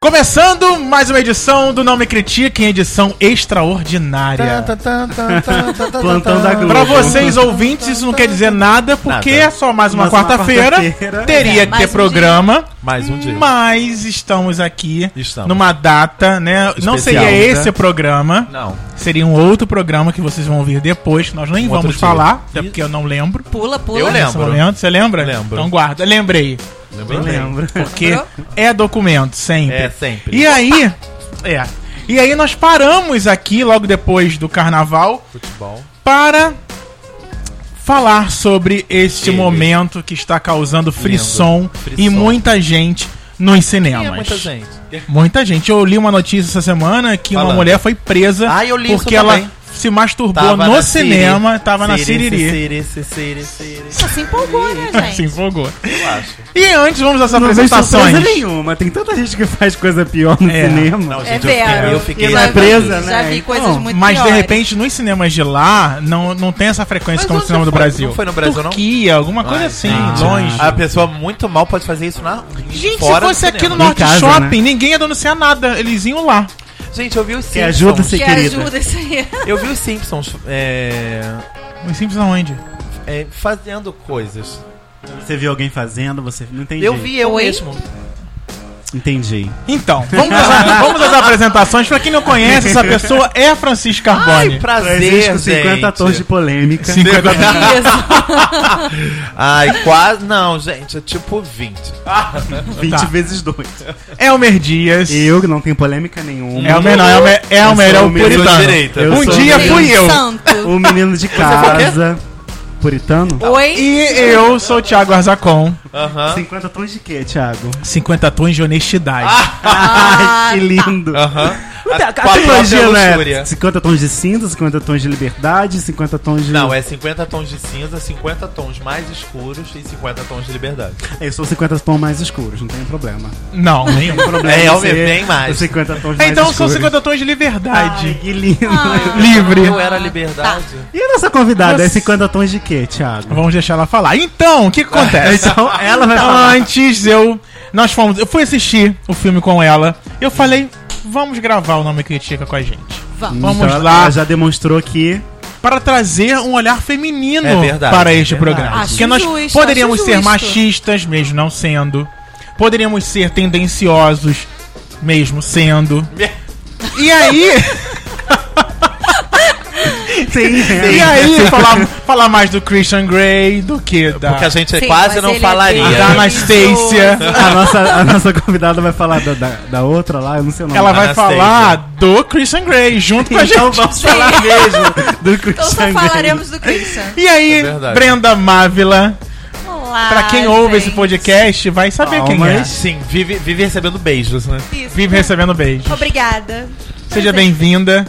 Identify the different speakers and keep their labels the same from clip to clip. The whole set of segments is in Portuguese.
Speaker 1: Começando mais uma edição do Não Me Critiquem, edição extraordinária.
Speaker 2: Plantão da Globo.
Speaker 1: Pra vocês ouvintes, isso não quer dizer nada, porque
Speaker 2: Nada.
Speaker 1: é só mais uma
Speaker 2: Mais uma
Speaker 1: quarta-feira.
Speaker 2: quarta-feira.
Speaker 1: teria
Speaker 3: É,
Speaker 1: que
Speaker 3: mais
Speaker 1: ter
Speaker 3: um
Speaker 1: programa.
Speaker 2: Mais um dia.
Speaker 1: Mas estamos aqui
Speaker 2: Estamos.
Speaker 1: numa data, né? Não
Speaker 2: Especial,
Speaker 1: seria
Speaker 2: né?
Speaker 1: esse programa,
Speaker 2: Não.
Speaker 1: seria um outro programa que vocês vão ouvir depois, que nós nem
Speaker 2: Um outro
Speaker 1: vamos
Speaker 2: dia.
Speaker 1: falar, até
Speaker 2: Isso.
Speaker 1: porque eu não lembro.
Speaker 3: Pula, pula.
Speaker 2: Eu lembro.
Speaker 1: Nesse momento, você lembra?
Speaker 2: Lembro.
Speaker 1: Então guarda, lembrei.
Speaker 2: Lembrei bem.
Speaker 4: lembro.
Speaker 1: Porque é documento, sempre.
Speaker 2: É, sempre.
Speaker 1: E aí, é. E aí nós paramos aqui logo depois do carnaval
Speaker 2: Futebol.
Speaker 1: para falar sobre este
Speaker 2: Ele.
Speaker 1: momento que está causando frisson, e
Speaker 2: Frisson.
Speaker 1: muita gente nos cinemas.
Speaker 2: Quem é muita gente.
Speaker 1: Muita gente. Eu li uma notícia essa semana que uma
Speaker 2: Falando.
Speaker 1: mulher foi presa
Speaker 2: Ah, eu li isso
Speaker 1: porque ela
Speaker 2: também.
Speaker 1: se masturbou no
Speaker 2: na
Speaker 1: cinema,
Speaker 2: Siri.
Speaker 1: tava na
Speaker 2: Siri,
Speaker 1: Siriri.
Speaker 2: Siri, Siri, Siri, Siri.
Speaker 3: Se empolgou, né, gente?
Speaker 1: Se empolgou.
Speaker 2: Eu acho.
Speaker 1: E antes vamos às
Speaker 4: Não vejo surpresa
Speaker 1: apresentações.
Speaker 4: nenhuma. Tem tanta gente que faz coisa pior no
Speaker 1: É.
Speaker 4: cinema.
Speaker 2: Não,
Speaker 3: É
Speaker 2: gente, eu fiquei-
Speaker 3: vero.
Speaker 2: eu fiquei
Speaker 3: já
Speaker 2: na
Speaker 3: vi-
Speaker 4: presa,
Speaker 3: Já
Speaker 4: né?
Speaker 3: vi
Speaker 4: Então,
Speaker 3: coisas muito
Speaker 1: Mas de
Speaker 3: piores.
Speaker 1: repente nos cinemas de lá não, não tem essa frequência
Speaker 2: Mas
Speaker 1: como o
Speaker 2: onde
Speaker 1: cinema do
Speaker 2: foi?
Speaker 1: Brasil.
Speaker 2: Não foi no Brasil, não?
Speaker 1: Turquia, alguma coisa
Speaker 2: Ah,
Speaker 1: assim,
Speaker 4: entendi.
Speaker 1: longe.
Speaker 2: A pessoa muito mal pode fazer isso na
Speaker 1: Gente,
Speaker 2: fora
Speaker 1: se fosse
Speaker 2: do
Speaker 1: aqui no
Speaker 2: cinema.
Speaker 1: Norte
Speaker 4: Em casa,
Speaker 1: Shopping, ninguém ia denunciar nada. Eles iam lá.
Speaker 2: Gente, eu vi os
Speaker 4: Que
Speaker 2: Simpsons.
Speaker 4: ajuda,
Speaker 3: Que
Speaker 4: ser querida.
Speaker 3: ajuda isso aí.
Speaker 2: Eu vi os Simpsons é,
Speaker 1: Mas simples aonde?
Speaker 2: é, fazendo coisas.
Speaker 4: Você viu alguém fazendo, você... Não entendi.
Speaker 2: Eu vi eu
Speaker 3: Oi?
Speaker 2: mesmo.
Speaker 4: Entendi.
Speaker 1: Então, vamos, às, vamos às apresentações. Pra quem não conhece, essa pessoa é a Francisca Carboni.
Speaker 2: Ai, prazer,
Speaker 4: Francisco,
Speaker 2: gente.
Speaker 4: 50 tons de polêmica.
Speaker 1: 50
Speaker 3: Isso.
Speaker 2: Ai, quase... Não, gente, é tipo 20.
Speaker 4: 20
Speaker 1: Tá.
Speaker 4: vezes 2.
Speaker 1: Elmer Dias.
Speaker 4: Eu, que não tenho polêmica nenhuma.
Speaker 2: É.
Speaker 1: Elmer não, Elmer, Elmer é
Speaker 4: sou
Speaker 1: o
Speaker 4: o menino
Speaker 1: puritano.
Speaker 2: direita.
Speaker 4: Eu
Speaker 1: Um
Speaker 4: sou
Speaker 1: dia
Speaker 4: meio
Speaker 1: fui eu.
Speaker 3: Santo.
Speaker 4: O menino de casa. Puritano?
Speaker 3: Oi?
Speaker 1: E eu sou o Thiago Arzacon.
Speaker 2: Aham.
Speaker 4: 50 tons de quê, Thiago?
Speaker 1: 50 tons de honestidade.
Speaker 3: Ah,
Speaker 4: Ai, que lindo.
Speaker 2: Aham.
Speaker 4: A, a
Speaker 2: Com a
Speaker 4: trilogia,
Speaker 2: própria
Speaker 4: né?
Speaker 2: luxúria.
Speaker 4: 50 tons de cinza, 50 tons de liberdade, 50 tons de...
Speaker 2: Não, é 50 tons de cinza, 50 tons mais escuros e 50 tons de liberdade.
Speaker 4: Eu sou 50 É, tons mais escuros, não tem problema.
Speaker 1: Não, nenhum.
Speaker 2: É,
Speaker 4: Não
Speaker 2: eu
Speaker 4: sei,
Speaker 2: bem mais.
Speaker 4: os 50 tons mais
Speaker 1: Então são
Speaker 4: escuros.
Speaker 1: 50 tons de
Speaker 4: Ai,
Speaker 1: liberdade.
Speaker 4: que lindo.
Speaker 1: Livre.
Speaker 2: Eu era liberdade.
Speaker 4: E a nossa convidada, é
Speaker 1: Nossa.
Speaker 4: 50 tons de quê, Thiago?
Speaker 1: Vamos deixar ela falar. Então, o que, que acontece?
Speaker 4: Então, ela vai falar.
Speaker 1: Antes eu. Nós fomos. Eu fui assistir o filme com ela. Eu falei, vamos gravar o Nome Critica com a gente.
Speaker 3: vamos.
Speaker 1: Vamos
Speaker 4: Então, ela-
Speaker 1: lá.
Speaker 4: Ela já demonstrou que
Speaker 1: Para trazer um olhar feminino
Speaker 2: É verdade,
Speaker 1: para
Speaker 2: é
Speaker 1: este
Speaker 2: verdade.
Speaker 1: programa.
Speaker 3: Acho
Speaker 1: Porque nós
Speaker 3: justo,
Speaker 1: poderíamos
Speaker 3: acho
Speaker 1: ser
Speaker 3: justo.
Speaker 1: machistas, mesmo não sendo. Poderíamos ser tendenciosos, mesmo sendo.
Speaker 2: É
Speaker 1: E aí.
Speaker 4: tem,
Speaker 1: e
Speaker 4: né? É,
Speaker 1: aí, falar, falar mais do Christian Grey do que da.
Speaker 2: Porque a gente
Speaker 3: Sim,
Speaker 2: quase
Speaker 3: mas
Speaker 2: não
Speaker 3: ele é
Speaker 2: falaria.
Speaker 3: bem
Speaker 1: da Anastácia.
Speaker 3: preguiçoso.
Speaker 4: A nossa, a nossa convidada vai falar da, da, da outra lá, eu não sei o nome.
Speaker 1: Ela vai
Speaker 2: Anastasia.
Speaker 1: falar do Christian Grey junto com a gente.
Speaker 4: Então vamos falar mesmo do Christian
Speaker 3: Então só
Speaker 4: Grey.
Speaker 3: falaremos do Christian.
Speaker 1: E aí,
Speaker 2: É verdade.
Speaker 1: Brenda Mávila,
Speaker 3: Olá.
Speaker 1: pra quem ouve esse
Speaker 3: Ah, gente.
Speaker 1: podcast, vai saber quem é.
Speaker 4: Palmas.
Speaker 2: Sim, vive, vive recebendo beijos, né?
Speaker 3: Isso.
Speaker 1: Vive recebendo beijo.
Speaker 3: Obrigada. é
Speaker 1: Seja
Speaker 3: Prazer.
Speaker 1: bem-vinda,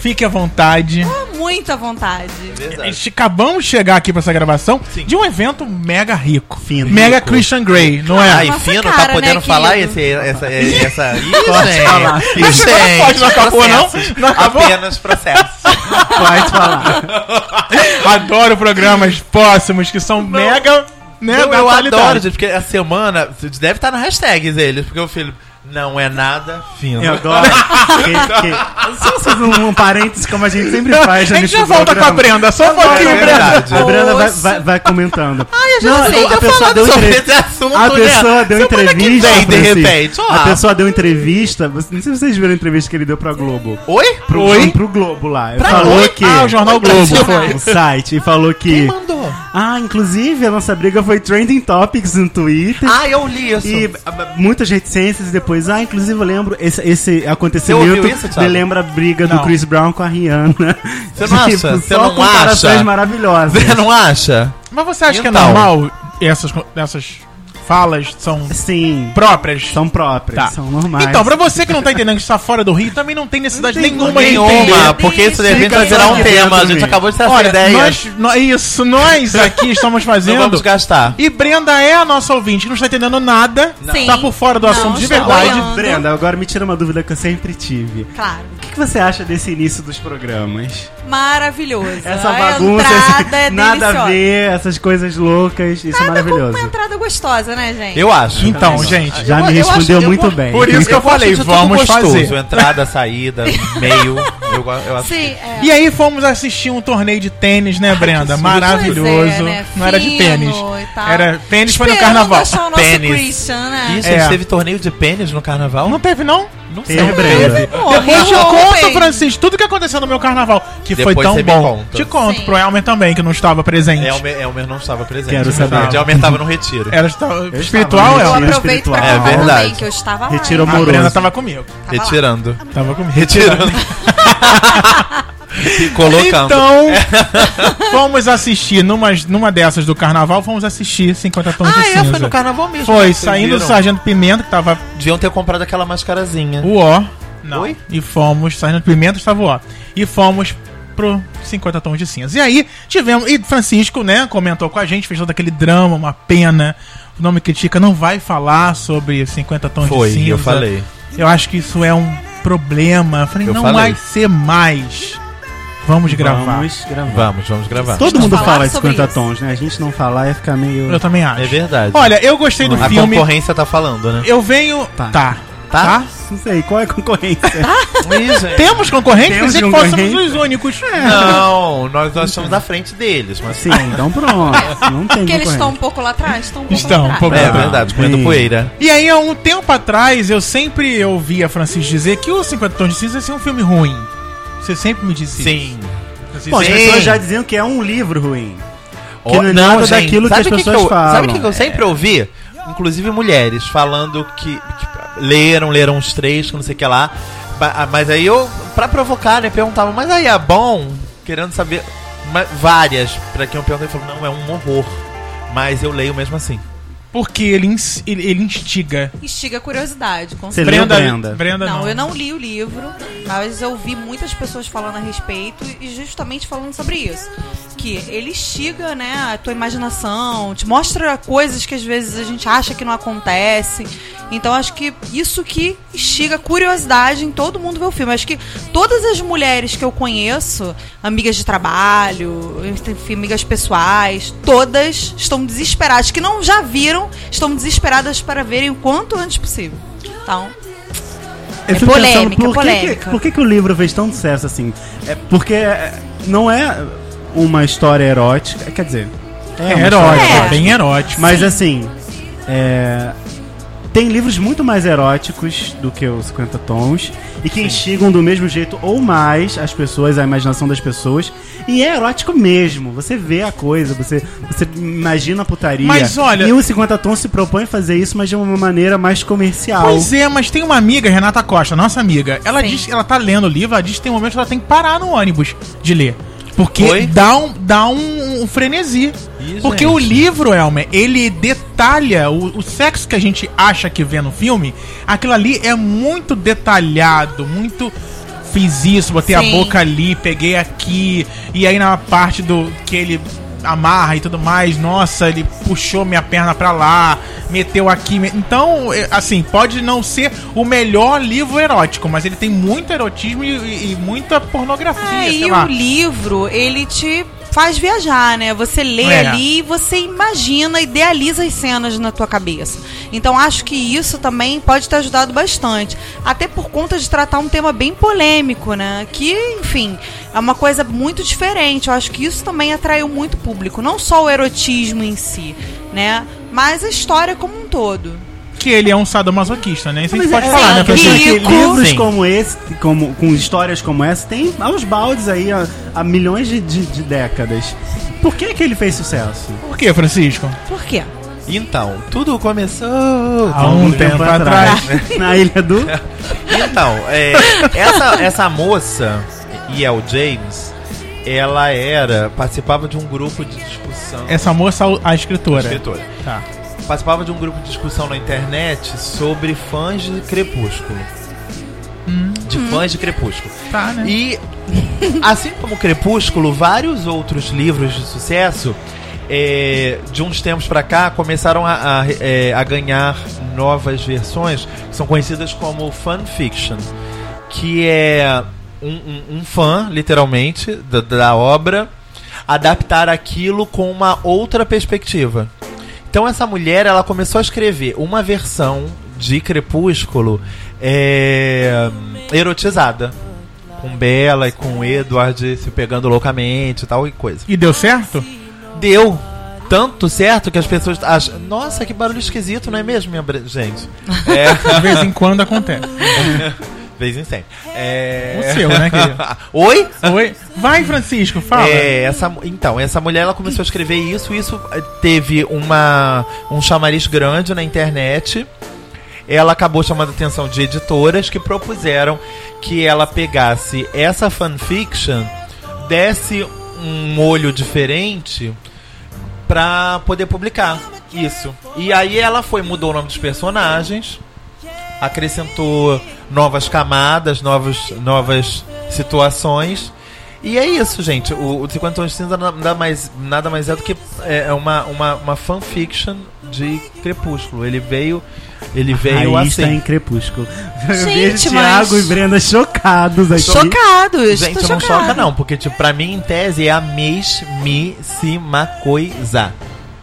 Speaker 1: fique à vontade.
Speaker 3: Tô Muito à vontade.
Speaker 1: Este- Acabamos de chegar aqui pra essa gravação
Speaker 2: Sim.
Speaker 1: de um evento mega rico.
Speaker 4: Fino.
Speaker 1: mega
Speaker 4: Rico.
Speaker 1: Christian Grey, não é?
Speaker 2: Ai,
Speaker 3: Nossa
Speaker 2: fino, tá
Speaker 3: cara,
Speaker 2: podendo
Speaker 3: né,
Speaker 2: falar
Speaker 3: querido?
Speaker 2: esse, essa, é- essa. Ih,
Speaker 4: falar.
Speaker 2: gente.
Speaker 1: Mas agora
Speaker 2: Gente,
Speaker 1: pode, não acabou, não?
Speaker 2: processos.
Speaker 1: Não acabou?
Speaker 2: Apenas processos.
Speaker 4: Pode falar.
Speaker 1: Adoro programas próximos que são mega, né,
Speaker 2: eu
Speaker 1: da
Speaker 2: eu
Speaker 1: atualidade.
Speaker 2: adoro, gente, porque a semana deve estar na hashtags eles, porque o filho não é nada fino.
Speaker 4: Eu adoro. que, que, só vocês um, um parênteses, como a gente sempre faz.
Speaker 1: A gente já volta com a Brenda, só um
Speaker 2: É
Speaker 1: pouquinho, Brenda.
Speaker 2: verdade.
Speaker 4: A Brenda vai,
Speaker 3: Nossa.
Speaker 4: vai, vai comentando. Ai,
Speaker 3: eu já sei,
Speaker 4: A
Speaker 3: eu
Speaker 4: pessoa deu
Speaker 2: sobre
Speaker 4: entrevista.
Speaker 2: esse assunto,
Speaker 4: A pessoa
Speaker 2: né?
Speaker 4: deu
Speaker 2: Semana que
Speaker 4: entrevista.
Speaker 2: vem, de
Speaker 4: Francisco.
Speaker 2: repente. Ó.
Speaker 4: A pessoa deu entrevista. Não sei se vocês viram a entrevista que ele deu pra Globo.
Speaker 2: Oi?
Speaker 4: Pro,
Speaker 1: Oi?
Speaker 4: pro Globo lá. Ele
Speaker 1: Pra
Speaker 4: falou
Speaker 1: Oi?
Speaker 4: que.
Speaker 1: Ah, o Jornal Globo,
Speaker 4: foi. Um site e falou que.
Speaker 2: Mandou.
Speaker 4: Ah, inclusive a nossa briga foi trending topics no Twitter.
Speaker 2: Ah, eu li isso.
Speaker 4: E ah, muitas reticências e depois, ah, inclusive eu lembro esse, esse
Speaker 2: Você
Speaker 4: acontecimento
Speaker 2: ouviu isso, Thiago?
Speaker 4: me lembra a briga
Speaker 1: Não.
Speaker 4: do Chris Brown com a Rihanna.
Speaker 2: Você não acha?
Speaker 4: Tipo,
Speaker 2: Você
Speaker 4: só
Speaker 2: não
Speaker 4: comparações
Speaker 2: acha?
Speaker 4: maravilhosas.
Speaker 2: Você não acha?
Speaker 1: Mas você acha que é
Speaker 2: Então.
Speaker 1: normal essas, essas falas são
Speaker 4: Sim,
Speaker 1: próprias?
Speaker 4: são próprias,
Speaker 1: Tá.
Speaker 4: são normais.
Speaker 1: Então, pra você que não tá entendendo que está fora do Rio, também não tem necessidade nenhuma de entender.
Speaker 2: Nenhuma, porque isso de repente
Speaker 4: Fica
Speaker 2: vai virar
Speaker 4: só
Speaker 2: um
Speaker 4: aqui
Speaker 2: tema.
Speaker 4: dentro
Speaker 2: A
Speaker 4: de
Speaker 2: gente
Speaker 4: mim.
Speaker 2: acabou de ter essa
Speaker 1: Olha,
Speaker 2: ideia.
Speaker 1: nós, nó- isso, nós aqui estamos
Speaker 2: não
Speaker 1: fazendo.
Speaker 2: vamos gastar.
Speaker 1: E Brenda é a nossa ouvinte, que não está entendendo nada,
Speaker 3: Não.
Speaker 1: tá por fora do
Speaker 3: Não,
Speaker 1: assunto de
Speaker 3: está
Speaker 1: verdade.
Speaker 3: olhando.
Speaker 4: Brenda, agora me tira uma dúvida que eu sempre tive.
Speaker 3: Claro.
Speaker 4: O que, que você acha desse início dos programas?
Speaker 3: Maravilhoso.
Speaker 4: Essa
Speaker 3: a
Speaker 4: bagunça,
Speaker 3: entrada é
Speaker 4: nada a
Speaker 3: deliciosa.
Speaker 4: ver, essas coisas loucas, isso é
Speaker 3: Nada como
Speaker 4: maravilhoso.
Speaker 3: uma entrada gostosa, né, gente?
Speaker 2: Eu acho.
Speaker 1: Então,
Speaker 4: Também.
Speaker 1: gente,
Speaker 4: Já
Speaker 2: Eu-
Speaker 4: me
Speaker 2: eu acho-
Speaker 4: respondeu
Speaker 2: eu
Speaker 4: muito
Speaker 2: go-
Speaker 4: bem.
Speaker 1: por isso que eu falei,
Speaker 2: acho tudo
Speaker 1: vamos fazer.
Speaker 2: Entrada, saída, meio. Eu, go- eu acho.
Speaker 3: Sim, é.
Speaker 1: E aí fomos assistir um torneio de tênis, né, Brenda?
Speaker 4: absurdo.
Speaker 1: Maravilhoso.
Speaker 3: Pois é, né?
Speaker 1: Não era de
Speaker 3: Fino
Speaker 1: tênis.
Speaker 3: e tal.
Speaker 1: Era tênis foi no
Speaker 3: Esperando
Speaker 1: carnaval.
Speaker 3: achar o nosso
Speaker 2: Tênis.
Speaker 3: Christian, né?
Speaker 2: Isso,
Speaker 1: É.
Speaker 2: a gente teve torneio de pênis no carnaval? É,
Speaker 1: Não teve não?
Speaker 2: não
Speaker 4: Teve, Brenda.
Speaker 3: Morreu
Speaker 1: Depois te conto,
Speaker 3: ontem.
Speaker 1: Francisco, tudo que aconteceu no meu carnaval, que
Speaker 2: Depois
Speaker 1: foi tão
Speaker 2: você me
Speaker 1: bom.
Speaker 2: conta. É,
Speaker 1: Te conto
Speaker 3: Sim.
Speaker 1: pro Elmer também, que não estava presente.
Speaker 2: Elmer, Elmer não estava presente.
Speaker 4: Quero saber.
Speaker 2: verdade. Elmer estava no retiro.
Speaker 1: Ela estava
Speaker 4: estava
Speaker 1: espiritual,
Speaker 4: no
Speaker 3: Eu
Speaker 4: retiro.
Speaker 1: Elmer.
Speaker 3: aproveito pra
Speaker 4: É
Speaker 3: contar
Speaker 2: verdade.
Speaker 3: também que eu estava lá.
Speaker 4: Retiro
Speaker 3: hein?
Speaker 1: A Brenda
Speaker 4: Amoroso.
Speaker 1: estava comigo.
Speaker 3: Tava lá.
Speaker 2: Retirando.
Speaker 1: Tava comigo.
Speaker 2: Retirando. e colocando.
Speaker 1: Então,
Speaker 2: É.
Speaker 1: fomos assistir, numa, numa dessas do carnaval, fomos assistir 50 Tons
Speaker 2: Ah,
Speaker 3: Ah,
Speaker 1: de
Speaker 3: é?
Speaker 1: Cinza.
Speaker 2: é, carnaval mesmo.
Speaker 1: Foi,
Speaker 2: Vocês
Speaker 1: saindo do
Speaker 2: viram?
Speaker 1: Sargento Pimenta, que tava
Speaker 2: Deviam ter comprado aquela mascarazinha.
Speaker 1: o ó. Não.
Speaker 2: Oi?
Speaker 1: E fomos, saindo do Pimenta, estava o ó. E fomos pro 50 Tons de Cinza. E aí, tivemos... E Francisco, né, comentou com a gente, fez todo aquele drama, uma pena. O nome critica não vai falar sobre 50 Tons
Speaker 2: Foi,
Speaker 1: de Cinza.
Speaker 2: eu falei.
Speaker 1: Eu acho que isso é um problema. Eu falei,
Speaker 2: Eu
Speaker 1: não
Speaker 2: falei.
Speaker 1: vai ser mais. Vamos gravar.
Speaker 4: Vamos gravar.
Speaker 2: Vamos, vamos gravar.
Speaker 4: Todo mundo
Speaker 3: Falar
Speaker 4: fala de
Speaker 3: sobre
Speaker 4: 50
Speaker 3: isso.
Speaker 4: tons, né? A gente não falar ia ficar meio.
Speaker 1: Eu também acho.
Speaker 2: É verdade.
Speaker 1: Olha, eu gostei do
Speaker 2: a
Speaker 1: filme.
Speaker 2: concorrência tá falando, né?
Speaker 1: Eu venho. Tá.
Speaker 4: Tá.
Speaker 2: Tá?
Speaker 4: Não sei, qual é a concorrência?
Speaker 2: Isso, é.
Speaker 1: Temos concorrentes?
Speaker 4: Temos
Speaker 1: Pensei que fôssemos
Speaker 4: concorrentes.
Speaker 1: os únicos.
Speaker 2: Não, nós, nós estamos à frente deles, mas
Speaker 4: Sim, então pronto. Não tem
Speaker 3: Porque eles estão um
Speaker 4: concorrência.
Speaker 3: pouco lá atrás? Estão um pouco
Speaker 1: Estão,
Speaker 3: lá
Speaker 1: um pouco.
Speaker 3: atrás.
Speaker 2: É
Speaker 1: Não,
Speaker 2: verdade, comendo
Speaker 4: bem.
Speaker 2: poeira.
Speaker 1: E aí, há um tempo atrás, eu sempre ouvia Francis dizer que o 50 Tons de Cinza ia ser um filme ruim. Você sempre me disse
Speaker 2: Sim.
Speaker 1: isso.
Speaker 4: Bom, as
Speaker 1: Sim.
Speaker 4: pessoas já diziam que é um livro ruim.
Speaker 2: Oh,
Speaker 4: não é nada daquilo que
Speaker 2: sabe
Speaker 4: as
Speaker 2: o
Speaker 4: pessoas
Speaker 2: eu- Sabe
Speaker 4: falam. É.
Speaker 2: o que, que eu sempre ouvi? Inclusive mulheres falando que, que leram, leram os três, que não sei o que lá. Ba- ah, Mas aí eu, pra provocar, né, perguntava, mas aí é bom? Querendo saber. Ma- Várias, pra quem eu perguntei, falou, não, é um horror. Mas eu leio mesmo assim.
Speaker 1: Porque ele, ins- ele, ele instiga.
Speaker 3: Instiga a curiosidade. Com
Speaker 4: Você
Speaker 3: certeza.
Speaker 4: leu,
Speaker 1: Brenda,
Speaker 4: Brenda?
Speaker 1: Brenda não.
Speaker 3: Não, eu não li o livro, mas eu vi muitas pessoas falando a respeito e justamente falando sobre isso. Que ele instiga, né, a tua imaginação, te mostra coisas que às vezes a gente acha que não acontece. Então acho que isso que instiga a curiosidade em todo mundo ver o filme. Acho que todas as mulheres que eu conheço, amigas de trabalho, enfim, amigas pessoais, todas estão desesperadas. Que não já viram, estão desesperadas para verem o quanto antes possível. Então,
Speaker 4: Eu
Speaker 3: É
Speaker 4: fico pensando,
Speaker 3: polêmica,
Speaker 4: por que que-
Speaker 3: polêmica.
Speaker 4: por que, que o livro fez tanto sucesso assim? É porque é, não é uma história erótica. Quer dizer,
Speaker 1: É,
Speaker 4: uma
Speaker 1: erótico,
Speaker 4: história
Speaker 1: é.
Speaker 3: É.
Speaker 1: bem erótico.
Speaker 4: Mas assim, é, tem livros muito mais eróticos do que os 50 tons e que instigam do mesmo jeito ou mais as pessoas, a imaginação das pessoas. E é erótico mesmo. Você vê a coisa, você, você imagina a putaria.
Speaker 1: Mas olha-
Speaker 4: E os 50 tons se propõe a fazer isso, mas de uma maneira mais comercial.
Speaker 1: Pois é, mas tem uma amiga, Renata Costa, nossa amiga. Ela
Speaker 3: Sim.
Speaker 1: diz, ela tá lendo o livro, ela diz que tem momentos que ela tem que parar no ônibus de ler. Porque
Speaker 2: Oi?
Speaker 1: dá um, dá um, um frenesi.
Speaker 2: Ih,
Speaker 1: porque
Speaker 2: gente.
Speaker 1: o livro, Elmer, ele detalha o, o sexo que a gente acha que vê no filme. Aquilo ali é muito detalhado, muito. Fiz isso, botei a
Speaker 3: Sim.
Speaker 1: boca ali, peguei aqui. E aí na parte do que ele amarra e tudo mais, nossa, ele puxou minha perna pra lá, meteu aqui. me- Então, é, assim, pode não ser o melhor livro erótico, mas ele tem muito erotismo e, e- e muita pornografia,
Speaker 3: É,
Speaker 1: sei
Speaker 3: e
Speaker 1: lá.
Speaker 3: o livro, ele te faz viajar, né? Você lê
Speaker 1: É.
Speaker 3: ali e você imagina, idealiza as cenas na tua cabeça. Então acho que isso também pode ter ajudado bastante. Até por conta de tratar um tema bem polêmico, né? Que, enfim, é uma coisa muito diferente. Eu acho que isso também atraiu muito público. Não só o erotismo em si, né? Mas a história como um todo.
Speaker 1: Que ele é um sadomasoquista, né? Isso a gente
Speaker 4: Mas
Speaker 1: pode
Speaker 4: é-
Speaker 1: falar,
Speaker 4: é,
Speaker 1: né,
Speaker 4: é,
Speaker 1: Francisco?
Speaker 4: que
Speaker 3: Rico.
Speaker 4: livros
Speaker 2: Sim.
Speaker 4: como esse, como, com histórias como essa, tem aos baldes aí há, há milhões de, de- de décadas. Por que, que ele fez sucesso?
Speaker 1: Por que, Francisco?
Speaker 3: Por quê?
Speaker 2: Então, tudo começou.
Speaker 1: Há um tempo atrás. né?
Speaker 4: Na ilha do.
Speaker 2: Então, é, essa, essa moça, E.L. James, ela era. participava de um grupo de discussão.
Speaker 1: Essa moça, a escritora.
Speaker 2: escritora.
Speaker 1: Tá.
Speaker 2: Participava de um grupo de discussão na internet sobre fãs de Crepúsculo. De fãs de Crepúsculo.
Speaker 1: Tá, né?
Speaker 2: E assim como Crepúsculo, vários outros livros de sucesso é, de uns tempos pra cá começaram a, a, é, a ganhar novas versões que são conhecidas como fanfiction, que é um, um- um fã, literalmente, da, da obra, adaptar aquilo com uma outra perspectiva. Então essa mulher, ela começou a escrever uma versão de Crepúsculo é, erotizada. Com Bella e com Edward se pegando loucamente e tal e coisa.
Speaker 1: E deu certo?
Speaker 2: Deu tanto certo que as pessoas acham... Nossa, que barulho esquisito, não é mesmo, minha bre- gente? É...
Speaker 1: De vez em quando acontece.
Speaker 2: Vez em sempre. É...
Speaker 1: O seu, né, querido?
Speaker 2: Oi?
Speaker 1: Oi? Vai, Francisco, fala.
Speaker 2: É, essa, então, essa mulher ela começou a escrever isso, isso eh, teve uma, um chamariz grande na internet. Ela acabou chamando a atenção de editoras que propuseram que ela pegasse essa fanfiction, desse um olho diferente pra poder publicar isso. E aí ela foi, mudou o nome dos personagens, acrescentou novas camadas, novos, novas situações. E é isso, gente. O, o 50 Tons de Cinza nada mais, nada mais é do que é é uma, uma, uma fanfiction de Crepúsculo. Ele veio. Ele veio
Speaker 4: Aí está
Speaker 2: assim.
Speaker 4: tá em Crepúsculo. Eu
Speaker 3: Gente,
Speaker 4: vejo
Speaker 3: mas-
Speaker 4: Thiago e Brenda chocados aqui.
Speaker 3: Chocados.
Speaker 2: Gente,
Speaker 3: tô
Speaker 2: não
Speaker 3: chocada.
Speaker 2: choca não, porque tipo, pra mim, em tese, é a mesmíssima coisa.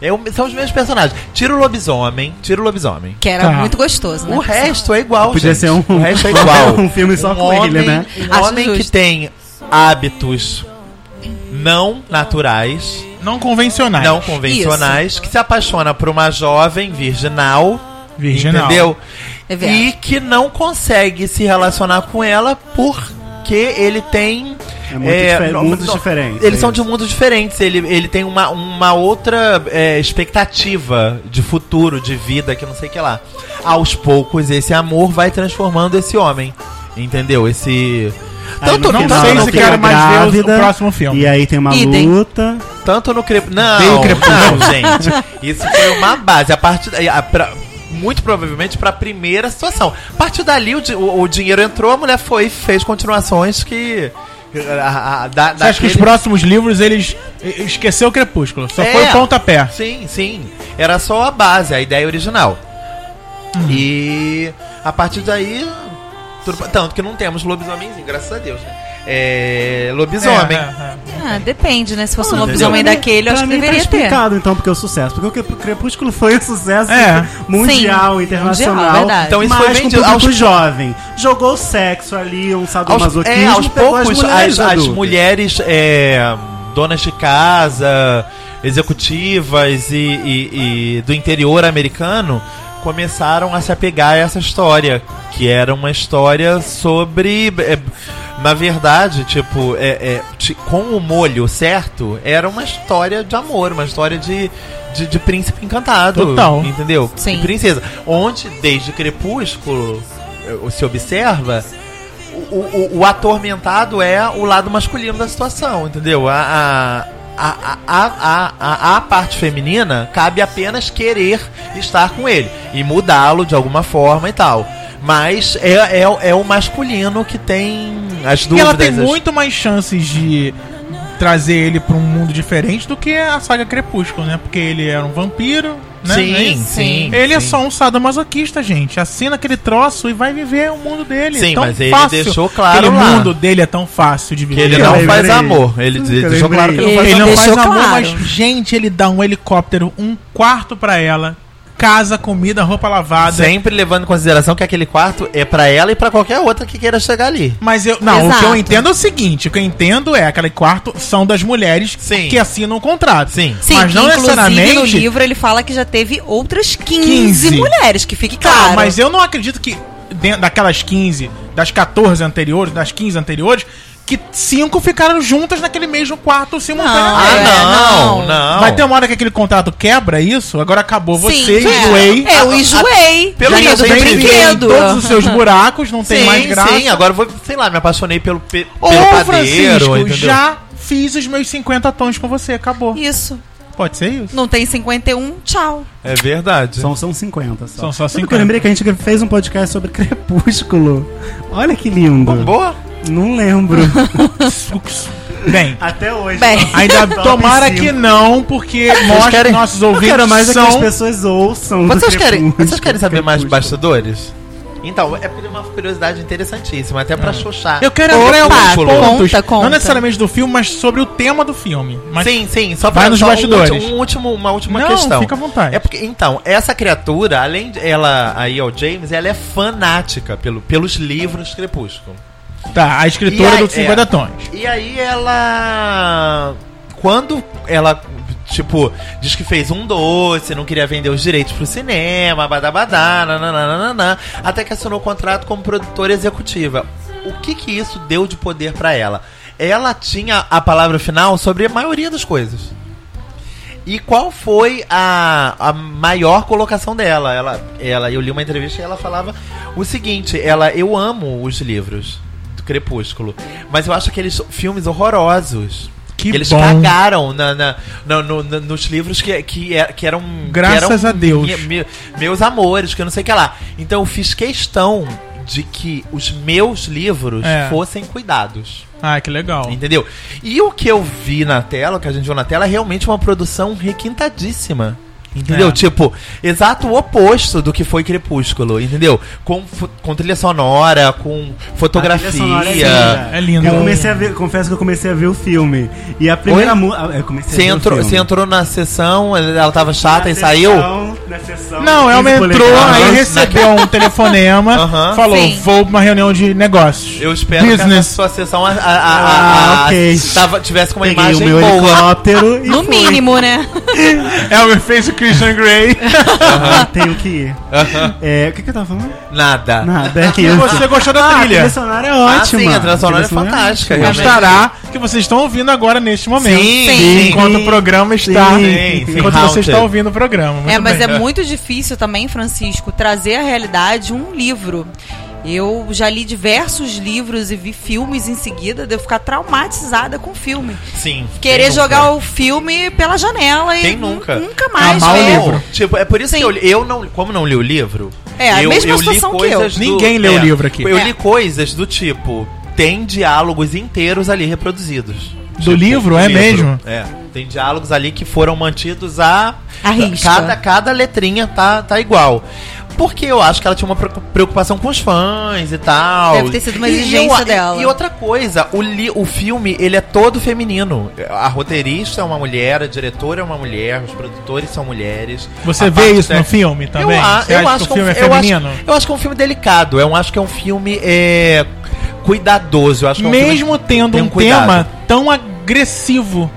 Speaker 2: É o- são os mesmos personagens. Tira o lobisomem, tira o lobisomem.
Speaker 3: Que era
Speaker 1: Tá.
Speaker 3: muito gostoso, né?
Speaker 2: O resto é igual,
Speaker 4: Podia
Speaker 2: gente.
Speaker 4: ser um-
Speaker 2: o resto é igual.
Speaker 4: um filme só com
Speaker 2: homem,
Speaker 4: ele, né?
Speaker 2: Um
Speaker 3: Acho
Speaker 2: homem que
Speaker 3: justo.
Speaker 2: tem hábitos não naturais,
Speaker 1: Não convencionais.
Speaker 2: não convencionais, que se apaixona por uma jovem virginal,
Speaker 1: Virginal.
Speaker 2: entendeu?
Speaker 3: É verdade.
Speaker 2: e que não consegue se relacionar com ela porque ele tem
Speaker 4: É muito difer- mundos diferentes,
Speaker 2: Eles
Speaker 4: é
Speaker 2: são de
Speaker 4: isso.
Speaker 2: mundos diferentes. Ele, ele tem uma, uma outra é, expectativa de futuro, de vida, que não sei o que lá. Aos poucos, esse amor vai transformando esse homem. Entendeu? Esse. Tanto,
Speaker 1: não
Speaker 2: tanto,
Speaker 1: sei
Speaker 2: no
Speaker 1: se
Speaker 2: cre-
Speaker 1: quero mais ver o- o
Speaker 4: Grávida,
Speaker 1: próximo filme.
Speaker 4: E aí tem uma
Speaker 3: Idem.
Speaker 4: luta.
Speaker 2: tanto no crep... Não,
Speaker 1: Tem o crepúsculo.
Speaker 2: não, gente. Isso foi uma base. A partir daí. a- pra- Muito provavelmente pra primeira situação. A partir dali, o, di- o- o dinheiro entrou, a mulher foi e fez continuações que. a- a- da-
Speaker 1: Você acha que os
Speaker 2: daquele-
Speaker 1: próximos livros eles e- esqueceu o Crepúsculo? Só foi
Speaker 2: É.
Speaker 1: o pontapé.
Speaker 2: Sim, sim. Era só a base, a ideia original.
Speaker 1: Hum.
Speaker 2: E a partir daí. tudo pa- Tanto que não temos lobisomenzinho, graças a Deus. né? É, lobisomem.
Speaker 1: É,
Speaker 3: Ah, depende, né? Se fosse um
Speaker 2: Entendeu?
Speaker 3: lobisomem daquele, eu acho
Speaker 4: Ah, Pra
Speaker 3: que
Speaker 4: mim
Speaker 3: deveria
Speaker 4: tá
Speaker 3: ter.
Speaker 4: explicado, então, porque é o sucesso. Porque o Crep- Crepúsculo foi um sucesso
Speaker 1: É.
Speaker 4: mundial,
Speaker 3: Sim,
Speaker 4: internacional.
Speaker 3: mundial, verdade.
Speaker 2: Então isso
Speaker 4: mas
Speaker 2: foi
Speaker 4: com
Speaker 2: vendido
Speaker 4: público
Speaker 2: aos-
Speaker 4: jogem. Jogou o sexo ali, um
Speaker 2: Aos,
Speaker 4: sadomasoquismo.
Speaker 2: é, aos
Speaker 4: pegou
Speaker 2: poucos, as as mulheres,
Speaker 4: adultas.
Speaker 2: é, donas de casa, executivas e, e- e do interior americano começaram a se apegar a essa história, que era uma história sobre. é, na verdade, tipo, é, é, ti- com o molho certo, era uma história de amor, uma história de, de, de príncipe encantado.
Speaker 1: Total.
Speaker 2: Entendeu?
Speaker 3: Sim.
Speaker 2: E princesa. Onde, desde Crepúsculo, eh, se observa o, o- o atormentado é o lado masculino da situação, entendeu? A, a, a, a, a, a, a parte feminina cabe apenas querer estar com ele e mudá-lo de alguma forma e tal. Mas é, é, o- é o masculino que tem as
Speaker 1: E
Speaker 2: dúvidas.
Speaker 1: ela tem
Speaker 2: as-
Speaker 1: muito mais chances de trazer ele pra um mundo diferente do que a saga Crepúsculo, né? Porque ele era um vampiro, né?
Speaker 2: Sim,
Speaker 1: Não é
Speaker 2: sim,
Speaker 1: isso?
Speaker 2: sim.
Speaker 1: Ele é só um sadomasoquista, gente. Assina aquele troço e vai viver o mundo dele.
Speaker 2: Sim,
Speaker 1: Tão
Speaker 2: mas ele
Speaker 1: fácil.
Speaker 2: deixou claro
Speaker 1: Aquele
Speaker 2: lá.
Speaker 1: mundo dele é tão fácil de
Speaker 2: Que
Speaker 1: viver.
Speaker 2: ele
Speaker 4: Eu
Speaker 2: não
Speaker 4: lembrei.
Speaker 2: faz amor. Ele,
Speaker 1: Hum,
Speaker 4: Eu
Speaker 2: ele
Speaker 4: lembrei.
Speaker 2: deixou claro que ele não faz
Speaker 1: Ele
Speaker 3: Ele
Speaker 1: não faz
Speaker 3: deixou
Speaker 1: amor,
Speaker 3: claro.
Speaker 1: mas, gente, ele dá um helicóptero, um quarto pra ela, casa, comida, roupa lavada.
Speaker 2: Sempre levando em consideração que aquele quarto é pra ela e pra qualquer outra que queira chegar ali.
Speaker 1: Mas eu. Não, o que eu
Speaker 3: Exato.
Speaker 1: entendo é o seguinte: o que eu entendo é aquele quarto são das mulheres
Speaker 2: Sim.
Speaker 1: que assinam o contrato.
Speaker 2: Sim.
Speaker 3: Sim,
Speaker 1: mas
Speaker 3: que
Speaker 1: não
Speaker 3: inclusive
Speaker 1: necessariamente.
Speaker 3: no livro ele fala que já teve outras 15,
Speaker 1: 15.
Speaker 3: mulheres, que fique
Speaker 1: Tá,
Speaker 3: claro.
Speaker 1: mas eu não acredito que dentro daquelas 15, das 14 anteriores, das 15 anteriores, que cinco ficaram juntas naquele mesmo quarto simultaneamente.
Speaker 3: Ah, é, não.
Speaker 1: Vai ter uma hora que aquele contrato quebra é isso? Agora acabou
Speaker 3: Sim,
Speaker 1: você,
Speaker 3: é.
Speaker 1: enjoei. Ah,
Speaker 3: Eu enjoei.
Speaker 2: Pelo
Speaker 1: Já
Speaker 2: que eu
Speaker 1: enjoei,
Speaker 2: entendi,
Speaker 1: enfiei em
Speaker 3: brinquedo.
Speaker 1: Todos os seus buracos, não tem
Speaker 2: sim,
Speaker 1: mais graça.
Speaker 2: Sim, agora eu vou, sei lá, me apaixonei pelo, pe,
Speaker 1: Ô,
Speaker 2: pelo padeiro,
Speaker 1: Francisco,
Speaker 2: entendeu?
Speaker 1: já fiz os meus 50 tons com você, acabou.
Speaker 3: Isso.
Speaker 1: Pode ser isso?
Speaker 3: Não tem 51, tchau.
Speaker 2: É verdade.
Speaker 4: São, são 50 só.
Speaker 1: São só
Speaker 4: Sabe
Speaker 1: 50.
Speaker 4: que eu lembrei que a gente fez um podcast sobre Crepúsculo. Olha que lindo.
Speaker 2: Boa?
Speaker 4: Não lembro.
Speaker 1: Bem,
Speaker 4: Até hoje.
Speaker 3: Bem.
Speaker 1: ainda
Speaker 4: Top
Speaker 1: tomara
Speaker 4: cinco.
Speaker 1: que não, porque mostra
Speaker 2: querem-
Speaker 1: que nossos
Speaker 4: Eu
Speaker 1: ouvintes
Speaker 4: quero mais é que as
Speaker 1: são...
Speaker 4: pessoas ouçam. do
Speaker 2: Vocês querem,
Speaker 4: Crepúsculo.
Speaker 2: vocês querem saber mais
Speaker 4: Crepúsculo.
Speaker 2: bastidores? Então, é por uma curiosidade interessantíssima, até pra xoxar.
Speaker 1: Ah. Eu quero um
Speaker 2: Opa,
Speaker 1: entrar em alguns
Speaker 2: pulou.
Speaker 1: pontos,
Speaker 3: Conta, conta.
Speaker 1: não necessariamente do filme, mas sobre o tema do filme. Mas
Speaker 2: sim, sim, só
Speaker 1: Vai nos
Speaker 2: só um
Speaker 1: bastidores.
Speaker 2: último- um último, uma última
Speaker 1: Não,
Speaker 2: questão.
Speaker 1: fica à vontade.
Speaker 2: É porque, então, essa criatura, além de ela, aí ó, o James, ela é fanática pelo, pelos livros Crepúsculo.
Speaker 1: tá, a
Speaker 2: E
Speaker 1: escritora
Speaker 2: aí-
Speaker 1: do 50
Speaker 2: é.
Speaker 1: Tons.
Speaker 2: E aí ela. Quando ela, tipo, diz que fez um doce, não queria vender os direitos pro cinema, badabadá, nananana, até que assinou o contrato como produtora executiva. O que que isso deu de poder pra ela? Ela tinha a palavra final sobre a maioria das coisas. E qual foi a, a maior colocação dela? Ela, ela, eu li uma entrevista e ela falava o seguinte: ela, eu amo os livros do Crepúsculo, mas eu acho aqueles filmes horrorosos.
Speaker 1: Que
Speaker 2: eles
Speaker 1: bom.
Speaker 2: cagaram na, na- na- no- no- nos livros que, que, é- que eram.
Speaker 1: Graças
Speaker 2: que eram
Speaker 1: a Deus.
Speaker 2: mi- me- meus amores, que eu não sei o que lá. Então eu fiz questão de que os meus livros
Speaker 1: É.
Speaker 2: fossem cuidados.
Speaker 1: Ah, que legal.
Speaker 2: Entendeu? E o que eu vi na tela, o que a gente viu na tela, é realmente uma produção requintadíssima. Entendeu?
Speaker 1: É.
Speaker 2: Tipo, exato o oposto do que foi Crepúsculo, entendeu? Com, fo- com trilha sonora, com fotografia.
Speaker 4: A trilha sonora é linda.
Speaker 1: É lindo.
Speaker 4: Eu comecei a ver, confesso que eu comecei a ver o filme. E a primeira
Speaker 2: Oi?
Speaker 4: música. Eu comecei
Speaker 2: Você
Speaker 4: a ver o
Speaker 2: entrou,
Speaker 4: filme.
Speaker 2: você entrou na sessão, ela tava chata
Speaker 4: Na
Speaker 2: e
Speaker 4: sessão-
Speaker 2: saiu?
Speaker 4: Na sessão.
Speaker 1: Não, ela
Speaker 4: 15
Speaker 1: entrou,
Speaker 4: polegadas.
Speaker 1: aí recebeu um telefonema,
Speaker 2: Aham.
Speaker 1: falou,
Speaker 3: Sim.
Speaker 1: vou pra uma reunião de negócios.
Speaker 2: Eu espero que a
Speaker 1: Business.
Speaker 2: sua sessão a, a- a- a-
Speaker 4: Ah, ok.
Speaker 2: tava- tivesse com uma
Speaker 4: Peguei o
Speaker 2: imagem
Speaker 4: meu
Speaker 2: boa.
Speaker 4: helicóptero e
Speaker 3: No
Speaker 4: fui.
Speaker 3: mínimo, né?
Speaker 1: Ela fez É, o Christian Grey.
Speaker 4: Ah, Tenho que ir. É, o que, que eu tava falando?
Speaker 2: Nada.
Speaker 4: Nada, é
Speaker 1: E
Speaker 4: isso.
Speaker 1: você gostou da
Speaker 4: Ah, a
Speaker 1: trilha.
Speaker 4: trilha sonora é Tá
Speaker 2: Ah,
Speaker 4: ótima.
Speaker 2: sim, a trilha sonora é fantástica. realmente.
Speaker 1: Gostará que vocês estão ouvindo agora neste momento.
Speaker 2: Sim,
Speaker 3: Sim.
Speaker 2: sim.
Speaker 1: Enquanto o programa está.
Speaker 4: Sim, sim.
Speaker 1: Enquanto você
Speaker 2: Haunted.
Speaker 1: está ouvindo o programa. Muito
Speaker 3: É, mas
Speaker 1: bem.
Speaker 3: é muito difícil também, Francisco, trazer a realidade um livro. Eu já li diversos livros e vi filmes em seguida de eu ficar traumatizada com o filme.
Speaker 2: Sim. um
Speaker 3: Querer
Speaker 2: Quem
Speaker 3: jogar
Speaker 2: nunca?
Speaker 3: o filme pela janela e
Speaker 2: Quem nunca? É
Speaker 3: nun- nunca mais
Speaker 1: Amar o
Speaker 3: ver.
Speaker 1: livro.
Speaker 2: Tipo, é por isso
Speaker 3: Sim.
Speaker 2: que eu, li- eu não, como não li o livro,
Speaker 3: É, a
Speaker 2: eu,
Speaker 3: mesma
Speaker 2: eu
Speaker 3: situação que
Speaker 2: coisas do-
Speaker 1: Ninguém leu o livro aqui.
Speaker 2: Eu
Speaker 3: É.
Speaker 2: li coisas do tipo, tem diálogos inteiros ali reproduzidos.
Speaker 1: Do
Speaker 2: Tipo,
Speaker 1: livro,
Speaker 2: do
Speaker 1: é mesmo?
Speaker 2: É, tem diálogos ali que foram mantidos a
Speaker 3: À risca.
Speaker 2: cada cada letrinha tá tá igual. Porque eu acho que ela tinha uma preocu- preocupação com os fãs e tal.
Speaker 3: Deve ter sido uma
Speaker 2: E eu-
Speaker 3: exigência
Speaker 2: e-
Speaker 3: dela.
Speaker 2: E outra coisa, o, li, o filme, ele é todo feminino. A roteirista é uma mulher, a diretora é uma mulher, os produtores são mulheres.
Speaker 1: Você
Speaker 2: A
Speaker 1: vê
Speaker 2: parte
Speaker 1: isso
Speaker 2: técnica-
Speaker 1: no filme também?
Speaker 2: eu, a-
Speaker 1: Você
Speaker 2: eu
Speaker 1: acha
Speaker 2: acho um
Speaker 1: que o filme é
Speaker 2: eu acho-
Speaker 1: feminino?
Speaker 2: Eu acho que é um filme delicado. Eu acho que é um filme é, cuidadoso. Eu acho que é um filme
Speaker 1: Mesmo
Speaker 2: que
Speaker 1: tendo
Speaker 2: tem
Speaker 1: um
Speaker 2: cuidado.
Speaker 1: tema tão agressivo.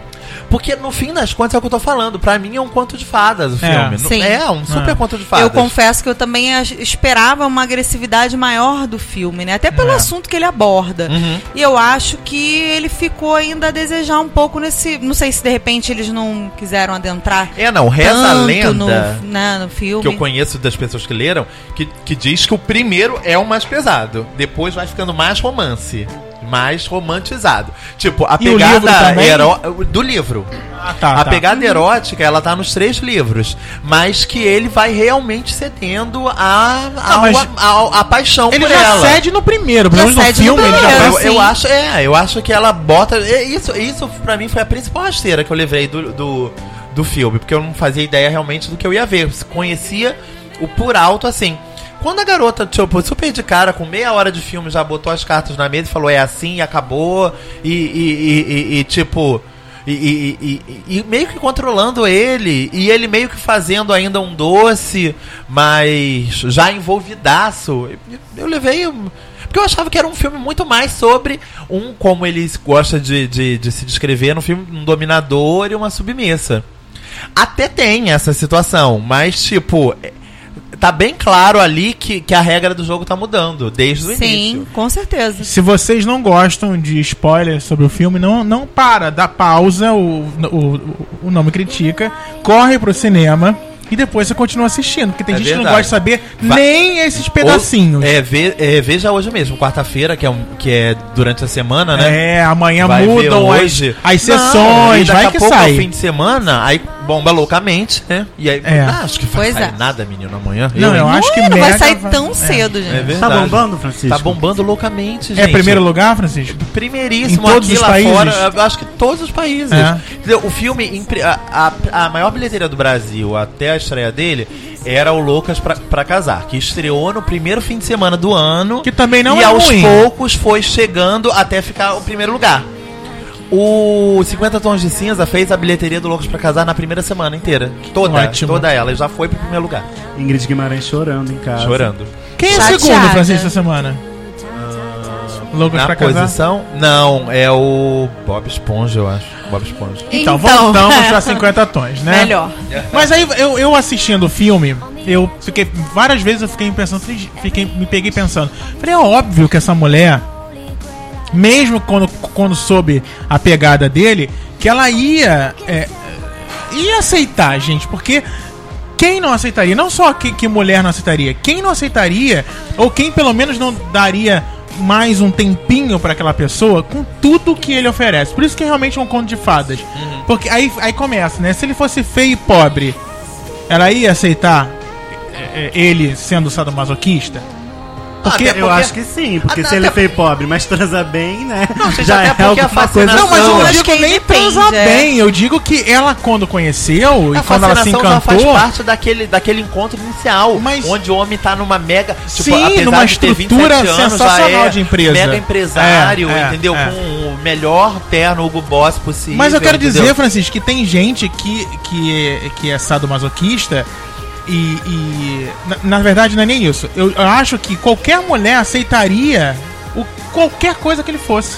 Speaker 2: Porque no fim das contas é o que eu tô falando. Pra mim é um conto de fadas o filme.
Speaker 3: Sim.
Speaker 2: Não- É um super
Speaker 1: É.
Speaker 2: conto de fadas.
Speaker 3: Eu confesso que eu também ach- esperava uma agressividade maior do filme, né? Até pelo
Speaker 1: É.
Speaker 3: assunto que ele aborda.
Speaker 2: Uhum.
Speaker 3: E eu acho que ele ficou ainda a desejar um pouco nesse. Não sei se de repente eles não quiseram adentrar.
Speaker 2: É, não. Reza a
Speaker 3: tanto
Speaker 2: lenda.
Speaker 3: No, né, no filme.
Speaker 2: que eu conheço das pessoas que leram, que, que diz que o primeiro é o mais pesado. Depois vai ficando mais romance. Mais romantizado. Tipo, a
Speaker 1: E o livro
Speaker 2: pegada
Speaker 1: também?
Speaker 2: heró- do livro.
Speaker 1: Ah, tá.
Speaker 2: a
Speaker 1: tá.
Speaker 2: pegada erótica, ela tá nos três livros. Mas que ele vai realmente cedendo a,
Speaker 1: Ah,
Speaker 2: a,
Speaker 1: mas
Speaker 2: a, a paixão
Speaker 1: Ele
Speaker 2: por
Speaker 1: já
Speaker 2: ela.
Speaker 1: cede no primeiro, pelo
Speaker 3: Já
Speaker 1: menos no
Speaker 3: cede no
Speaker 1: filme. ele já
Speaker 3: primeiro.
Speaker 1: tá-
Speaker 2: então, Eu, eu
Speaker 3: Sim.
Speaker 2: acho, é, eu acho que ela bota. é, Isso, isso pra mim foi a principal rasteira que eu levei do, do, do filme, porque eu não fazia ideia realmente do que eu ia ver. Eu Conhecia o por alto assim. Quando a garota, tipo, super de cara, com meia hora de filme, já botou as cartas na mesa e falou é assim, e acabou, e, e- e- e- e, tipo. E, e- e- e- e meio que controlando ele, e ele meio que fazendo ainda um doce, mas já envolvidaço. Eu levei. um- Porque eu achava que era um filme muito mais sobre um, como ele gosta de, de, de se descrever, um filme, um dominador e uma submissa. Até tem essa situação, mas tipo. é- Tá bem claro ali que, que a regra do jogo tá mudando, desde o
Speaker 3: Sim,
Speaker 2: início.
Speaker 3: com certeza.
Speaker 1: Se vocês não gostam de spoilers sobre o filme, não, não para, dá pausa, o, o, o nome critica, corre pro cinema e depois você continua assistindo, porque tem
Speaker 2: É
Speaker 1: gente que não
Speaker 2: verdade.
Speaker 1: gosta de saber
Speaker 2: Va-
Speaker 1: nem esses pedacinhos.
Speaker 2: Ou- é, ve- é, veja hoje mesmo, quarta-feira, que, é um- que é durante a semana, né?
Speaker 1: É, amanhã
Speaker 2: Vai ver
Speaker 1: mudam as,
Speaker 2: hoje.
Speaker 1: as
Speaker 2: Não, e
Speaker 1: sessões,
Speaker 2: daqui
Speaker 1: vai
Speaker 2: a
Speaker 1: que
Speaker 2: pouco é o
Speaker 1: sai.
Speaker 2: fim de semana, aí bomba loucamente, né? E aí,
Speaker 1: É.
Speaker 2: ah, acho que vai
Speaker 3: Pois
Speaker 2: sair
Speaker 3: é.
Speaker 2: nada, menino, amanhã.
Speaker 1: Não, eu
Speaker 2: hein?
Speaker 1: acho que
Speaker 3: não vai
Speaker 1: Mega
Speaker 3: sair
Speaker 1: vai-
Speaker 3: tão
Speaker 1: é.
Speaker 3: cedo, gente.
Speaker 2: É
Speaker 4: Tá
Speaker 2: verdade.
Speaker 4: bombando, Francisco?
Speaker 2: Tá bombando loucamente, gente.
Speaker 1: É primeiro lugar, Francisco?
Speaker 2: Primeiríssimo
Speaker 1: Em todos
Speaker 2: aqui
Speaker 1: os
Speaker 2: lá
Speaker 1: países?
Speaker 2: fora, eu acho que todos os países.
Speaker 1: É.
Speaker 2: Entendeu? O filme, em pri- a, a- a maior bilheteria do Brasil até a estreia dele era o Loucas pra, Pra Casar, que estreou no primeiro fim de semana do ano.
Speaker 1: Que também não
Speaker 2: e
Speaker 1: é
Speaker 2: aos
Speaker 1: ruim.
Speaker 2: poucos foi chegando até ficar o primeiro lugar. O 50 Tons de Cinza fez a bilheteria do Loucas Pra Casar na primeira semana inteira. Toda,
Speaker 1: Ótimo.
Speaker 2: toda ela. e Já foi pro primeiro lugar.
Speaker 4: Ingrid Guimarães chorando em casa.
Speaker 2: Chorando.
Speaker 1: Quem é o
Speaker 3: Chateada.
Speaker 1: segundo, Francisco, essa semana? Loucas
Speaker 2: na
Speaker 1: pra casar?
Speaker 2: posição? Não, é o Bob Esponja, eu acho. Bob Esponja.
Speaker 1: Então, voltamos pra 50 tons, né?
Speaker 3: Melhor.
Speaker 1: Mas aí eu, eu assistindo o filme, eu fiquei. Várias vezes eu fiquei pensando, falei, fiquei, me peguei pensando. Falei, é óbvio que essa mulher, mesmo quando, quando soube a pegada dele, que ela ia. é, ia aceitar, gente, porque. Quem não aceitaria? Não só que, que mulher não aceitaria. Quem não aceitaria, ou quem pelo menos não daria mais um tempinho pra aquela pessoa com tudo que ele oferece. Por isso que é realmente um conto de fadas. Porque aí, aí começa, né? Se ele fosse feio e pobre, ela ia aceitar é, é, ele sendo sadomasoquista?
Speaker 2: Até porque-
Speaker 4: Eu acho que sim, porque
Speaker 2: Ah,
Speaker 4: se ele
Speaker 2: até-
Speaker 4: foi pobre, mas transa bem, né?
Speaker 2: gente,
Speaker 4: já
Speaker 2: até
Speaker 4: é
Speaker 2: porque a
Speaker 4: alguma
Speaker 2: fascinação-
Speaker 4: coisa.
Speaker 2: é Não, mas
Speaker 1: eu
Speaker 2: eu
Speaker 1: não
Speaker 3: acho
Speaker 1: digo
Speaker 3: que
Speaker 1: nem
Speaker 3: depende,
Speaker 1: transar
Speaker 3: é.
Speaker 1: bem. Eu digo que ela, quando conheceu e
Speaker 2: A
Speaker 1: quando ela se
Speaker 2: fascinação já faz
Speaker 1: encantou.
Speaker 2: parte daquele, daquele encontro inicial,
Speaker 1: Mas-
Speaker 2: onde o homem tá numa mega.
Speaker 1: Sim, numa estrutura
Speaker 2: 27 anos, já é
Speaker 1: sensacional de empresa.
Speaker 2: Mega empresário,
Speaker 1: É, é,
Speaker 2: entendeu?
Speaker 1: é.
Speaker 2: Com o melhor terno Hugo Boss possível.
Speaker 1: Mas eu quero
Speaker 2: entendeu?
Speaker 1: dizer, Francisco, que tem gente que, que, é- que é sadomasoquista e. e na, na verdade, não é nem isso. Eu, eu acho que qualquer mulher aceitaria o, qualquer coisa que ele fosse.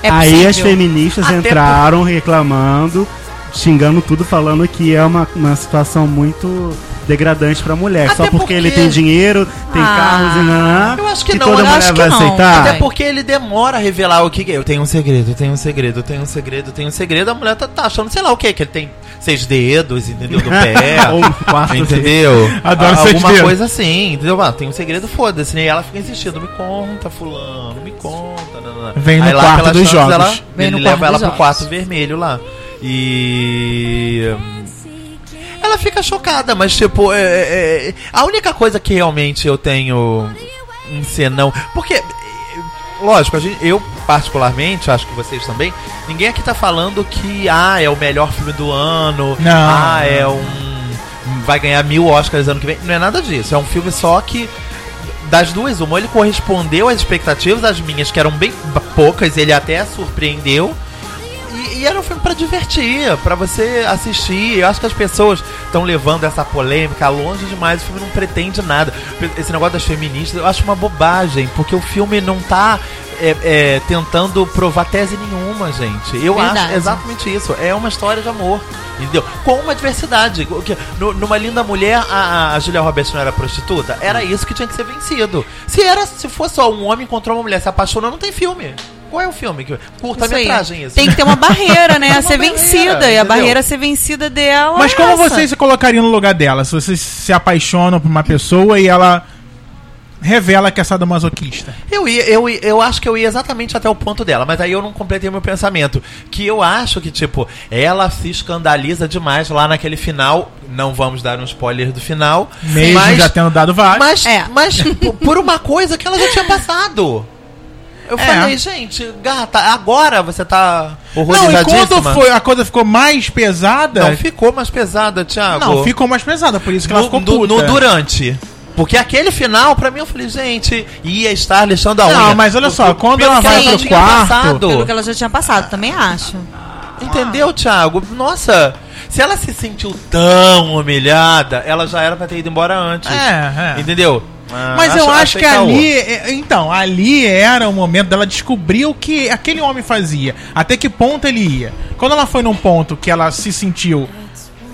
Speaker 3: É
Speaker 4: Aí
Speaker 3: possível.
Speaker 4: as feministas
Speaker 2: Até
Speaker 4: entraram reclamando, xingando tudo, falando que é uma, uma situação muito degradante pra mulher.
Speaker 2: Até
Speaker 4: só porque,
Speaker 2: porque-
Speaker 4: ele tem dinheiro, tem
Speaker 3: Ah,
Speaker 4: carros e nanã,
Speaker 2: eu acho que não,
Speaker 4: toda
Speaker 2: eu
Speaker 4: mulher
Speaker 3: acho que
Speaker 4: vai
Speaker 3: não.
Speaker 4: aceitar.
Speaker 2: Até
Speaker 3: Ai.
Speaker 2: porque ele demora a revelar o que que é. Eu tenho um segredo, eu tenho um segredo, eu tenho um segredo, eu tenho um segredo. A mulher tá, tá achando, sei lá o que, que ele tem seis dedos, entendeu? Do pé.
Speaker 4: Ou quatro
Speaker 2: entendeu?
Speaker 1: Adoro
Speaker 2: Ah,
Speaker 1: um seis
Speaker 2: Alguma
Speaker 1: dedos.
Speaker 2: coisa assim, entendeu? Ah, tem um segredo, foda-se, né? E ela fica insistindo, me conta, fulano, me conta. né, nanana.
Speaker 1: Vem no
Speaker 2: lá,
Speaker 1: quarto
Speaker 2: pelas
Speaker 1: dos
Speaker 2: tantas,
Speaker 1: jogos.
Speaker 2: Ela,
Speaker 3: Vem
Speaker 2: ele
Speaker 3: no
Speaker 2: leva
Speaker 3: quarto
Speaker 2: ela
Speaker 3: dos
Speaker 2: pro
Speaker 3: jogos.
Speaker 2: quarto vermelho lá. E... Ela fica chocada, mas tipo, é- é- é- a única coisa que realmente eu tenho um senão. Porque, é, lógico, a gente, eu particularmente, acho que vocês também, ninguém aqui tá falando que, ah, é o melhor filme do ano,
Speaker 1: Não.
Speaker 2: ah, é um. Vai ganhar mil Oscars ano que vem. Não é nada disso. É um filme só que. Das duas, uma, ou ele correspondeu às expectativas, as minhas, que eram bem ba- poucas, ele até surpreendeu. E, e era um filme pra divertir, pra você assistir. Eu acho que as pessoas estão levando essa polêmica longe demais. O filme não pretende nada. Esse negócio das feministas eu acho uma bobagem, porque o filme não tá é, é, tentando provar tese nenhuma, gente. Eu acho
Speaker 3: Verdade.
Speaker 2: exatamente isso. É uma história de amor, entendeu? Com uma diversidade. O que- no- numa linda mulher, a, a- a Julia Roberts não era prostituta? Era
Speaker 3: Hum.
Speaker 2: isso que tinha que ser vencido. Se era, se for só um homem encontrou uma mulher, se apaixonou, não tem filme. Qual é o filme? que- Curta-metraga, isso.
Speaker 3: Tem que ter uma barreira, né?
Speaker 2: assim. Uma
Speaker 3: a ser
Speaker 2: barreira,
Speaker 3: vencida. E a
Speaker 2: entendeu?
Speaker 3: barreira a ser vencida dela.
Speaker 1: Mas
Speaker 3: é
Speaker 1: como
Speaker 3: essa.
Speaker 1: vocês se colocariam no lugar dela? Se vocês se apaixonam por uma pessoa e ela revela que é sadomasoquista.
Speaker 2: Eu, ia, eu, ia- eu acho que eu ia exatamente até o ponto dela, mas aí eu não completei meu pensamento. Que eu acho que, tipo, ela se escandaliza demais lá naquele final. Não vamos dar um spoiler do final.
Speaker 1: Mesmo
Speaker 2: mas,
Speaker 1: já tendo dado vários.
Speaker 2: mas,
Speaker 3: É.
Speaker 2: mas po- por uma coisa que ela já tinha passado. Eu
Speaker 1: É.
Speaker 2: falei, gente, gata, agora você tá
Speaker 1: Não, e
Speaker 2: horrorizadíssima.
Speaker 1: quando foi, a coisa ficou mais pesada.
Speaker 2: Não ficou mais pesada, Thiago.
Speaker 1: Não, ficou mais pesada, por isso que ela
Speaker 2: no,
Speaker 1: ficou
Speaker 2: no-
Speaker 1: puta.
Speaker 2: no durante. Porque aquele final, pra mim, eu falei, gente, ia estar lixando a unha.
Speaker 1: Não, mas olha só,
Speaker 2: Pelo
Speaker 1: quando
Speaker 2: que
Speaker 1: ela vai
Speaker 2: já
Speaker 1: pro
Speaker 2: tinha
Speaker 1: quarto-
Speaker 3: Pelo que ela já tinha passado, também acho.
Speaker 2: Entendeu, Thiago? Nossa, se ela se sentiu tão humilhada, ela já era pra ter ido embora antes.
Speaker 1: É, é.
Speaker 2: Entendeu? Ah,
Speaker 1: Mas eu acho
Speaker 2: achei
Speaker 1: que
Speaker 2: caô.
Speaker 1: ali. é, Então, ali era o momento dela descobrir o que aquele homem fazia. Até que ponto ele ia. Quando ela foi num ponto que ela se sentiu.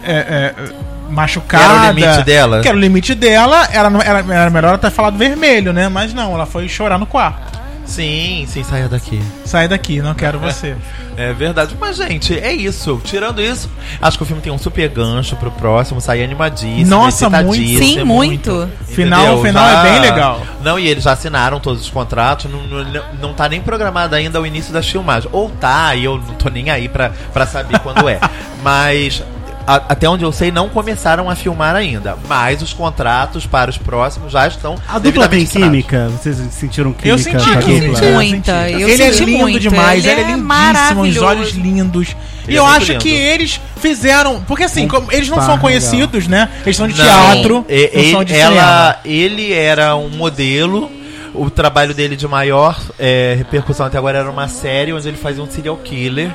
Speaker 1: é, é, é, machucada.
Speaker 2: Era o limite dela?
Speaker 1: Que era o limite dela. Era, não- era, era melhor ela ter falado vermelho, né? Mas não, ela foi chorar no quarto.
Speaker 2: Sim, sim, saia daqui.
Speaker 1: Sai daqui, não quero você.
Speaker 2: É verdade. Mas, gente, é isso. Tirando isso, acho que o filme tem um super gancho pro próximo, sair animadíssimo.
Speaker 1: Nossa, muito.
Speaker 2: excitadíssimo. é
Speaker 3: Sim, muito.
Speaker 1: Final-
Speaker 2: Entendeu?
Speaker 1: final é bem legal.
Speaker 2: Não, e eles já assinaram todos os contratos, não, não, não tá nem programado ainda o início das filmagens. Ou tá, e eu não tô nem aí pra, pra saber quando é. Mas a- até onde eu sei, não começaram a filmar ainda. Mas os contratos para os próximos já estão.
Speaker 4: A dupla tem
Speaker 2: devidamente assinados.
Speaker 4: química? Vocês sentiram química?
Speaker 1: tá Eu senti
Speaker 4: com a
Speaker 1: que
Speaker 4: dupla?
Speaker 1: senti.
Speaker 3: Muita, eu
Speaker 1: ele é
Speaker 3: senti
Speaker 1: lindo
Speaker 3: muito,
Speaker 1: demais, ele,
Speaker 3: ele é
Speaker 1: é lindíssimo, os
Speaker 3: maravilhoso.
Speaker 1: olhos lindos.
Speaker 2: Ele
Speaker 1: e
Speaker 2: é
Speaker 1: eu
Speaker 2: muito
Speaker 1: acho
Speaker 2: lindo.
Speaker 1: que eles fizeram. Porque assim,
Speaker 4: Um
Speaker 1: como eles não
Speaker 4: par
Speaker 1: são conhecidos, né? Eles são de
Speaker 2: Não,
Speaker 1: teatro,
Speaker 2: e-
Speaker 1: não são
Speaker 2: ele,
Speaker 1: de cinema.
Speaker 2: ela, ele era um modelo. O trabalho dele de maior é, repercussão até agora era uma série onde ele fazia um serial killer.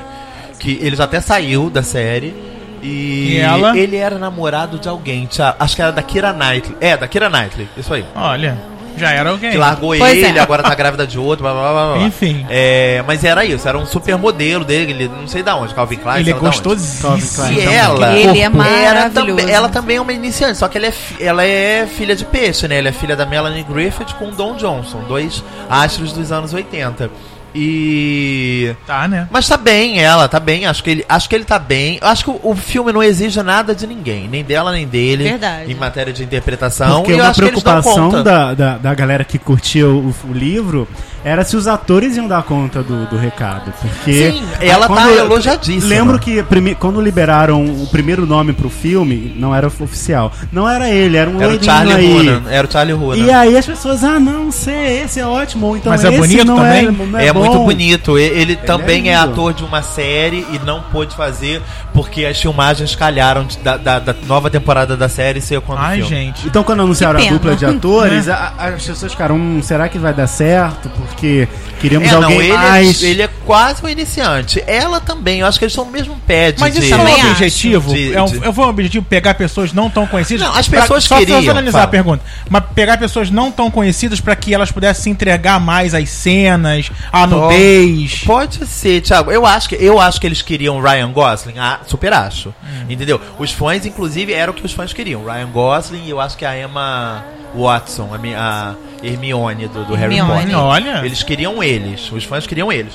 Speaker 2: Que ele já até saiu da série. E,
Speaker 1: E ela?
Speaker 2: ele era namorado de alguém. tia- acho que era da Kira Knightley. É, da Kira Knightley. Isso aí.
Speaker 1: Olha, já era alguém.
Speaker 2: Que largou
Speaker 3: Pois
Speaker 2: ele,
Speaker 3: é.
Speaker 2: agora tá grávida de outro, blá blá blá blá.
Speaker 1: Enfim.
Speaker 2: É, mas era isso, era um supermodelo dele, ele- não sei da onde, Calvin Klein.
Speaker 1: Ele é
Speaker 2: sei lá da onde.
Speaker 1: gostosíssimo. tá.
Speaker 2: E
Speaker 4: Então,
Speaker 2: ela,
Speaker 3: Ele é
Speaker 2: era
Speaker 3: maravilhoso.
Speaker 2: também- ela também é uma iniciante, só que ela é, fi- ela é filha de peixe, né? Ela é filha da Melanie Griffith com o Don Johnson, dois astros dos anos 80. E.
Speaker 1: Tá, né?
Speaker 2: Mas tá bem ela, tá bem. Acho que ele, acho que ele tá bem. Eu acho que o, o filme não exige nada de ninguém, nem dela, nem dele.
Speaker 3: Verdade.
Speaker 2: Em matéria de interpretação.
Speaker 4: Porque
Speaker 2: Então, e eu
Speaker 4: uma
Speaker 2: acho que eles dão
Speaker 4: preocupação
Speaker 2: conta.
Speaker 4: da, da, da galera que curtia o, o livro era se os atores iam dar conta do, do recado. Porque
Speaker 2: Sim, ela tá
Speaker 4: quando-
Speaker 2: elogiadíssima.
Speaker 4: Lembro que prime- quando liberaram o primeiro nome pro filme, não era oficial. Não era ele, era um
Speaker 2: Era o
Speaker 4: loirinho
Speaker 2: Charlie
Speaker 4: aí.
Speaker 2: Hunnam. Era o Charlie Hunnam.
Speaker 4: E aí as pessoas, ah, não sei, esse é ótimo, ou então
Speaker 1: Mas é
Speaker 4: esse
Speaker 1: bonito
Speaker 4: não é,
Speaker 1: também?
Speaker 4: não
Speaker 2: É, muito
Speaker 4: bom.
Speaker 2: bonito. E- Ele, também é,
Speaker 4: lindo.
Speaker 2: ator de uma série e não pôde fazer porque as filmagens calharam de- da, da- da nova temporada da série ser quando
Speaker 1: Ai,
Speaker 2: filme.
Speaker 1: gente.
Speaker 4: Então, quando anunciaram
Speaker 3: Que
Speaker 4: a
Speaker 3: pena. É.
Speaker 4: dupla de atores, a- a- as pessoas ficaram, hum, será que vai dar certo? Porque queríamos
Speaker 2: É, não,
Speaker 4: alguém
Speaker 2: ele, é-
Speaker 4: mais.
Speaker 2: ele é quase um iniciante. Ela também, eu acho que eles são o mesmo pé de...
Speaker 1: Mas
Speaker 2: de-
Speaker 1: isso é
Speaker 3: Também
Speaker 1: um
Speaker 3: acho.
Speaker 1: objetivo?
Speaker 2: De-
Speaker 1: é um,
Speaker 2: de-
Speaker 1: eu vou um objetivo pegar pessoas não tão conhecidas.
Speaker 2: Não, as pessoas
Speaker 1: pra, Só
Speaker 2: queriam,
Speaker 1: pra analisar a
Speaker 2: fala.
Speaker 1: pergunta. Mas pegar pessoas não tão conhecidas pra que elas pudessem se entregar mais às cenas, à nudez.
Speaker 2: Pode ser, Thiago. Eu acho que, eu acho que eles queriam Ryan Gosling. Ah, super acho.
Speaker 1: Hum.
Speaker 2: Entendeu? Os fãs, inclusive, era o que os fãs queriam. Ryan Gosling e eu acho que a Emma Watson, a, mi- a Hermione do, do Harry
Speaker 3: Hermione.
Speaker 2: Potter.
Speaker 1: Olha.
Speaker 2: Eles queriam eles. Os fãs queriam eles.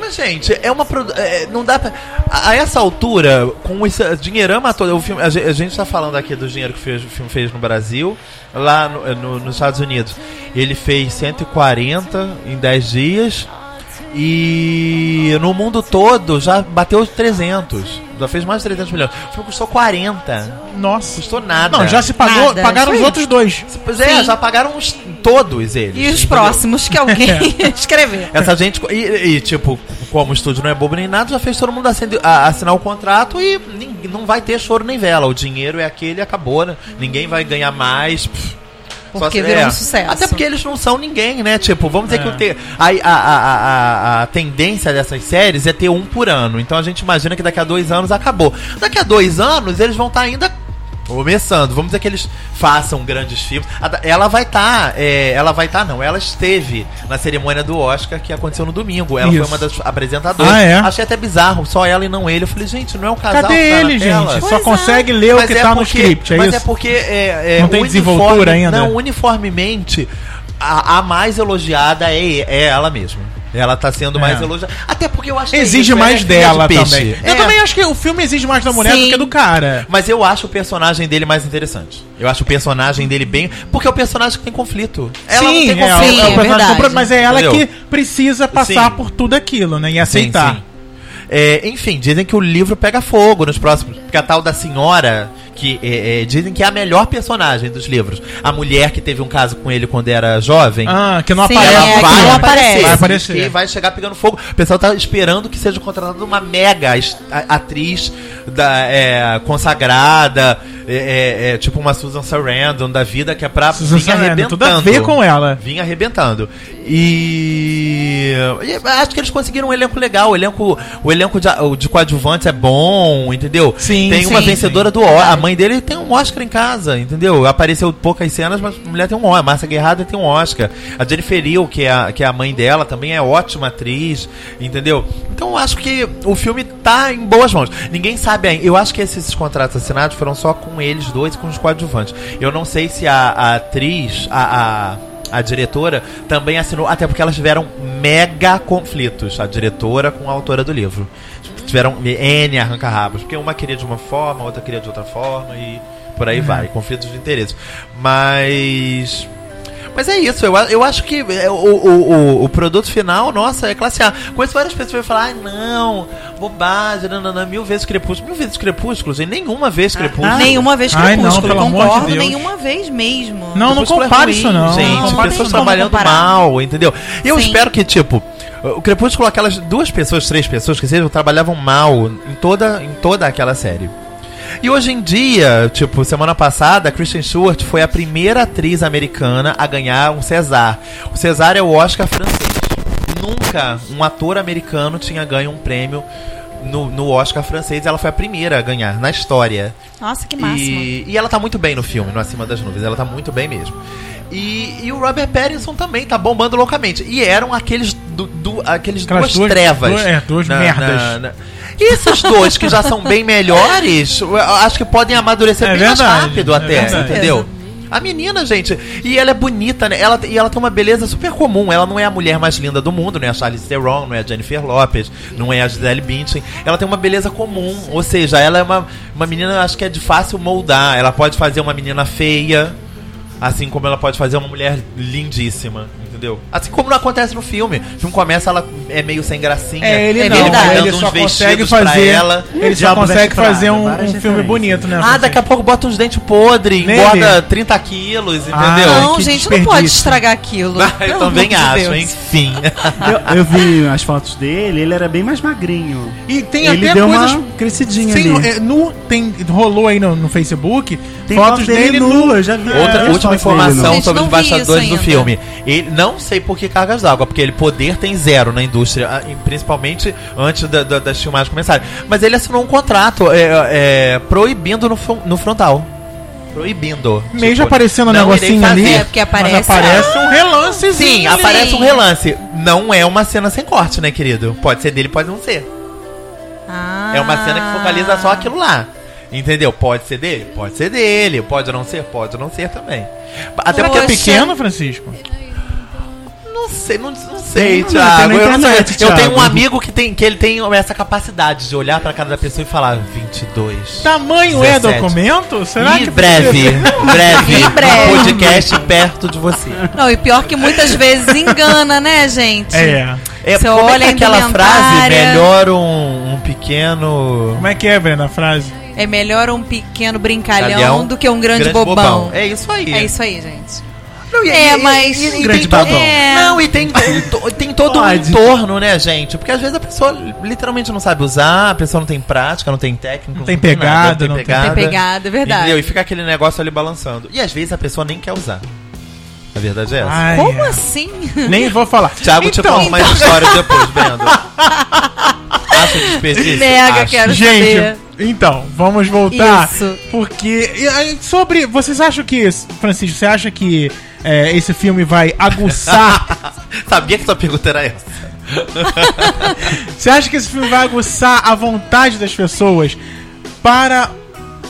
Speaker 2: Mas, gente, é uma. produ- é, não dá pra. A, a essa altura, com esse dinheirama todo. O filme, a, ge- a gente tá falando aqui do dinheiro que fez- o filme fez no Brasil, lá no- eh, no- nos Estados Unidos. Ele fez 140 em 10 dias. E no mundo todo já bateu os 300. Já fez mais de 300 milhões. O filme custou 40.
Speaker 1: Nossa.
Speaker 2: Custou nada.
Speaker 1: Não, já se pagou,
Speaker 3: Nada,
Speaker 1: pagaram
Speaker 3: isso
Speaker 1: os
Speaker 3: aí.
Speaker 1: outros dois.
Speaker 2: Pois é,
Speaker 3: Sim.
Speaker 2: já pagaram os- todos eles.
Speaker 3: E os
Speaker 2: entendeu?
Speaker 3: próximos que alguém escrever.
Speaker 2: Essa gente. E, e, tipo, como o estúdio não é bobo nem nada, já fez todo mundo acende- a- assinar o contrato e nin- não vai ter choro nem vela. O dinheiro é aquele, acabou, né? Ninguém vai ganhar mais. pff. Só
Speaker 3: Porque
Speaker 2: se- é.
Speaker 3: virou um sucesso.
Speaker 2: Até porque eles não são ninguém, né? Tipo, vamos dizer
Speaker 1: É.
Speaker 2: que o te- a, a, a, a, a tendência dessas séries é ter um por ano. Então a gente imagina que daqui a dois anos acabou. Daqui a dois anos eles vão estar ainda começando. Vamos dizer que eles façam grandes filmes. A da- Ela vai estar, ela vai estar não. Ela esteve na cerimônia do Oscar que aconteceu no domingo. Ela
Speaker 1: Isso.
Speaker 2: foi uma das apresentadoras.
Speaker 1: Ah, é?
Speaker 2: Achei até bizarro, só ela e não ele. Eu falei, gente, não é o casal
Speaker 1: Cadê
Speaker 2: que tá na
Speaker 1: ele,
Speaker 2: tela?
Speaker 1: gente?
Speaker 3: Pois
Speaker 1: Só
Speaker 3: é.
Speaker 1: consegue ler o que tá no
Speaker 2: porque-
Speaker 1: script, é
Speaker 2: mas é
Speaker 1: isso?
Speaker 2: porque é, é,
Speaker 1: Não tem
Speaker 2: uniforme-
Speaker 1: desenvoltura ainda?
Speaker 2: Não, uniformemente a, a mais elogiada é, é ela mesma. Ela tá sendo
Speaker 1: É.
Speaker 2: mais elogiada. Até porque eu acho que é
Speaker 1: Exige
Speaker 2: isso, ela é
Speaker 1: mais
Speaker 2: filha de
Speaker 1: dela
Speaker 2: peixe.
Speaker 1: também.
Speaker 2: É.
Speaker 1: Eu também acho que o filme exige mais da mulher
Speaker 3: Sim.
Speaker 1: do que do cara.
Speaker 2: Mas eu acho o personagem dele mais interessante. Eu acho o personagem dele bem. Porque é o personagem que tem conflito. Ela não tem
Speaker 1: é,
Speaker 2: conflito.
Speaker 1: é o
Speaker 3: é
Speaker 1: personagem
Speaker 3: verdade.
Speaker 1: comprou- mas é ela que
Speaker 2: Entendeu?
Speaker 1: precisa passar
Speaker 2: Sim.
Speaker 1: por tudo aquilo, né? E
Speaker 2: Sim,
Speaker 1: aceitar.
Speaker 2: sim. É, enfim, dizem que o livro pega fogo nos próximos. Porque a tal da senhora, que é, é, dizem que é a melhor personagem dos livros. A mulher que teve um caso com ele quando era jovem.
Speaker 1: Ah, que não
Speaker 3: Sim,
Speaker 1: aparece.
Speaker 3: é,
Speaker 1: no
Speaker 3: que
Speaker 1: filme.
Speaker 3: não
Speaker 1: Vai
Speaker 3: aparece.
Speaker 2: E
Speaker 1: aparecer.
Speaker 2: vai chegar pegando fogo. O pessoal tá esperando que seja contratada uma mega est- a- atriz da, é, consagrada, é, é, é, tipo uma Susan Sarandon da vida, que é pra
Speaker 1: Susan
Speaker 2: vir
Speaker 1: Sarandon, tudo a ver com ela.
Speaker 2: Vinha arrebentando. E... e acho que eles conseguiram um elenco legal. O elenco, o elenco de, a- o de coadjuvantes é bom, entendeu?
Speaker 1: Sim,
Speaker 2: tem uma
Speaker 1: sim,
Speaker 2: vencedora do Oscar. A mãe dele tem um Oscar em casa, entendeu? Apareceu poucas cenas, mas a mulher tem um Oscar. A Márcia Guerrada tem um Oscar. A Jennifer Hill, que é a, que é a mãe dela, também é ótima atriz, entendeu? Então eu acho que o filme tá em boas mãos. Ninguém sabe ainda. Eu acho que esses contratos assinados foram só com eles dois e com os coadjuvantes. Eu não sei se a, a atriz, a- a a diretora também assinou, até porque elas tiveram mega conflitos, a diretora com a autora do livro. Tiveram N arranca-rabos, porque uma queria de uma forma, a outra queria de outra forma e por aí vai, conflitos de interesse. Mas Mas é isso, eu, a- eu acho que é, o, o, o, o produto final, nossa, é classe A. Conheço várias pessoas que vão falar, ai não, bobagem, nananã, mil vezes crepúsculo. Mil vezes crepúsculo, gente, nenhuma vez crepúsculo.
Speaker 3: ah. Nenhuma vez
Speaker 1: Ai, não,
Speaker 3: crepúsculo,
Speaker 1: pelo amor de
Speaker 3: concordo,
Speaker 1: Deus.
Speaker 3: nenhuma vez mesmo.
Speaker 1: Não, não
Speaker 2: Crepúsculo é
Speaker 1: compare
Speaker 2: ruim,
Speaker 1: isso, não.
Speaker 2: Gente,
Speaker 1: Não,
Speaker 2: as
Speaker 1: não tem
Speaker 2: pessoas
Speaker 1: como
Speaker 2: trabalhando
Speaker 3: comparar.
Speaker 2: mal, entendeu? Eu
Speaker 3: Sim.
Speaker 2: espero que, tipo, o Crepúsculo, aquelas duas pessoas, três pessoas que sejam, trabalhavam mal em toda, em toda aquela série. E hoje em dia, tipo, semana passada, a Kristen Stewart foi a primeira atriz americana a ganhar um César. O César é o Oscar francês. Nunca um ator americano tinha ganho um prêmio no, no Oscar francês. Ela foi a primeira a ganhar na história.
Speaker 3: Nossa, que máximo.
Speaker 2: E, e ela tá muito bem no filme, no Acima das Nuvens. Ela tá muito bem mesmo. E, e o Robert Pattinson também tá bombando loucamente. E eram aqueles, du, du- aqueles
Speaker 1: Aquelas
Speaker 2: duas,
Speaker 1: duas-
Speaker 2: trevas.
Speaker 1: duas- é, duas merdas.
Speaker 2: E esses dois que já são bem melhores, eu acho que podem amadurecer
Speaker 1: É
Speaker 2: bem mais
Speaker 1: verdade,
Speaker 2: rápido
Speaker 1: é
Speaker 2: até,
Speaker 1: verdade.
Speaker 2: entendeu? A menina, gente, e ela é bonita, né? Ela, e ela tem uma beleza super comum. Ela não é a mulher mais linda do mundo, não é a Charlize Theron, não é a Jennifer Lopez, não é a Gisele Bündchen. Ela tem uma beleza comum, ou seja, ela é uma, uma menina, acho que é de fácil moldar. Ela pode fazer uma menina feia, assim como ela pode fazer uma mulher lindíssima. Entendeu? Assim como não acontece no filme. O filme começa, ela é meio sem gracinha.
Speaker 1: É, ele
Speaker 3: É
Speaker 1: não,
Speaker 3: verdade.
Speaker 1: ele
Speaker 2: dando uns
Speaker 1: só consegue
Speaker 2: vestidos pra
Speaker 1: fazer.
Speaker 2: ela.
Speaker 1: Ele só
Speaker 4: Diabo
Speaker 1: consegue
Speaker 4: Veste Prada,
Speaker 1: fazer um,
Speaker 4: várias
Speaker 1: um filme
Speaker 4: referências.
Speaker 1: bonito, né?
Speaker 2: Ah, daqui a pouco bota uns dentes podres,
Speaker 1: Nele? Ah,
Speaker 2: engorda 30 quilos, entendeu?
Speaker 1: Ai,
Speaker 3: não,
Speaker 1: que
Speaker 3: gente, não pode
Speaker 1: desperdício.
Speaker 3: estragar aquilo.
Speaker 2: Ah, eu
Speaker 3: pelo
Speaker 2: também
Speaker 3: amor de
Speaker 2: acho,
Speaker 3: Deus.
Speaker 2: enfim.
Speaker 4: Eu, eu vi as fotos dele, ele era bem mais magrinho.
Speaker 1: E tem
Speaker 4: ele
Speaker 1: até
Speaker 4: deu
Speaker 1: coisas.
Speaker 4: uma crescidinha
Speaker 1: Sim,
Speaker 4: ali.
Speaker 1: é, nu, tem, rolou aí no, no Facebook
Speaker 4: Tem
Speaker 1: fotos dele nu.
Speaker 4: eu já
Speaker 1: É,
Speaker 4: vi.
Speaker 2: Outra
Speaker 4: várias
Speaker 2: última
Speaker 4: fotos dele nu.
Speaker 2: informação
Speaker 3: Gente,
Speaker 2: sobre os
Speaker 3: não vi
Speaker 2: bastidores
Speaker 3: isso
Speaker 2: do
Speaker 3: ainda.
Speaker 2: filme. Ele, não sei por que cargas d'água, porque ele poder tem zero na indústria, ah, e principalmente antes da, da, das filmagens começarem. Mas ele assinou um contrato é, é, proibindo no, fron- no frontal. Proibindo.
Speaker 1: Meio
Speaker 2: Tipo,
Speaker 1: já aparecendo um
Speaker 2: não irei
Speaker 1: negocinho
Speaker 2: fazer.
Speaker 1: ali.
Speaker 3: É, porque aparece-
Speaker 1: Mas aparece um relancezinho.
Speaker 2: Sim,
Speaker 1: ali.
Speaker 2: aparece um relance. Não é uma cena sem corte, né, querido? Pode ser dele, pode não ser.
Speaker 3: Ah.
Speaker 2: É uma cena que focaliza só aquilo lá. Entendeu? Pode ser dele? Pode ser dele. Pode não ser? Pode não ser também. Até
Speaker 1: Até porque é
Speaker 2: porque
Speaker 3: Poxa.
Speaker 1: pequeno, Francisco.
Speaker 2: não sei, não, não
Speaker 4: Tem,
Speaker 2: sei,
Speaker 4: não,
Speaker 2: Thiago.
Speaker 4: tem na
Speaker 2: eu, não
Speaker 4: internet,
Speaker 2: sei. Eu
Speaker 4: Thiago.
Speaker 2: tenho um amigo que, tem, que ele tem essa capacidade de olhar pra cara da pessoa e falar 22.
Speaker 1: Tamanho é
Speaker 2: 17.
Speaker 1: documento? Será
Speaker 2: em
Speaker 1: que
Speaker 2: breve, breve,
Speaker 3: Em breve.
Speaker 2: um podcast perto de você.
Speaker 3: Não, e pior que muitas vezes engana, né, gente?
Speaker 1: É.
Speaker 2: É,
Speaker 3: Você
Speaker 2: como
Speaker 3: olha
Speaker 2: é
Speaker 3: a
Speaker 2: que aquela frase?
Speaker 3: indumentária.
Speaker 2: Melhor um, um pequeno
Speaker 1: Como é que é, Brenda, a frase?
Speaker 3: É melhor um pequeno brincalhão
Speaker 2: Calhão,
Speaker 3: do que um grande, bobão.
Speaker 2: É isso aí.
Speaker 3: É isso aí, gente.
Speaker 2: Não, e-
Speaker 3: É,
Speaker 2: e-
Speaker 3: mas-
Speaker 2: e- e
Speaker 3: Um
Speaker 2: tem
Speaker 4: grande
Speaker 2: todo-
Speaker 4: babão.
Speaker 3: É.
Speaker 2: Não, e tem, tem to- tem todo um
Speaker 4: Pode.
Speaker 2: entorno, né, gente? Porque às vezes a pessoa literalmente não sabe usar, a pessoa não tem prática, não tem técnica,
Speaker 1: Não tem
Speaker 2: nada,
Speaker 1: pegada, não tem-
Speaker 3: Tem pegada, é verdade.
Speaker 2: Entendeu? E fica aquele negócio ali balançando. E às vezes a pessoa nem quer usar. A verdade é essa.
Speaker 1: Ai,
Speaker 3: Como
Speaker 1: é.
Speaker 3: assim?
Speaker 1: Nem vou falar.
Speaker 2: Thiago te
Speaker 1: Então,
Speaker 2: conta mais histórias depois, Brenda. Acha desperdício?
Speaker 3: Mega,
Speaker 2: Acho.
Speaker 3: quero
Speaker 1: Gente,
Speaker 3: saber.
Speaker 1: então, vamos voltar.
Speaker 3: Isso.
Speaker 1: Porque. e aí, Sobre. Vocês acham que. Francisco, você acha que é, esse filme vai aguçar.
Speaker 2: Sabia que sua pergunta era essa.
Speaker 1: você acha que esse filme vai aguçar a vontade das pessoas para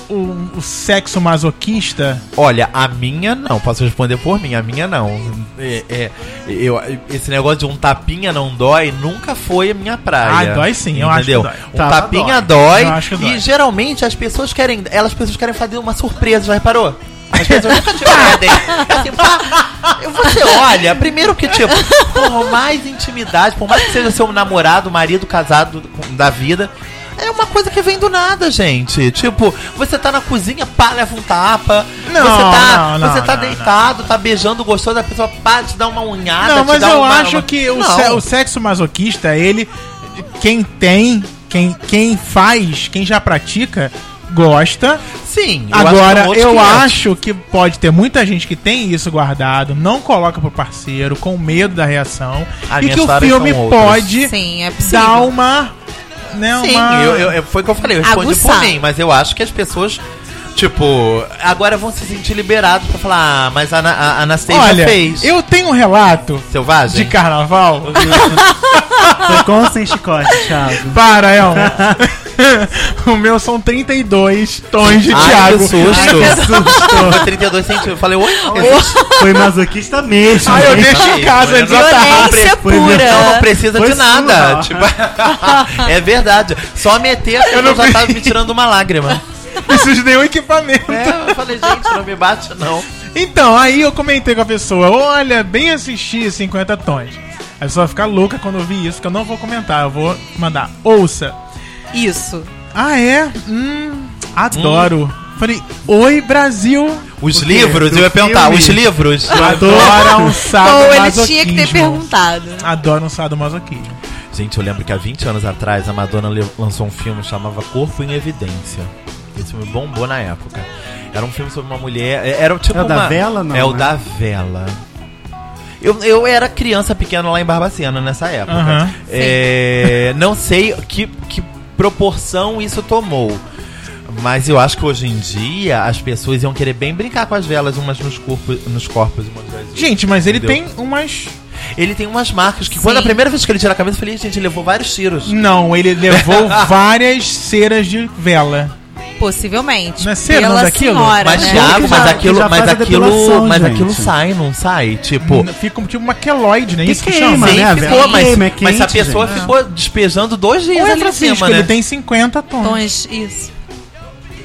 Speaker 1: o, o sexo masoquista?
Speaker 2: Olha, a minha não. Posso responder por mim? A minha não. É, é, eu, esse negócio de um tapinha não dói nunca foi a minha praia.
Speaker 1: Ah, dói sim, eu acho que dói.
Speaker 2: Um
Speaker 4: Tava
Speaker 2: tapinha dói.
Speaker 1: Eu acho que
Speaker 2: E
Speaker 1: dói.
Speaker 2: geralmente as pessoas querem, elas pessoas querem fazer uma surpresa, já reparou? As pessoas nunca te pedem. Assim, pá, você olha, primeiro que, tipo, por mais intimidade, por mais que seja seu namorado, marido, casado com- da vida, é uma coisa que vem do nada, gente. Tipo, você tá na cozinha, pá, leva um tapa.
Speaker 1: Não,
Speaker 2: você tá,
Speaker 1: não, não,
Speaker 2: você tá
Speaker 1: não,
Speaker 2: deitado, tá beijando, gostou da pessoa, pá, te dá uma
Speaker 3: Ah,
Speaker 2: unhada.
Speaker 1: não,
Speaker 2: te
Speaker 1: mas
Speaker 2: dá
Speaker 3: um
Speaker 1: eu
Speaker 2: uma-
Speaker 1: acho
Speaker 2: uma-
Speaker 1: que o,
Speaker 2: Não.
Speaker 1: se- o sexo masoquista, ele. Quem tem, quem, quem faz, quem já pratica, gosta.
Speaker 2: Sim, eu acho que é um
Speaker 1: Agora,
Speaker 2: tem outros
Speaker 1: eu
Speaker 2: 500.
Speaker 1: acho que pode ter muita gente que tem isso guardado, não coloca pro parceiro, com medo da reação.
Speaker 2: A
Speaker 1: e
Speaker 2: minha
Speaker 1: que o
Speaker 2: história
Speaker 1: filme
Speaker 2: Ah, são outras.
Speaker 1: pode
Speaker 3: Sim, é possível.
Speaker 1: dar uma. Né,
Speaker 2: Sim,
Speaker 1: uma...
Speaker 2: eu, eu- eu- foi o que eu falei, eu respondi por
Speaker 3: Aguçar.
Speaker 2: mim, mas eu acho que as pessoas, tipo, agora vão se sentir liberados pra falar, ah, mas a, Ana- a, a Anastasia
Speaker 1: Olha,
Speaker 2: fez.
Speaker 1: eu tenho um relato de
Speaker 2: Selvagem?
Speaker 1: carnaval.
Speaker 4: Foi com ou sem chicote, Thiago?
Speaker 1: Para, Elmo. o meu são 32 tons de
Speaker 2: Ai,
Speaker 1: Thiago.
Speaker 2: que susto.
Speaker 1: Ai, que susto.
Speaker 2: Foi 32 centímetros. Eu falei, oi?
Speaker 4: Foi masoquista mesmo.
Speaker 1: Ai, eu
Speaker 4: hein?
Speaker 1: deixo em casa antes da tarde.
Speaker 3: Violência
Speaker 4: Foi
Speaker 2: Então não
Speaker 3: pura.
Speaker 2: precisa
Speaker 4: Foi
Speaker 2: de nada.
Speaker 4: surreal.
Speaker 2: Tipo, é verdade. Só meter, eu,
Speaker 1: não
Speaker 2: já
Speaker 1: vi.
Speaker 2: tava me tirando uma lágrima.
Speaker 1: Preciso de nenhum equipamento.
Speaker 2: É, eu falei, gente, não me bate, não.
Speaker 1: Então, aí eu comentei com a pessoa, olha, bem assisti 50 tons. A pessoa fica louca quando eu vi isso, que eu não vou comentar, eu vou mandar, ouça.
Speaker 3: Isso.
Speaker 1: Ah, é? Hum, adoro. Falei, oi Brasil.
Speaker 2: Os
Speaker 1: O quê?
Speaker 2: livros,
Speaker 1: Do
Speaker 2: eu ia perguntar,
Speaker 1: filme.
Speaker 2: os livros.
Speaker 1: Adoro um
Speaker 3: Ou
Speaker 1: sábado
Speaker 3: ele tinha que ter perguntado.
Speaker 1: Adoro um sábado masoquismo.
Speaker 2: Gente, eu lembro que há 20 anos atrás a Madonna le- lançou um filme que chamava Corpo em Evidência. Esse filme bombou na época. Era um filme sobre uma mulher. é- Era tipo
Speaker 4: É o
Speaker 2: uma...
Speaker 4: da vela, não,
Speaker 2: É o
Speaker 4: né?
Speaker 2: da vela. Eu, eu era criança pequena lá em Barbacena nessa época.
Speaker 1: Aham.
Speaker 2: É, não sei que, que proporção isso tomou. Mas eu acho que hoje em dia as pessoas iam querer bem brincar com as velas, umas nos corpos, nos corpos umas das outras.
Speaker 1: Gente, mas ele
Speaker 2: Entendeu?
Speaker 1: tem umas.
Speaker 2: Ele tem umas marcas que,
Speaker 3: Sim.
Speaker 2: quando a primeira vez que ele tira a camisa, eu falei, gente, ele levou vários tiros.
Speaker 1: Não, ele levou várias ceras de vela.
Speaker 3: Possivelmente.
Speaker 1: Não é cera o nome
Speaker 3: Pela
Speaker 1: daquilo?
Speaker 3: senhora,
Speaker 2: Mas,
Speaker 3: né?
Speaker 2: Thiago,
Speaker 4: já-
Speaker 2: mas
Speaker 4: que
Speaker 2: aquilo,
Speaker 4: já
Speaker 2: mas
Speaker 4: faz a
Speaker 2: aquilo,
Speaker 4: depilação,
Speaker 2: mas
Speaker 4: gente.
Speaker 2: aquilo sai, não sai? Tipo.
Speaker 1: Fica tipo uma queloide, né?
Speaker 4: Que
Speaker 1: Isso que
Speaker 4: queima,
Speaker 1: chama.
Speaker 4: né?
Speaker 2: Sim,
Speaker 4: a vela
Speaker 2: ficou, mas,
Speaker 4: queima, é
Speaker 2: mas a
Speaker 4: quente,
Speaker 2: pessoa
Speaker 4: gente.
Speaker 2: ficou despejando dois dias
Speaker 1: Olha,
Speaker 2: ali em
Speaker 1: é Francisco,
Speaker 2: cima,
Speaker 1: ele
Speaker 2: né?
Speaker 1: tem 50 tons.
Speaker 3: Tons, isso.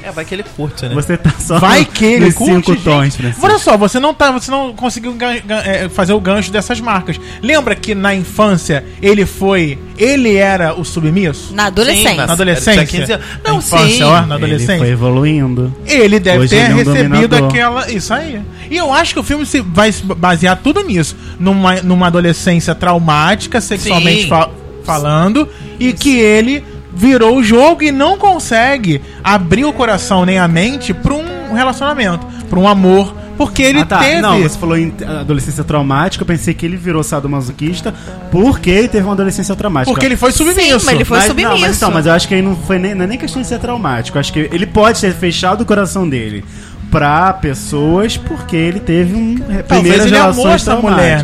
Speaker 2: É, vai que ele curte, né?
Speaker 4: Você tá só
Speaker 1: Vai que ele
Speaker 4: nos
Speaker 1: curte,
Speaker 4: cinco
Speaker 1: gente.
Speaker 4: tons, Francisco.
Speaker 1: Olha só, você não tá, você não conseguiu gan- gan- é, fazer o gancho dessas marcas. Lembra que na infância ele foi, ele era o submisso?
Speaker 3: Na adolescência.
Speaker 2: mas-
Speaker 1: Na adolescência?
Speaker 2: Ele tinha 15 anos. Não,
Speaker 1: na infância,
Speaker 2: sim.
Speaker 1: ó, na
Speaker 4: Ele
Speaker 1: adolescência.
Speaker 4: foi evoluindo.
Speaker 1: Ele deve
Speaker 4: Hoje
Speaker 1: ter
Speaker 4: ele é um
Speaker 1: recebido
Speaker 4: dominador.
Speaker 1: aquela. Isso aí. E eu acho que o filme se vai se basear tudo nisso. Numa, numa adolescência traumática, sexualmente
Speaker 2: Sim.
Speaker 1: fa- falando, e que ele virou o jogo e não consegue abrir o coração nem a mente pra um relacionamento, pra um amor. Porque ele
Speaker 4: Ah, tá.
Speaker 1: teve.
Speaker 4: Não, você falou em adolescência traumática, eu pensei que ele virou sadomasoquista porque ele teve uma adolescência traumática.
Speaker 1: porque ele foi submisso.
Speaker 3: Sim, mas ele foi
Speaker 4: mas,
Speaker 3: submisso.
Speaker 4: Não, mas, então, mas eu acho que aí não foi nem, não é nem questão de ser traumático. Eu Acho que ele pode ter fechado o coração dele pra pessoas porque ele teve um primeiras
Speaker 2: é
Speaker 1: ele amou
Speaker 4: relações
Speaker 1: essa
Speaker 4: traumáticas.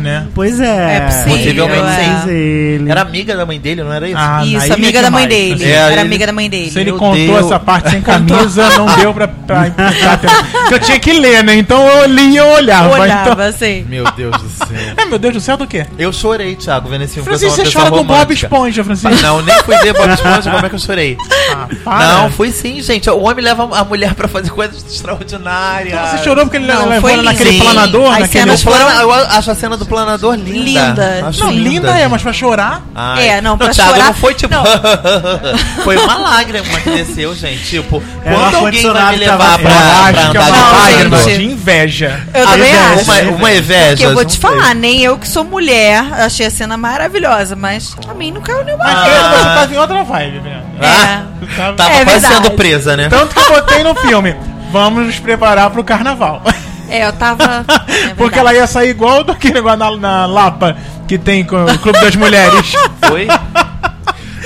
Speaker 1: mulher, né?
Speaker 4: Pois é.
Speaker 3: É possível,
Speaker 2: Possivelmente
Speaker 4: Pois
Speaker 3: é.
Speaker 4: ele.
Speaker 2: Era amiga da mãe dele, não era isso?
Speaker 1: Ah,
Speaker 3: Isso,
Speaker 1: aí é
Speaker 3: amiga da mãe
Speaker 1: demais.
Speaker 3: dele.
Speaker 2: É,
Speaker 3: Era
Speaker 2: ele-
Speaker 3: amiga da mãe dele.
Speaker 1: Se ele
Speaker 2: Meu
Speaker 1: contou
Speaker 2: Deus.
Speaker 1: essa parte sem camisa, não deu pra, pra implicar até- Porque eu tinha que ler, né? Então eu li e eu olhava.
Speaker 3: Olhava
Speaker 1: então-
Speaker 3: assim.
Speaker 2: Meu Deus do céu.
Speaker 1: É, meu Deus do céu, do quê?
Speaker 2: Eu chorei, Thiago, vendo esse filme. porque eu
Speaker 1: Francisco,
Speaker 2: sou uma
Speaker 1: você chora
Speaker 2: pessoa
Speaker 1: com Bob
Speaker 2: romântica.
Speaker 1: Esponja, Francisco.
Speaker 2: Não, nem fui ver Bob Esponja, como é que eu chorei?
Speaker 1: Ah,
Speaker 2: Não, fui sim, gente. O homem leva a mulher pra fazer coisas extraordinárias.
Speaker 1: Então você chorou porque ele
Speaker 3: Não,
Speaker 1: levou
Speaker 3: foi
Speaker 1: ela naquele
Speaker 2: lindo.
Speaker 1: planador?
Speaker 3: As
Speaker 1: naquele...
Speaker 3: cenas
Speaker 2: O plana-
Speaker 3: foram-
Speaker 2: Eu acho a cena do planador linda.
Speaker 3: Linda.
Speaker 2: Acho
Speaker 1: Não, linda, é, mas pra chorar...
Speaker 2: Ai.
Speaker 3: É, não, pra
Speaker 2: Thiago,
Speaker 3: chorar-
Speaker 2: não foi tipo.
Speaker 3: não.
Speaker 2: foi uma lágrima que desceu, gente. Tipo,
Speaker 4: Era
Speaker 2: quando
Speaker 4: um
Speaker 2: alguém vai me
Speaker 4: ar-condicionado que
Speaker 2: levar
Speaker 4: tava-
Speaker 2: pra,
Speaker 1: eu
Speaker 2: pra,
Speaker 1: acho que é uma
Speaker 2: andar de
Speaker 3: gente.
Speaker 1: lágrima
Speaker 2: lágrima?
Speaker 1: de inveja.
Speaker 3: Eu
Speaker 2: Ah,
Speaker 3: também
Speaker 2: inveja,
Speaker 1: é
Speaker 3: acho.
Speaker 2: Uma, uma inveja.
Speaker 3: Porque eu vou te
Speaker 2: não sei.
Speaker 3: falar, né? nem eu que sou mulher, achei a cena maravilhosa, mas a mim não caiu nenhuma
Speaker 1: Mas
Speaker 2: Ah.
Speaker 1: eu- você tava em outra vibe, né?
Speaker 2: Ah,
Speaker 1: Você tava-
Speaker 2: Tava
Speaker 3: É
Speaker 2: quase
Speaker 3: verdade.
Speaker 2: sendo presa, né?
Speaker 1: Tanto que eu botei no filme, vamos nos preparar pro carnaval.
Speaker 3: É, eu tava. É
Speaker 1: Porque
Speaker 3: verdade.
Speaker 1: ela ia sair igual daquele negócio na, na Lapa que tem com o Clube das Mulheres.
Speaker 2: Foi?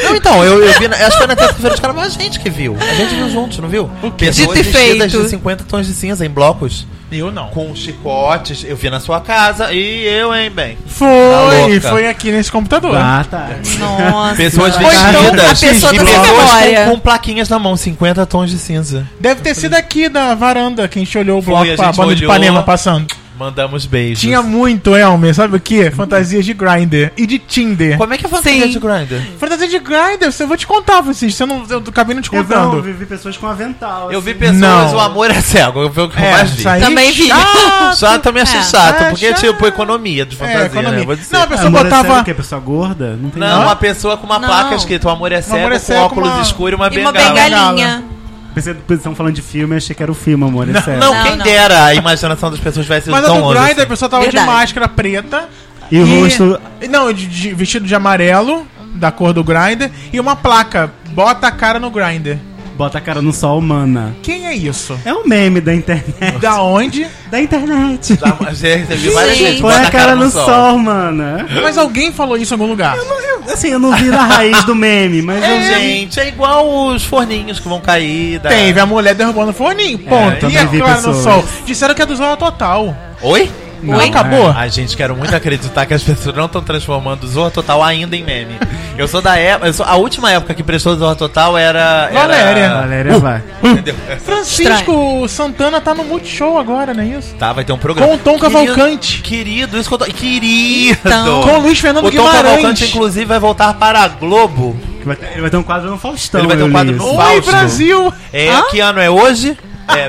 Speaker 2: Não, então, eu, eu vi. Na, acho que foi na terça-feira os caras, mas a gente que viu. A gente viu juntos, não viu? O
Speaker 1: quê?
Speaker 2: Pessoas
Speaker 3: Dito e
Speaker 2: vestidas
Speaker 3: feito.
Speaker 2: de 50 tons de cinza em blocos.
Speaker 1: Eu não.
Speaker 2: Com chicotes. Eu vi na sua casa. E eu, hein, bem. Tá
Speaker 1: Foi,
Speaker 2: louca.
Speaker 1: foi aqui nesse computador.
Speaker 4: Ah, tá.
Speaker 3: Nossa.
Speaker 2: Pessoas
Speaker 3: Ou então,
Speaker 2: vestidas
Speaker 3: a pessoa
Speaker 2: e
Speaker 3: tá sem
Speaker 2: pessoas
Speaker 3: memória.
Speaker 2: com, com plaquinhas na mão, 50 tons de cinza.
Speaker 1: Deve ter sido aqui da varanda que a gente olhou o
Speaker 2: Foi,
Speaker 1: bloco
Speaker 2: a
Speaker 1: com a
Speaker 2: gente
Speaker 1: banda de
Speaker 2: olhou.
Speaker 1: Ipanema passando.
Speaker 2: Mandamos beijos.
Speaker 1: Tinha muito, Elmer, sabe o que? Fantasias de Grindr e de Tinder.
Speaker 2: Como é que é a fantasia
Speaker 3: Sim.
Speaker 2: de Grindr?
Speaker 1: Fantasia de Grindr, você- eu vou te contar, Francisco. Você não, eu acabei não te
Speaker 4: Eu
Speaker 1: contando.
Speaker 4: vi, vi pessoas com avental.
Speaker 2: Eu vi
Speaker 4: assim.
Speaker 2: pessoas,
Speaker 1: Não.
Speaker 2: o amor é cego. Eu vi o que eu mais vi.
Speaker 1: isso aí
Speaker 3: Também vi.
Speaker 1: chato.
Speaker 2: Só também achei
Speaker 3: É.
Speaker 2: chato,
Speaker 1: É,
Speaker 2: porque
Speaker 1: chato.
Speaker 2: tipo economia de fantasia,
Speaker 1: É, economia.
Speaker 2: né? Eu Vou dizer.
Speaker 1: Não, a
Speaker 4: Ah,
Speaker 1: pessoa
Speaker 4: amor, é sério
Speaker 1: botava.
Speaker 4: o quê? pessoa gorda? Não tem
Speaker 2: Não,
Speaker 4: nada.
Speaker 2: uma pessoa com uma
Speaker 3: Não.
Speaker 2: placa escrito amor é cego,
Speaker 1: amor é
Speaker 2: com
Speaker 1: cego,
Speaker 2: óculos
Speaker 1: uma-
Speaker 2: escuro e uma
Speaker 3: E uma
Speaker 2: bengala.
Speaker 3: bengalinha.
Speaker 4: Pensei que vocês estavam falando de filme, achei que era o filme, amor. é sério.
Speaker 2: Não,
Speaker 3: Não,
Speaker 2: quem
Speaker 3: não.
Speaker 2: dera a imaginação das pessoas vai ser
Speaker 1: Mas a
Speaker 2: tão
Speaker 1: do
Speaker 2: longe.
Speaker 1: Grindr, a
Speaker 2: assim.
Speaker 1: pessoa tava
Speaker 3: Verdade.
Speaker 1: de máscara preta.
Speaker 4: E o rosto.
Speaker 1: Não, de- de- vestido de amarelo, da cor do Grindr, e uma placa. Bota a cara no Grindr.
Speaker 4: Bota a cara no sol, mana.
Speaker 1: Quem é isso?
Speaker 4: É um meme da internet.
Speaker 1: Da onde?
Speaker 4: Da internet.
Speaker 2: Já- já recebi várias
Speaker 3: Sim.
Speaker 2: vezes.
Speaker 4: Põe
Speaker 2: bota
Speaker 4: a cara no sol, mana.
Speaker 1: Mas alguém falou isso em algum lugar.
Speaker 4: Eu- Assim, eu não vi na raiz do meme, mas eu
Speaker 2: É,
Speaker 4: vi.
Speaker 2: gente, é igual os forninhos que vão cair. Da...
Speaker 1: Teve a mulher derrubando o forninho, ponto. e
Speaker 4: É, também
Speaker 1: a
Speaker 4: vi
Speaker 1: cara no
Speaker 4: pessoas.
Speaker 1: sol. Disseram que é do Zona Total.
Speaker 2: Oi?
Speaker 4: Não,
Speaker 1: Oi? Acabou?
Speaker 2: A gente quero muito acreditar que as pessoas não estão transformando o Zorra Total ainda em meme. Eu sou da época. eu sou- A última época que prestou Zorra Total era. era-
Speaker 1: Valéria.
Speaker 4: Valéria vai.
Speaker 2: Entendeu?
Speaker 1: Francisco
Speaker 3: Estranho.
Speaker 1: Santana tá no Multishow agora, não é isso?
Speaker 2: Tá, vai ter um programa.
Speaker 1: Com o Tom Cavalcante.
Speaker 2: Querido, isso que eu tô. Querido!
Speaker 3: Então.
Speaker 1: Com o Luiz Fernando
Speaker 2: o Tom
Speaker 1: Guimarães.
Speaker 2: Cavalcante, inclusive, vai voltar para a Globo.
Speaker 4: Que vai ter- Ele vai ter um quadro no Faustão.
Speaker 2: Ele vai ter um
Speaker 4: eu li
Speaker 2: quadro no-
Speaker 4: isso.
Speaker 1: Oi,
Speaker 2: Fausto.
Speaker 1: Brasil! Ah,
Speaker 2: É,
Speaker 3: Hã?
Speaker 2: que ano é hoje? É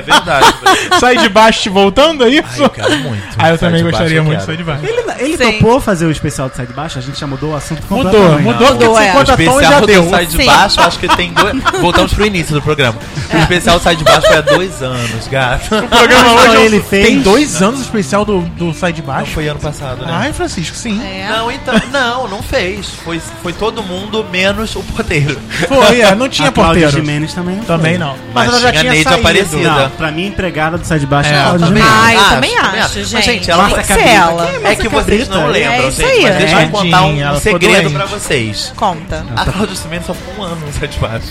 Speaker 2: verdade.
Speaker 1: Tá
Speaker 2: Bruno.
Speaker 1: Sai de baixo te voltando, é
Speaker 2: Ai,
Speaker 1: isso?
Speaker 2: eu quero muito.
Speaker 1: Ah, eu também gostaria
Speaker 2: Sai de baixo, eu
Speaker 1: muito de
Speaker 2: quero.
Speaker 1: sair de baixo.
Speaker 4: Ele, ele
Speaker 3: Sim.
Speaker 4: topou fazer o especial de Sai de Baixo? A gente já mudou o assunto
Speaker 1: Mudou,
Speaker 4: completamente.
Speaker 1: mudou,
Speaker 3: Mudou,
Speaker 1: porque
Speaker 3: é.
Speaker 1: 50
Speaker 2: especial
Speaker 1: tons já
Speaker 2: do
Speaker 1: deu.
Speaker 2: Sai de
Speaker 3: Sim.
Speaker 2: Baixo, acho que tem dois. Voltamos pro início do programa.
Speaker 1: É.
Speaker 2: O especial Sai de Baixo foi há dois anos, gato.
Speaker 1: O programa
Speaker 4: Não,
Speaker 1: hoje
Speaker 4: ele
Speaker 1: ele
Speaker 4: fez-
Speaker 1: fez... tem dois anos o especial do, do Sai de Baixo.
Speaker 2: Foi ano passado, né?
Speaker 1: Ai, Francisco, sim.
Speaker 3: É.
Speaker 2: Não, então, não, não fez. Foi, foi todo mundo menos o porteiro.
Speaker 1: Foi, é, não tinha
Speaker 4: a Cláudia
Speaker 1: porteiro.
Speaker 4: Jimenez também não foi.
Speaker 1: Também não.
Speaker 2: Mas tinha Neide Aparecida.
Speaker 4: Não, pra mim, empregada do Sai de Baixo é,
Speaker 1: É,
Speaker 4: a Cláudia
Speaker 2: também.
Speaker 4: Jimenez.
Speaker 3: Ah, eu
Speaker 2: Acho,
Speaker 3: também
Speaker 2: também
Speaker 3: acho,
Speaker 2: acho.
Speaker 3: gente.
Speaker 2: Mas, gente, ela-
Speaker 3: Tem que ser
Speaker 4: Cabrita,
Speaker 3: ela.
Speaker 4: quem
Speaker 2: É que vocês não
Speaker 4: cabrita,
Speaker 2: lembram,
Speaker 3: é isso
Speaker 2: gente.
Speaker 3: aí,
Speaker 2: mas
Speaker 3: é.
Speaker 2: deixa eu contar um
Speaker 1: Tadinha, ela ficou
Speaker 2: segredo
Speaker 1: doente.
Speaker 2: pra vocês.
Speaker 3: Conta.
Speaker 2: A Cláudia Cimento só ficou um ano no Sete Baixo.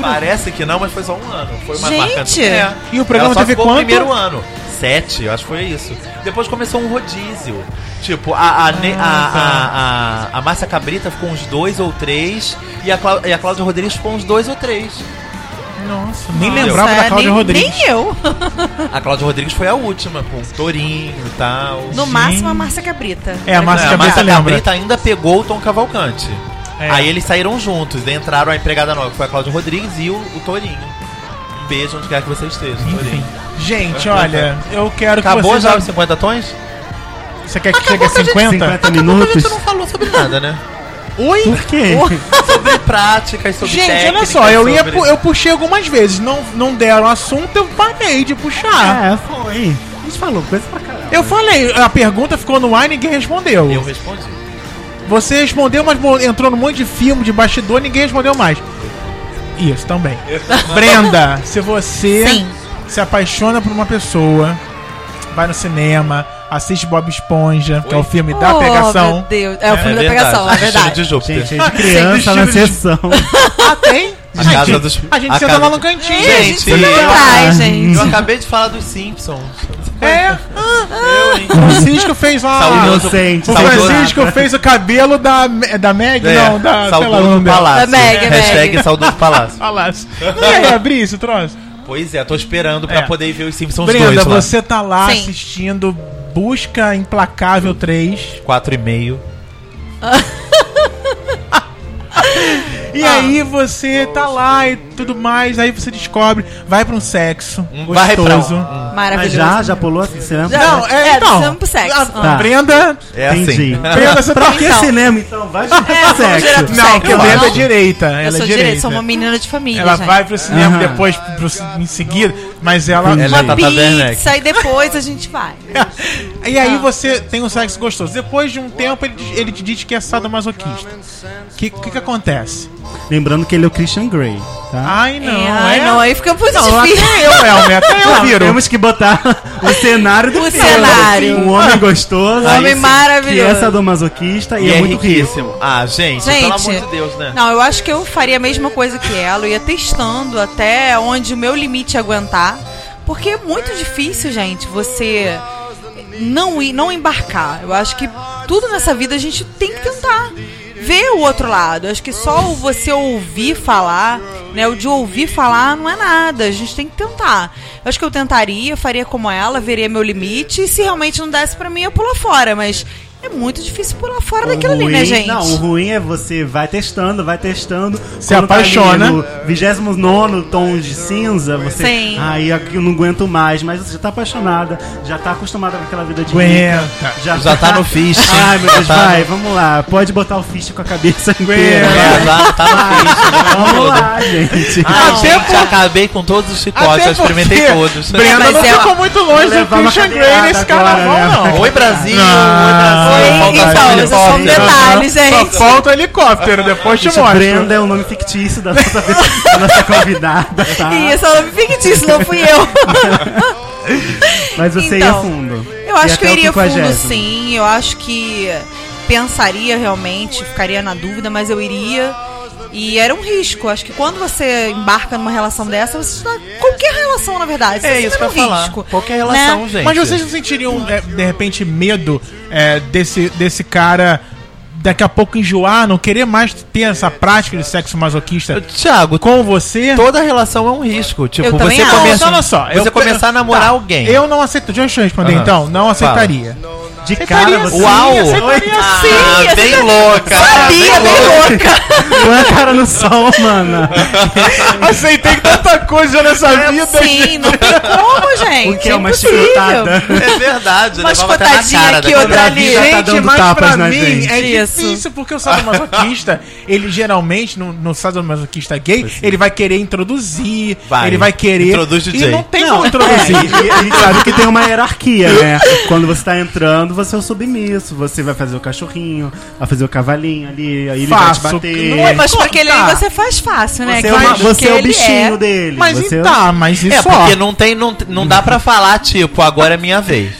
Speaker 2: Parece que não, mas foi só um ano. Foi uma
Speaker 3: Gente!
Speaker 2: marca. É.
Speaker 1: E o programa
Speaker 2: Ela só
Speaker 1: teve
Speaker 2: ficou
Speaker 1: quanto?
Speaker 2: o primeiro ano. Sete, eu acho que foi isso. Depois começou um rodízio. Tipo, a, a, Ne- a, a, a, a Márcia Cabrita ficou uns dois ou três. E a, Clá- e a Cláudia Rodrigues ficou uns dois ou três.
Speaker 1: Nossa, nem
Speaker 2: Nossa,
Speaker 1: lembrava da
Speaker 3: É,
Speaker 1: Cláudia
Speaker 3: nem,
Speaker 1: Rodrigues.
Speaker 3: Nem eu.
Speaker 2: A Cláudia Rodrigues foi a última, com o Torinho e tal.
Speaker 3: No
Speaker 1: Gente.
Speaker 3: máximo, a Márcia Cabrita.
Speaker 1: É, a Márcia
Speaker 2: É, mas
Speaker 1: Cabrita
Speaker 2: a
Speaker 1: lembra.
Speaker 2: Cabrita ainda pegou o Tom Cavalcante.
Speaker 1: É.
Speaker 2: Aí eles saíram juntos, daí entraram a empregada nova, que foi a Cláudia Rodrigues e o, o Torinho. Um beijo onde quer que você esteja,
Speaker 1: Enfim.
Speaker 2: Torinho.
Speaker 1: Gente, olha, eu quero
Speaker 2: Acabou
Speaker 1: que
Speaker 2: já os
Speaker 1: vocês...
Speaker 2: 50 tons?
Speaker 1: Você quer que chegue a 50?
Speaker 4: 50 minutos?
Speaker 2: Tu não falou sobre nada, né?
Speaker 1: Oi?
Speaker 4: Por quê?
Speaker 2: sobre práticas, sobre
Speaker 1: Gente,
Speaker 2: técnicas,
Speaker 1: olha só, eu, ia,
Speaker 2: sobre-
Speaker 1: pu- eu puxei algumas vezes, não, não deram assunto, eu parei de puxar.
Speaker 4: É, foi. A gente falou coisa pra caralho.
Speaker 1: Eu falei, a pergunta ficou no ar e ninguém respondeu.
Speaker 2: Eu respondi.
Speaker 1: Você respondeu, mas mo- entrou num monte de filme, de bastidor, ninguém respondeu mais. Isso também. Brenda, se você
Speaker 3: Sim.
Speaker 1: se apaixona por uma pessoa, vai no cinema, assiste Bob Esponja, que é o filme da
Speaker 3: Oh,
Speaker 1: pegação.
Speaker 3: Meu Deus. É o filme da
Speaker 2: verdade,
Speaker 3: pegação, é
Speaker 2: Destino
Speaker 3: verdade.
Speaker 2: de Júpiter.
Speaker 4: Gente, é de criança na sessão.
Speaker 1: Ah, tem?
Speaker 2: A
Speaker 1: gente,
Speaker 2: casa dos-
Speaker 1: a gente
Speaker 2: a
Speaker 1: senta
Speaker 2: casa-
Speaker 1: lá no cantinho.
Speaker 3: É, a gente se
Speaker 2: Gente,
Speaker 3: lembra
Speaker 2: eu-
Speaker 3: atrás, gente.
Speaker 2: Eu acabei de falar dos Simpsons.
Speaker 1: É,
Speaker 2: Eu, hein?
Speaker 1: o Francisco fez lá...
Speaker 2: Saudoso-
Speaker 4: inocente.
Speaker 1: O
Speaker 2: saudoso-
Speaker 1: Francisco fez o cabelo da, da Meg,
Speaker 2: É,
Speaker 1: não, da... sei lá o
Speaker 2: Saudoso
Speaker 1: nome dela.
Speaker 2: Palácio.
Speaker 3: Da Meg,
Speaker 2: Hashtag
Speaker 3: Meg.
Speaker 2: Saudoso Palácio.
Speaker 1: Palácio. Não ia abrir esse troço?
Speaker 2: Pois é, tô esperando pra
Speaker 1: É.
Speaker 2: poder ver os Simpsons
Speaker 1: Brenda,
Speaker 2: 2 lá.
Speaker 1: você tá lá
Speaker 3: Sim.
Speaker 1: assistindo Busca Implacável 3.
Speaker 2: 4,5.
Speaker 1: E
Speaker 3: Ah.
Speaker 1: aí você tá lá e tudo mais, aí você descobre, vai pra um sexo
Speaker 2: Vai pra um-
Speaker 1: gostoso.
Speaker 4: Mas
Speaker 3: Maravilhoso.
Speaker 4: já, já pulou a cinema?
Speaker 3: Já.
Speaker 1: Não, é,
Speaker 3: É,
Speaker 1: então.
Speaker 3: precisamos pro sexo.
Speaker 1: Ah,
Speaker 3: Tá.
Speaker 1: Brenda,
Speaker 2: É
Speaker 4: Entendi.
Speaker 2: assim.
Speaker 1: Brenda, você tá
Speaker 4: Pra que
Speaker 3: Então.
Speaker 4: cinema, então? Vai de
Speaker 3: vamos direto
Speaker 4: sexo.
Speaker 3: pro
Speaker 1: Não, porque a
Speaker 3: Eu
Speaker 1: Brenda é
Speaker 3: não.
Speaker 1: direita,
Speaker 3: Eu
Speaker 1: ela é
Speaker 3: sou
Speaker 1: direita.
Speaker 3: direita, sou uma menina de família,
Speaker 1: Ela
Speaker 3: gente.
Speaker 1: vai pro cinema
Speaker 4: Aham.
Speaker 1: depois, pro, em seguida, mas ela...
Speaker 2: Ela é
Speaker 4: Entendi.
Speaker 2: Tata Werneck.
Speaker 3: Pizza e depois a gente vai.
Speaker 1: E aí você tem um sexo gostoso. Depois de um tempo, ele, diz- ele te diz que é sadomasoquista. O que, que que acontece?
Speaker 4: Lembrando que ele é o Christian Grey, tá?
Speaker 1: Ai, não,
Speaker 3: É, ai,
Speaker 1: é-
Speaker 3: não, aí fica muito
Speaker 1: Não,
Speaker 3: difícil.
Speaker 1: até eu, Elmer, até
Speaker 2: Ah,
Speaker 1: eu
Speaker 4: Não,
Speaker 1: viro.
Speaker 4: Temos que botar o cenário do
Speaker 3: O
Speaker 4: filme.
Speaker 3: cenário.
Speaker 4: Um homem gostoso.
Speaker 2: Aí
Speaker 3: Homem
Speaker 2: sim,
Speaker 4: Que é
Speaker 3: maravilhoso.
Speaker 4: sadomasoquista e,
Speaker 2: Ah. E
Speaker 4: é,
Speaker 2: é
Speaker 4: muito rico.
Speaker 2: riquíssimo. Ah, gente, pelo amor de Deus, né?
Speaker 3: Não, eu acho que eu faria a mesma coisa que ela, eu ia testando até onde o meu limite ia aguentar. Porque é muito difícil, gente, você não ir, não embarcar. Eu acho que tudo nessa vida a gente tem que tentar ver o outro lado. Eu acho que só o você ouvir falar, né, o de ouvir falar não é nada. A gente tem que tentar. Eu acho que eu tentaria, faria como ela, veria meu limite e se realmente não desse pra mim, eu pular fora, mas é muito difícil pular fora daquilo ali, né, gente?
Speaker 4: Não, o ruim é você vai testando, vai testando.
Speaker 1: Se
Speaker 4: Quando tá ali
Speaker 1: apaixona.
Speaker 4: no 29 tom de cinza, você.
Speaker 3: Sim.
Speaker 4: Ai, aqui eu não aguento mais, mas você já tá apaixonada, já tá acostumada com aquela vida de rica.
Speaker 1: Aguenta.
Speaker 2: Já tá no fish.
Speaker 4: Ai, meu Deus,
Speaker 2: Já tá
Speaker 4: vai, vamos lá. Pode botar o ficha com a cabeça inteira.
Speaker 1: Aguenta.
Speaker 2: É, já tá no fish.
Speaker 4: Vamos lá, gente.
Speaker 2: Ah,
Speaker 1: Não.
Speaker 2: gente,
Speaker 1: Até por-
Speaker 2: acabei com todos os chicotes,
Speaker 1: Até
Speaker 2: eu experimentei é
Speaker 1: porque
Speaker 2: todos.
Speaker 1: Brenda
Speaker 3: Mas
Speaker 1: não
Speaker 3: ela-
Speaker 1: ficou muito longe do
Speaker 4: Levar uma
Speaker 1: Christian Grey
Speaker 4: cadeirada
Speaker 1: nesse
Speaker 4: agora,
Speaker 1: carnaval,
Speaker 4: né?
Speaker 1: não.
Speaker 2: Oi, Brasil!
Speaker 1: Não.
Speaker 2: Oi,
Speaker 3: Oi,
Speaker 2: Brasil!
Speaker 3: então,
Speaker 2: Falta
Speaker 3: mas é só um
Speaker 2: helicóptero.
Speaker 3: detalhe, gente.
Speaker 1: Só falta o helicóptero, depois te
Speaker 4: Gente,
Speaker 1: mostro.
Speaker 4: Brenda é um nome fictício da nossa, da nossa convidada, tá?
Speaker 3: Isso, ela me fictício, não fui eu.
Speaker 4: Mas você ia
Speaker 3: Então,
Speaker 4: fundo.
Speaker 3: Eu
Speaker 4: Ia
Speaker 3: acho que eu
Speaker 4: até o é
Speaker 3: iria fundo
Speaker 4: 50º.
Speaker 3: sim, eu acho que pensaria realmente, ficaria na dúvida, mas eu iria. E era um risco. Acho que quando você embarca numa relação dessa, você está. Qualquer relação, na verdade, você
Speaker 2: É isso
Speaker 3: sempre
Speaker 2: pra
Speaker 3: é um
Speaker 2: falar.
Speaker 3: risco.
Speaker 2: Qualquer relação, gente.
Speaker 1: Mas vocês não sentiriam, é, de repente, medo é, desse, desse cara daqui a pouco enjoar, não querer mais ter essa prática de sexo masoquista
Speaker 2: Tiago,
Speaker 1: com você?
Speaker 2: toda relação é um risco. Tipo,
Speaker 3: Eu também
Speaker 2: você
Speaker 3: acho.
Speaker 2: começa.
Speaker 1: Então, olha só,
Speaker 2: você
Speaker 1: eu-
Speaker 2: começar a namorar
Speaker 1: Tá,
Speaker 2: alguém.
Speaker 1: Eu não aceito. Deixa eu responder
Speaker 2: Aham.
Speaker 1: então. Não
Speaker 2: Fala.
Speaker 1: aceitaria.
Speaker 4: De
Speaker 1: Aceitaria
Speaker 4: cara você.
Speaker 1: sim,
Speaker 2: Uau!
Speaker 1: aceitaria
Speaker 2: Ah,
Speaker 1: sim.
Speaker 2: bem louca!
Speaker 3: Sabia,
Speaker 4: né?
Speaker 3: né? bem louca.
Speaker 4: Põe é a cara no sol, mano.
Speaker 1: Aceitei tanta coisa nessa vida.
Speaker 3: Sim, não tem como, gente.
Speaker 4: O que é uma
Speaker 3: impossível.
Speaker 4: chicotada?
Speaker 2: É verdade,
Speaker 3: Uma
Speaker 2: levava até na
Speaker 3: escotadinha
Speaker 2: cara
Speaker 3: aqui,
Speaker 2: da
Speaker 3: outra ali.
Speaker 4: Davi já tá dando tapas na gente.
Speaker 1: é
Speaker 3: Isso.
Speaker 1: difícil, porque o sadomasoquista, ele geralmente, no, no sadomasoquista gay, ele vai querer introduzir,
Speaker 2: Vai.
Speaker 1: ele vai querer...
Speaker 2: Introduz DJ.
Speaker 1: E não é. tem
Speaker 4: Não,
Speaker 1: como
Speaker 4: assim,
Speaker 1: introduzir.
Speaker 4: e a gente sabe que tem uma hierarquia, né? Quando você tá entrando, você é o submisso, você vai fazer o cachorrinho, vai fazer o cavalinho ali, aí ele vai
Speaker 1: Faço.
Speaker 4: te bater.
Speaker 1: Não é
Speaker 3: Mas pra aquele
Speaker 1: Tá.
Speaker 3: aí você faz fácil, né?
Speaker 4: Você é,
Speaker 3: Que
Speaker 4: uma-
Speaker 3: ele-
Speaker 4: você
Speaker 3: que
Speaker 4: é o
Speaker 3: ele
Speaker 4: bichinho
Speaker 3: é.
Speaker 4: dele.
Speaker 1: Mas
Speaker 4: você
Speaker 1: então, tá, mas isso
Speaker 2: É,
Speaker 1: só.
Speaker 2: porque não tem, não, não dá pra falar, tipo, agora é minha vez.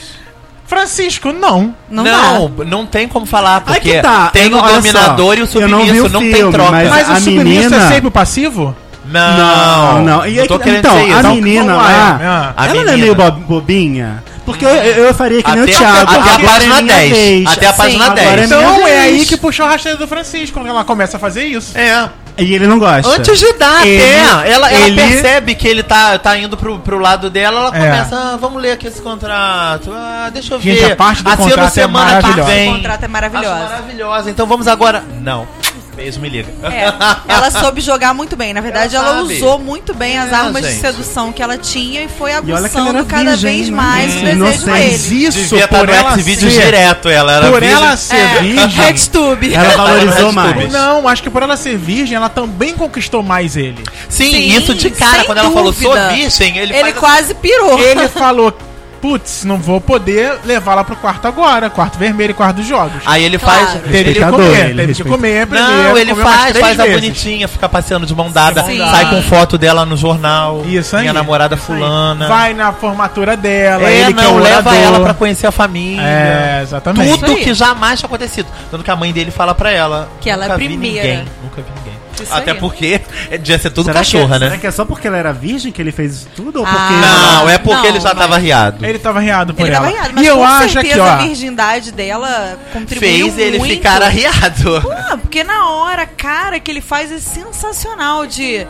Speaker 1: Francisco, não.
Speaker 3: Não,
Speaker 2: não,
Speaker 3: dá.
Speaker 2: não tem como falar,
Speaker 4: Aí
Speaker 2: porque
Speaker 4: que tá, eu
Speaker 2: tem
Speaker 4: não-
Speaker 2: o
Speaker 4: olha
Speaker 2: dominador
Speaker 4: só,
Speaker 2: e o
Speaker 4: eu
Speaker 2: submisso,
Speaker 4: não
Speaker 2: não,
Speaker 4: vi o
Speaker 2: tem
Speaker 4: filme,
Speaker 2: troca.
Speaker 4: mas-
Speaker 1: Mas
Speaker 4: a
Speaker 1: o submisso
Speaker 4: menina-
Speaker 1: é sempre o passivo?
Speaker 2: Não,
Speaker 4: não, não. E aí
Speaker 2: tô
Speaker 4: que-
Speaker 2: querendo
Speaker 4: então,
Speaker 2: dizer isso.
Speaker 4: a menina
Speaker 1: vamos lá,
Speaker 4: lá,
Speaker 1: é.
Speaker 2: A
Speaker 4: ela não é
Speaker 2: menina.
Speaker 4: meio bo- bobinha? Porque eu, eu, eu faria é que nem o
Speaker 2: Até-
Speaker 4: Thiago.
Speaker 2: até a
Speaker 4: agora
Speaker 2: página
Speaker 4: é minha
Speaker 2: 10,
Speaker 4: vez.
Speaker 2: até a página
Speaker 4: agora
Speaker 2: 10.
Speaker 4: é minha
Speaker 1: Então é
Speaker 4: vez.
Speaker 1: aí que puxou a rasteira do Francisco, quando ela começa a fazer isso.
Speaker 2: É.
Speaker 4: E ele não gosta.
Speaker 2: Antes de dar
Speaker 4: Ele-
Speaker 2: até, ela, ela
Speaker 4: ele-
Speaker 2: percebe que ele tá, tá indo pro, pro lado dela, ela
Speaker 1: É.
Speaker 2: começa, ah, vamos ler aqui esse contrato, ah, deixa eu ver.
Speaker 1: Gente, a parte do
Speaker 2: Assino
Speaker 1: contrato é
Speaker 2: semana que
Speaker 1: maravilhosa.
Speaker 2: vem.
Speaker 3: O contrato é maravilhosa.
Speaker 2: Acho maravilhosa, então vamos agora... Não, beijo, me liga.
Speaker 3: É, ela soube jogar muito bem. Na verdade,
Speaker 2: Ela
Speaker 3: ela,
Speaker 2: sabe.
Speaker 3: usou muito bem as
Speaker 2: É,
Speaker 3: armas
Speaker 2: gente.
Speaker 3: de sedução que ela tinha e foi
Speaker 4: E olha que ela
Speaker 3: aguçando
Speaker 4: era
Speaker 3: cada
Speaker 4: virgem,
Speaker 3: vez
Speaker 4: né?
Speaker 3: mais o
Speaker 4: Hum.
Speaker 3: desejo
Speaker 4: Inocente.
Speaker 3: dele.
Speaker 1: Mas isso,
Speaker 2: Devia estar
Speaker 1: por
Speaker 2: no
Speaker 1: ela
Speaker 2: X-Vídeos
Speaker 1: ser,
Speaker 2: direto, ela era
Speaker 1: por
Speaker 2: virgem.
Speaker 1: ela
Speaker 3: É,
Speaker 1: ser virgem...
Speaker 3: RedTube.
Speaker 4: Ela
Speaker 2: Ela
Speaker 4: valorizou
Speaker 2: tá
Speaker 4: mais.
Speaker 2: no Mas-
Speaker 1: Não, acho que por ela ser virgem, ela também conquistou mais ele.
Speaker 2: Sim,
Speaker 3: Sim,
Speaker 2: isso de cara,
Speaker 3: sem
Speaker 2: quando ela falou, sou
Speaker 3: dúvida.
Speaker 2: virgem, ele,
Speaker 3: Ele,
Speaker 2: faz assim,
Speaker 3: quase pirou.
Speaker 1: Ele falou: putz, não vou poder levá-la pro quarto agora, quarto vermelho e quarto dos jogos.
Speaker 2: Aí ele
Speaker 3: Claro.
Speaker 2: faz...
Speaker 1: Teve que
Speaker 4: Respeitador,
Speaker 1: comer,
Speaker 4: ele
Speaker 1: teve que
Speaker 4: respeita.
Speaker 1: comer primeiro.
Speaker 2: Não, ele
Speaker 1: comeu umas
Speaker 2: faz,
Speaker 1: três
Speaker 2: faz a
Speaker 1: vezes.
Speaker 2: bonitinha, fica passeando de mão dada,
Speaker 3: Sim.
Speaker 2: sai com foto dela no jornal.
Speaker 1: Isso aí.
Speaker 2: Minha namorada
Speaker 1: Isso aí.
Speaker 2: fulana.
Speaker 1: Vai na formatura dela,
Speaker 2: É,
Speaker 1: ele que é
Speaker 4: um
Speaker 2: não,
Speaker 1: o
Speaker 2: leva
Speaker 1: orador.
Speaker 2: ela pra conhecer a família.
Speaker 1: É, exatamente.
Speaker 3: Isso
Speaker 2: Tudo
Speaker 3: aí.
Speaker 2: que jamais tinha acontecido. Tanto que a mãe dele fala pra ela.
Speaker 3: Que ela é
Speaker 2: "Nunca
Speaker 3: a
Speaker 2: vi
Speaker 3: primeira."
Speaker 2: ninguém, nunca vi ninguém.
Speaker 3: Isso
Speaker 2: Até
Speaker 3: aí.
Speaker 2: porque é, devia ser tudo
Speaker 4: Será
Speaker 2: cachorra,
Speaker 4: que,
Speaker 2: né?
Speaker 4: Será que é só porque ela era virgem que ele fez isso tudo? Ou
Speaker 3: Ah.
Speaker 4: porque...
Speaker 2: Não, é porque
Speaker 3: Não,
Speaker 2: ele já
Speaker 3: mas-
Speaker 2: tava riado.
Speaker 1: Ele tava arreado por
Speaker 3: Ele
Speaker 1: ela.
Speaker 3: tava errado, mas
Speaker 1: e eu
Speaker 3: com
Speaker 1: acho
Speaker 3: certeza
Speaker 1: aqui, ó.
Speaker 3: a virgindade dela contribuiu
Speaker 2: Fez ele
Speaker 3: muito.
Speaker 2: ficar arriado.
Speaker 3: Ah, porque na hora, cara, que ele faz é sensacional de...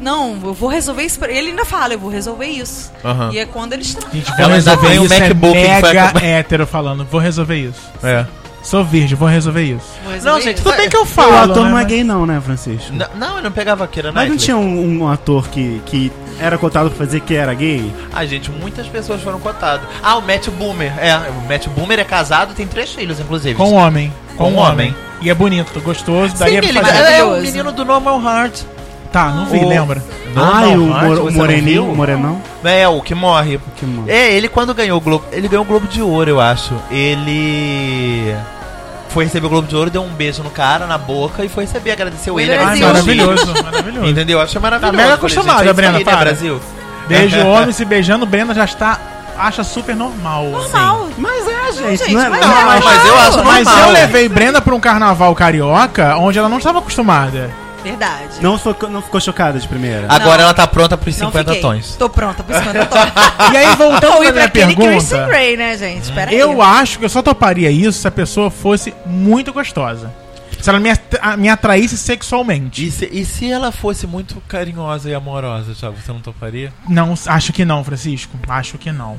Speaker 3: Não, eu vou resolver isso. pra- Ele ainda fala, eu vou resolver isso.
Speaker 2: Aham.
Speaker 3: E é quando eles estão...
Speaker 1: Gente,
Speaker 2: Ela ainda tem um
Speaker 1: isso,
Speaker 2: MacBook que
Speaker 1: é
Speaker 2: foi
Speaker 1: mega
Speaker 2: acabar-
Speaker 1: hétero falando, vou resolver isso.
Speaker 2: É.
Speaker 1: Sou virgem, vou resolver isso.
Speaker 3: Vou resolver
Speaker 2: Não, gente,
Speaker 3: isso.
Speaker 2: tudo bem que eu
Speaker 4: O
Speaker 2: falo.
Speaker 4: ator
Speaker 1: né,
Speaker 4: não é
Speaker 1: mas-
Speaker 4: gay não, né, Francisco?
Speaker 2: N- Não, é ele não pegava a Keira
Speaker 4: Mas não
Speaker 2: Knightley.
Speaker 4: tinha um, um ator que, que era cotado pra fazer que era gay?
Speaker 2: Ah, gente, muitas pessoas foram cotadas. Ah, o Matt Boomer. É, o Matt Boomer é casado tem três filhos, inclusive.
Speaker 1: Com um homem. Com
Speaker 2: Com
Speaker 1: um
Speaker 2: homem.
Speaker 1: homem. E é bonito, gostoso,
Speaker 2: Sim,
Speaker 1: daria
Speaker 2: ele
Speaker 1: pra fazer.
Speaker 2: é o
Speaker 3: Maravilhoso.
Speaker 2: menino do Normal Heart.
Speaker 1: Tá, não vi,
Speaker 2: O-
Speaker 1: lembra?
Speaker 4: ah, e o,
Speaker 2: Normal Heart,
Speaker 4: mor-
Speaker 2: você
Speaker 4: o
Speaker 2: não viu?
Speaker 4: moreninho, o morenão?
Speaker 2: É, o que morre.
Speaker 4: Que mano.
Speaker 2: É, ele quando ganhou o Globo. Ele ganhou o Globo de Ouro, eu acho. Ele. Foi receber o Globo de Ouro, deu um beijo no cara, na boca e foi receber, agradeceu ele.
Speaker 3: Ai,
Speaker 1: Ai,
Speaker 3: Brasil.
Speaker 2: agradeceu ele.
Speaker 1: maravilhoso, maravilhoso.
Speaker 2: Entendeu? Eu achei
Speaker 1: Tá
Speaker 2: maravilhoso.
Speaker 1: mega
Speaker 2: Falei, gente,
Speaker 1: acostumada,
Speaker 2: é isso
Speaker 1: Brena,
Speaker 2: aí, né,
Speaker 1: para.
Speaker 2: Brasil.
Speaker 1: Beijo homem se beijando, Brenda já está acha super normal. assim.
Speaker 3: Normal.
Speaker 4: Mas é, gente,
Speaker 3: gente,
Speaker 4: não é,
Speaker 3: mas
Speaker 4: não,
Speaker 3: é
Speaker 4: mas-
Speaker 2: mas eu acho
Speaker 1: Mas
Speaker 2: normal.
Speaker 1: eu levei Brenda pra um carnaval carioca onde ela não estava acostumada.
Speaker 3: Verdade.
Speaker 4: não, ficou, não ficou chocada de primeira?
Speaker 2: Agora
Speaker 3: Não.
Speaker 2: ela tá pronta pros
Speaker 3: Não
Speaker 2: 50
Speaker 3: fiquei.
Speaker 2: tons.
Speaker 3: Tô pronta pros 50 tons.
Speaker 1: E aí,
Speaker 4: Então
Speaker 1: voltando
Speaker 3: Ou
Speaker 1: pra
Speaker 3: ir pra
Speaker 1: minha
Speaker 3: aquele Christian
Speaker 1: pergunta,
Speaker 3: Grey, né, gente? Pera aí.
Speaker 1: eu acho que eu só toparia isso se a pessoa fosse muito gostosa. Se ela me, atra- me atraísse sexualmente.
Speaker 2: E se, e se ela fosse muito carinhosa e amorosa, Thiago, você não toparia?
Speaker 1: Não, acho que não, Francisco. Acho que não.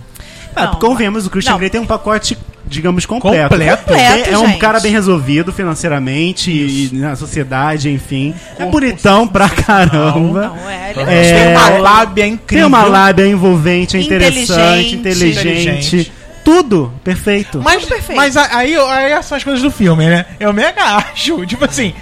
Speaker 4: Ah,
Speaker 3: Não,
Speaker 4: convenhamos, o Christian
Speaker 3: não.
Speaker 4: Grey tem um pacote, digamos, completo.
Speaker 1: Completo?
Speaker 4: É, é um
Speaker 3: Completo,
Speaker 4: cara
Speaker 3: gente.
Speaker 4: bem resolvido financeiramente e na sociedade, enfim. É bonitão pra caramba.
Speaker 3: Não, é, ele
Speaker 4: É,
Speaker 1: Tem uma lábia
Speaker 4: Tem
Speaker 1: incrível.
Speaker 4: uma lábia envolvente, é interessante,
Speaker 3: Inteligente.
Speaker 4: inteligente.
Speaker 1: Inteligente.
Speaker 4: Tudo perfeito.
Speaker 1: Mas,
Speaker 3: Tudo perfeito.
Speaker 1: mas a- aí, aí são as coisas do filme, né? Eu mega acho. Tipo assim,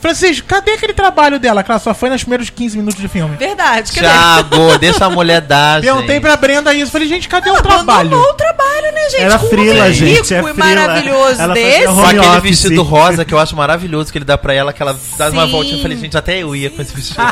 Speaker 1: Francisco, cadê aquele trabalho dela? Que ela só foi nos primeiros 15 minutos do filme.
Speaker 3: Verdade. cadê?
Speaker 2: Thiago, deixa a mulher dar.
Speaker 1: Perguntei
Speaker 2: gente.
Speaker 1: pra Brenda isso. Falei, gente, cadê o
Speaker 3: Abandonou
Speaker 1: trabalho?
Speaker 3: o trabalho, né, gente?
Speaker 4: Era
Speaker 3: Com um
Speaker 4: frila,
Speaker 3: homem
Speaker 4: gente,
Speaker 3: rico
Speaker 4: é
Speaker 3: e
Speaker 4: frila.
Speaker 3: maravilhoso
Speaker 4: Ela fazia
Speaker 3: desse.
Speaker 2: Com
Speaker 4: Home
Speaker 2: aquele
Speaker 4: office.
Speaker 2: vestido rosa que eu acho maravilhoso que ele dá pra ela, que ela dá uma
Speaker 3: Sim.
Speaker 2: voltinha e falei, gente, até eu ia com esse vestido.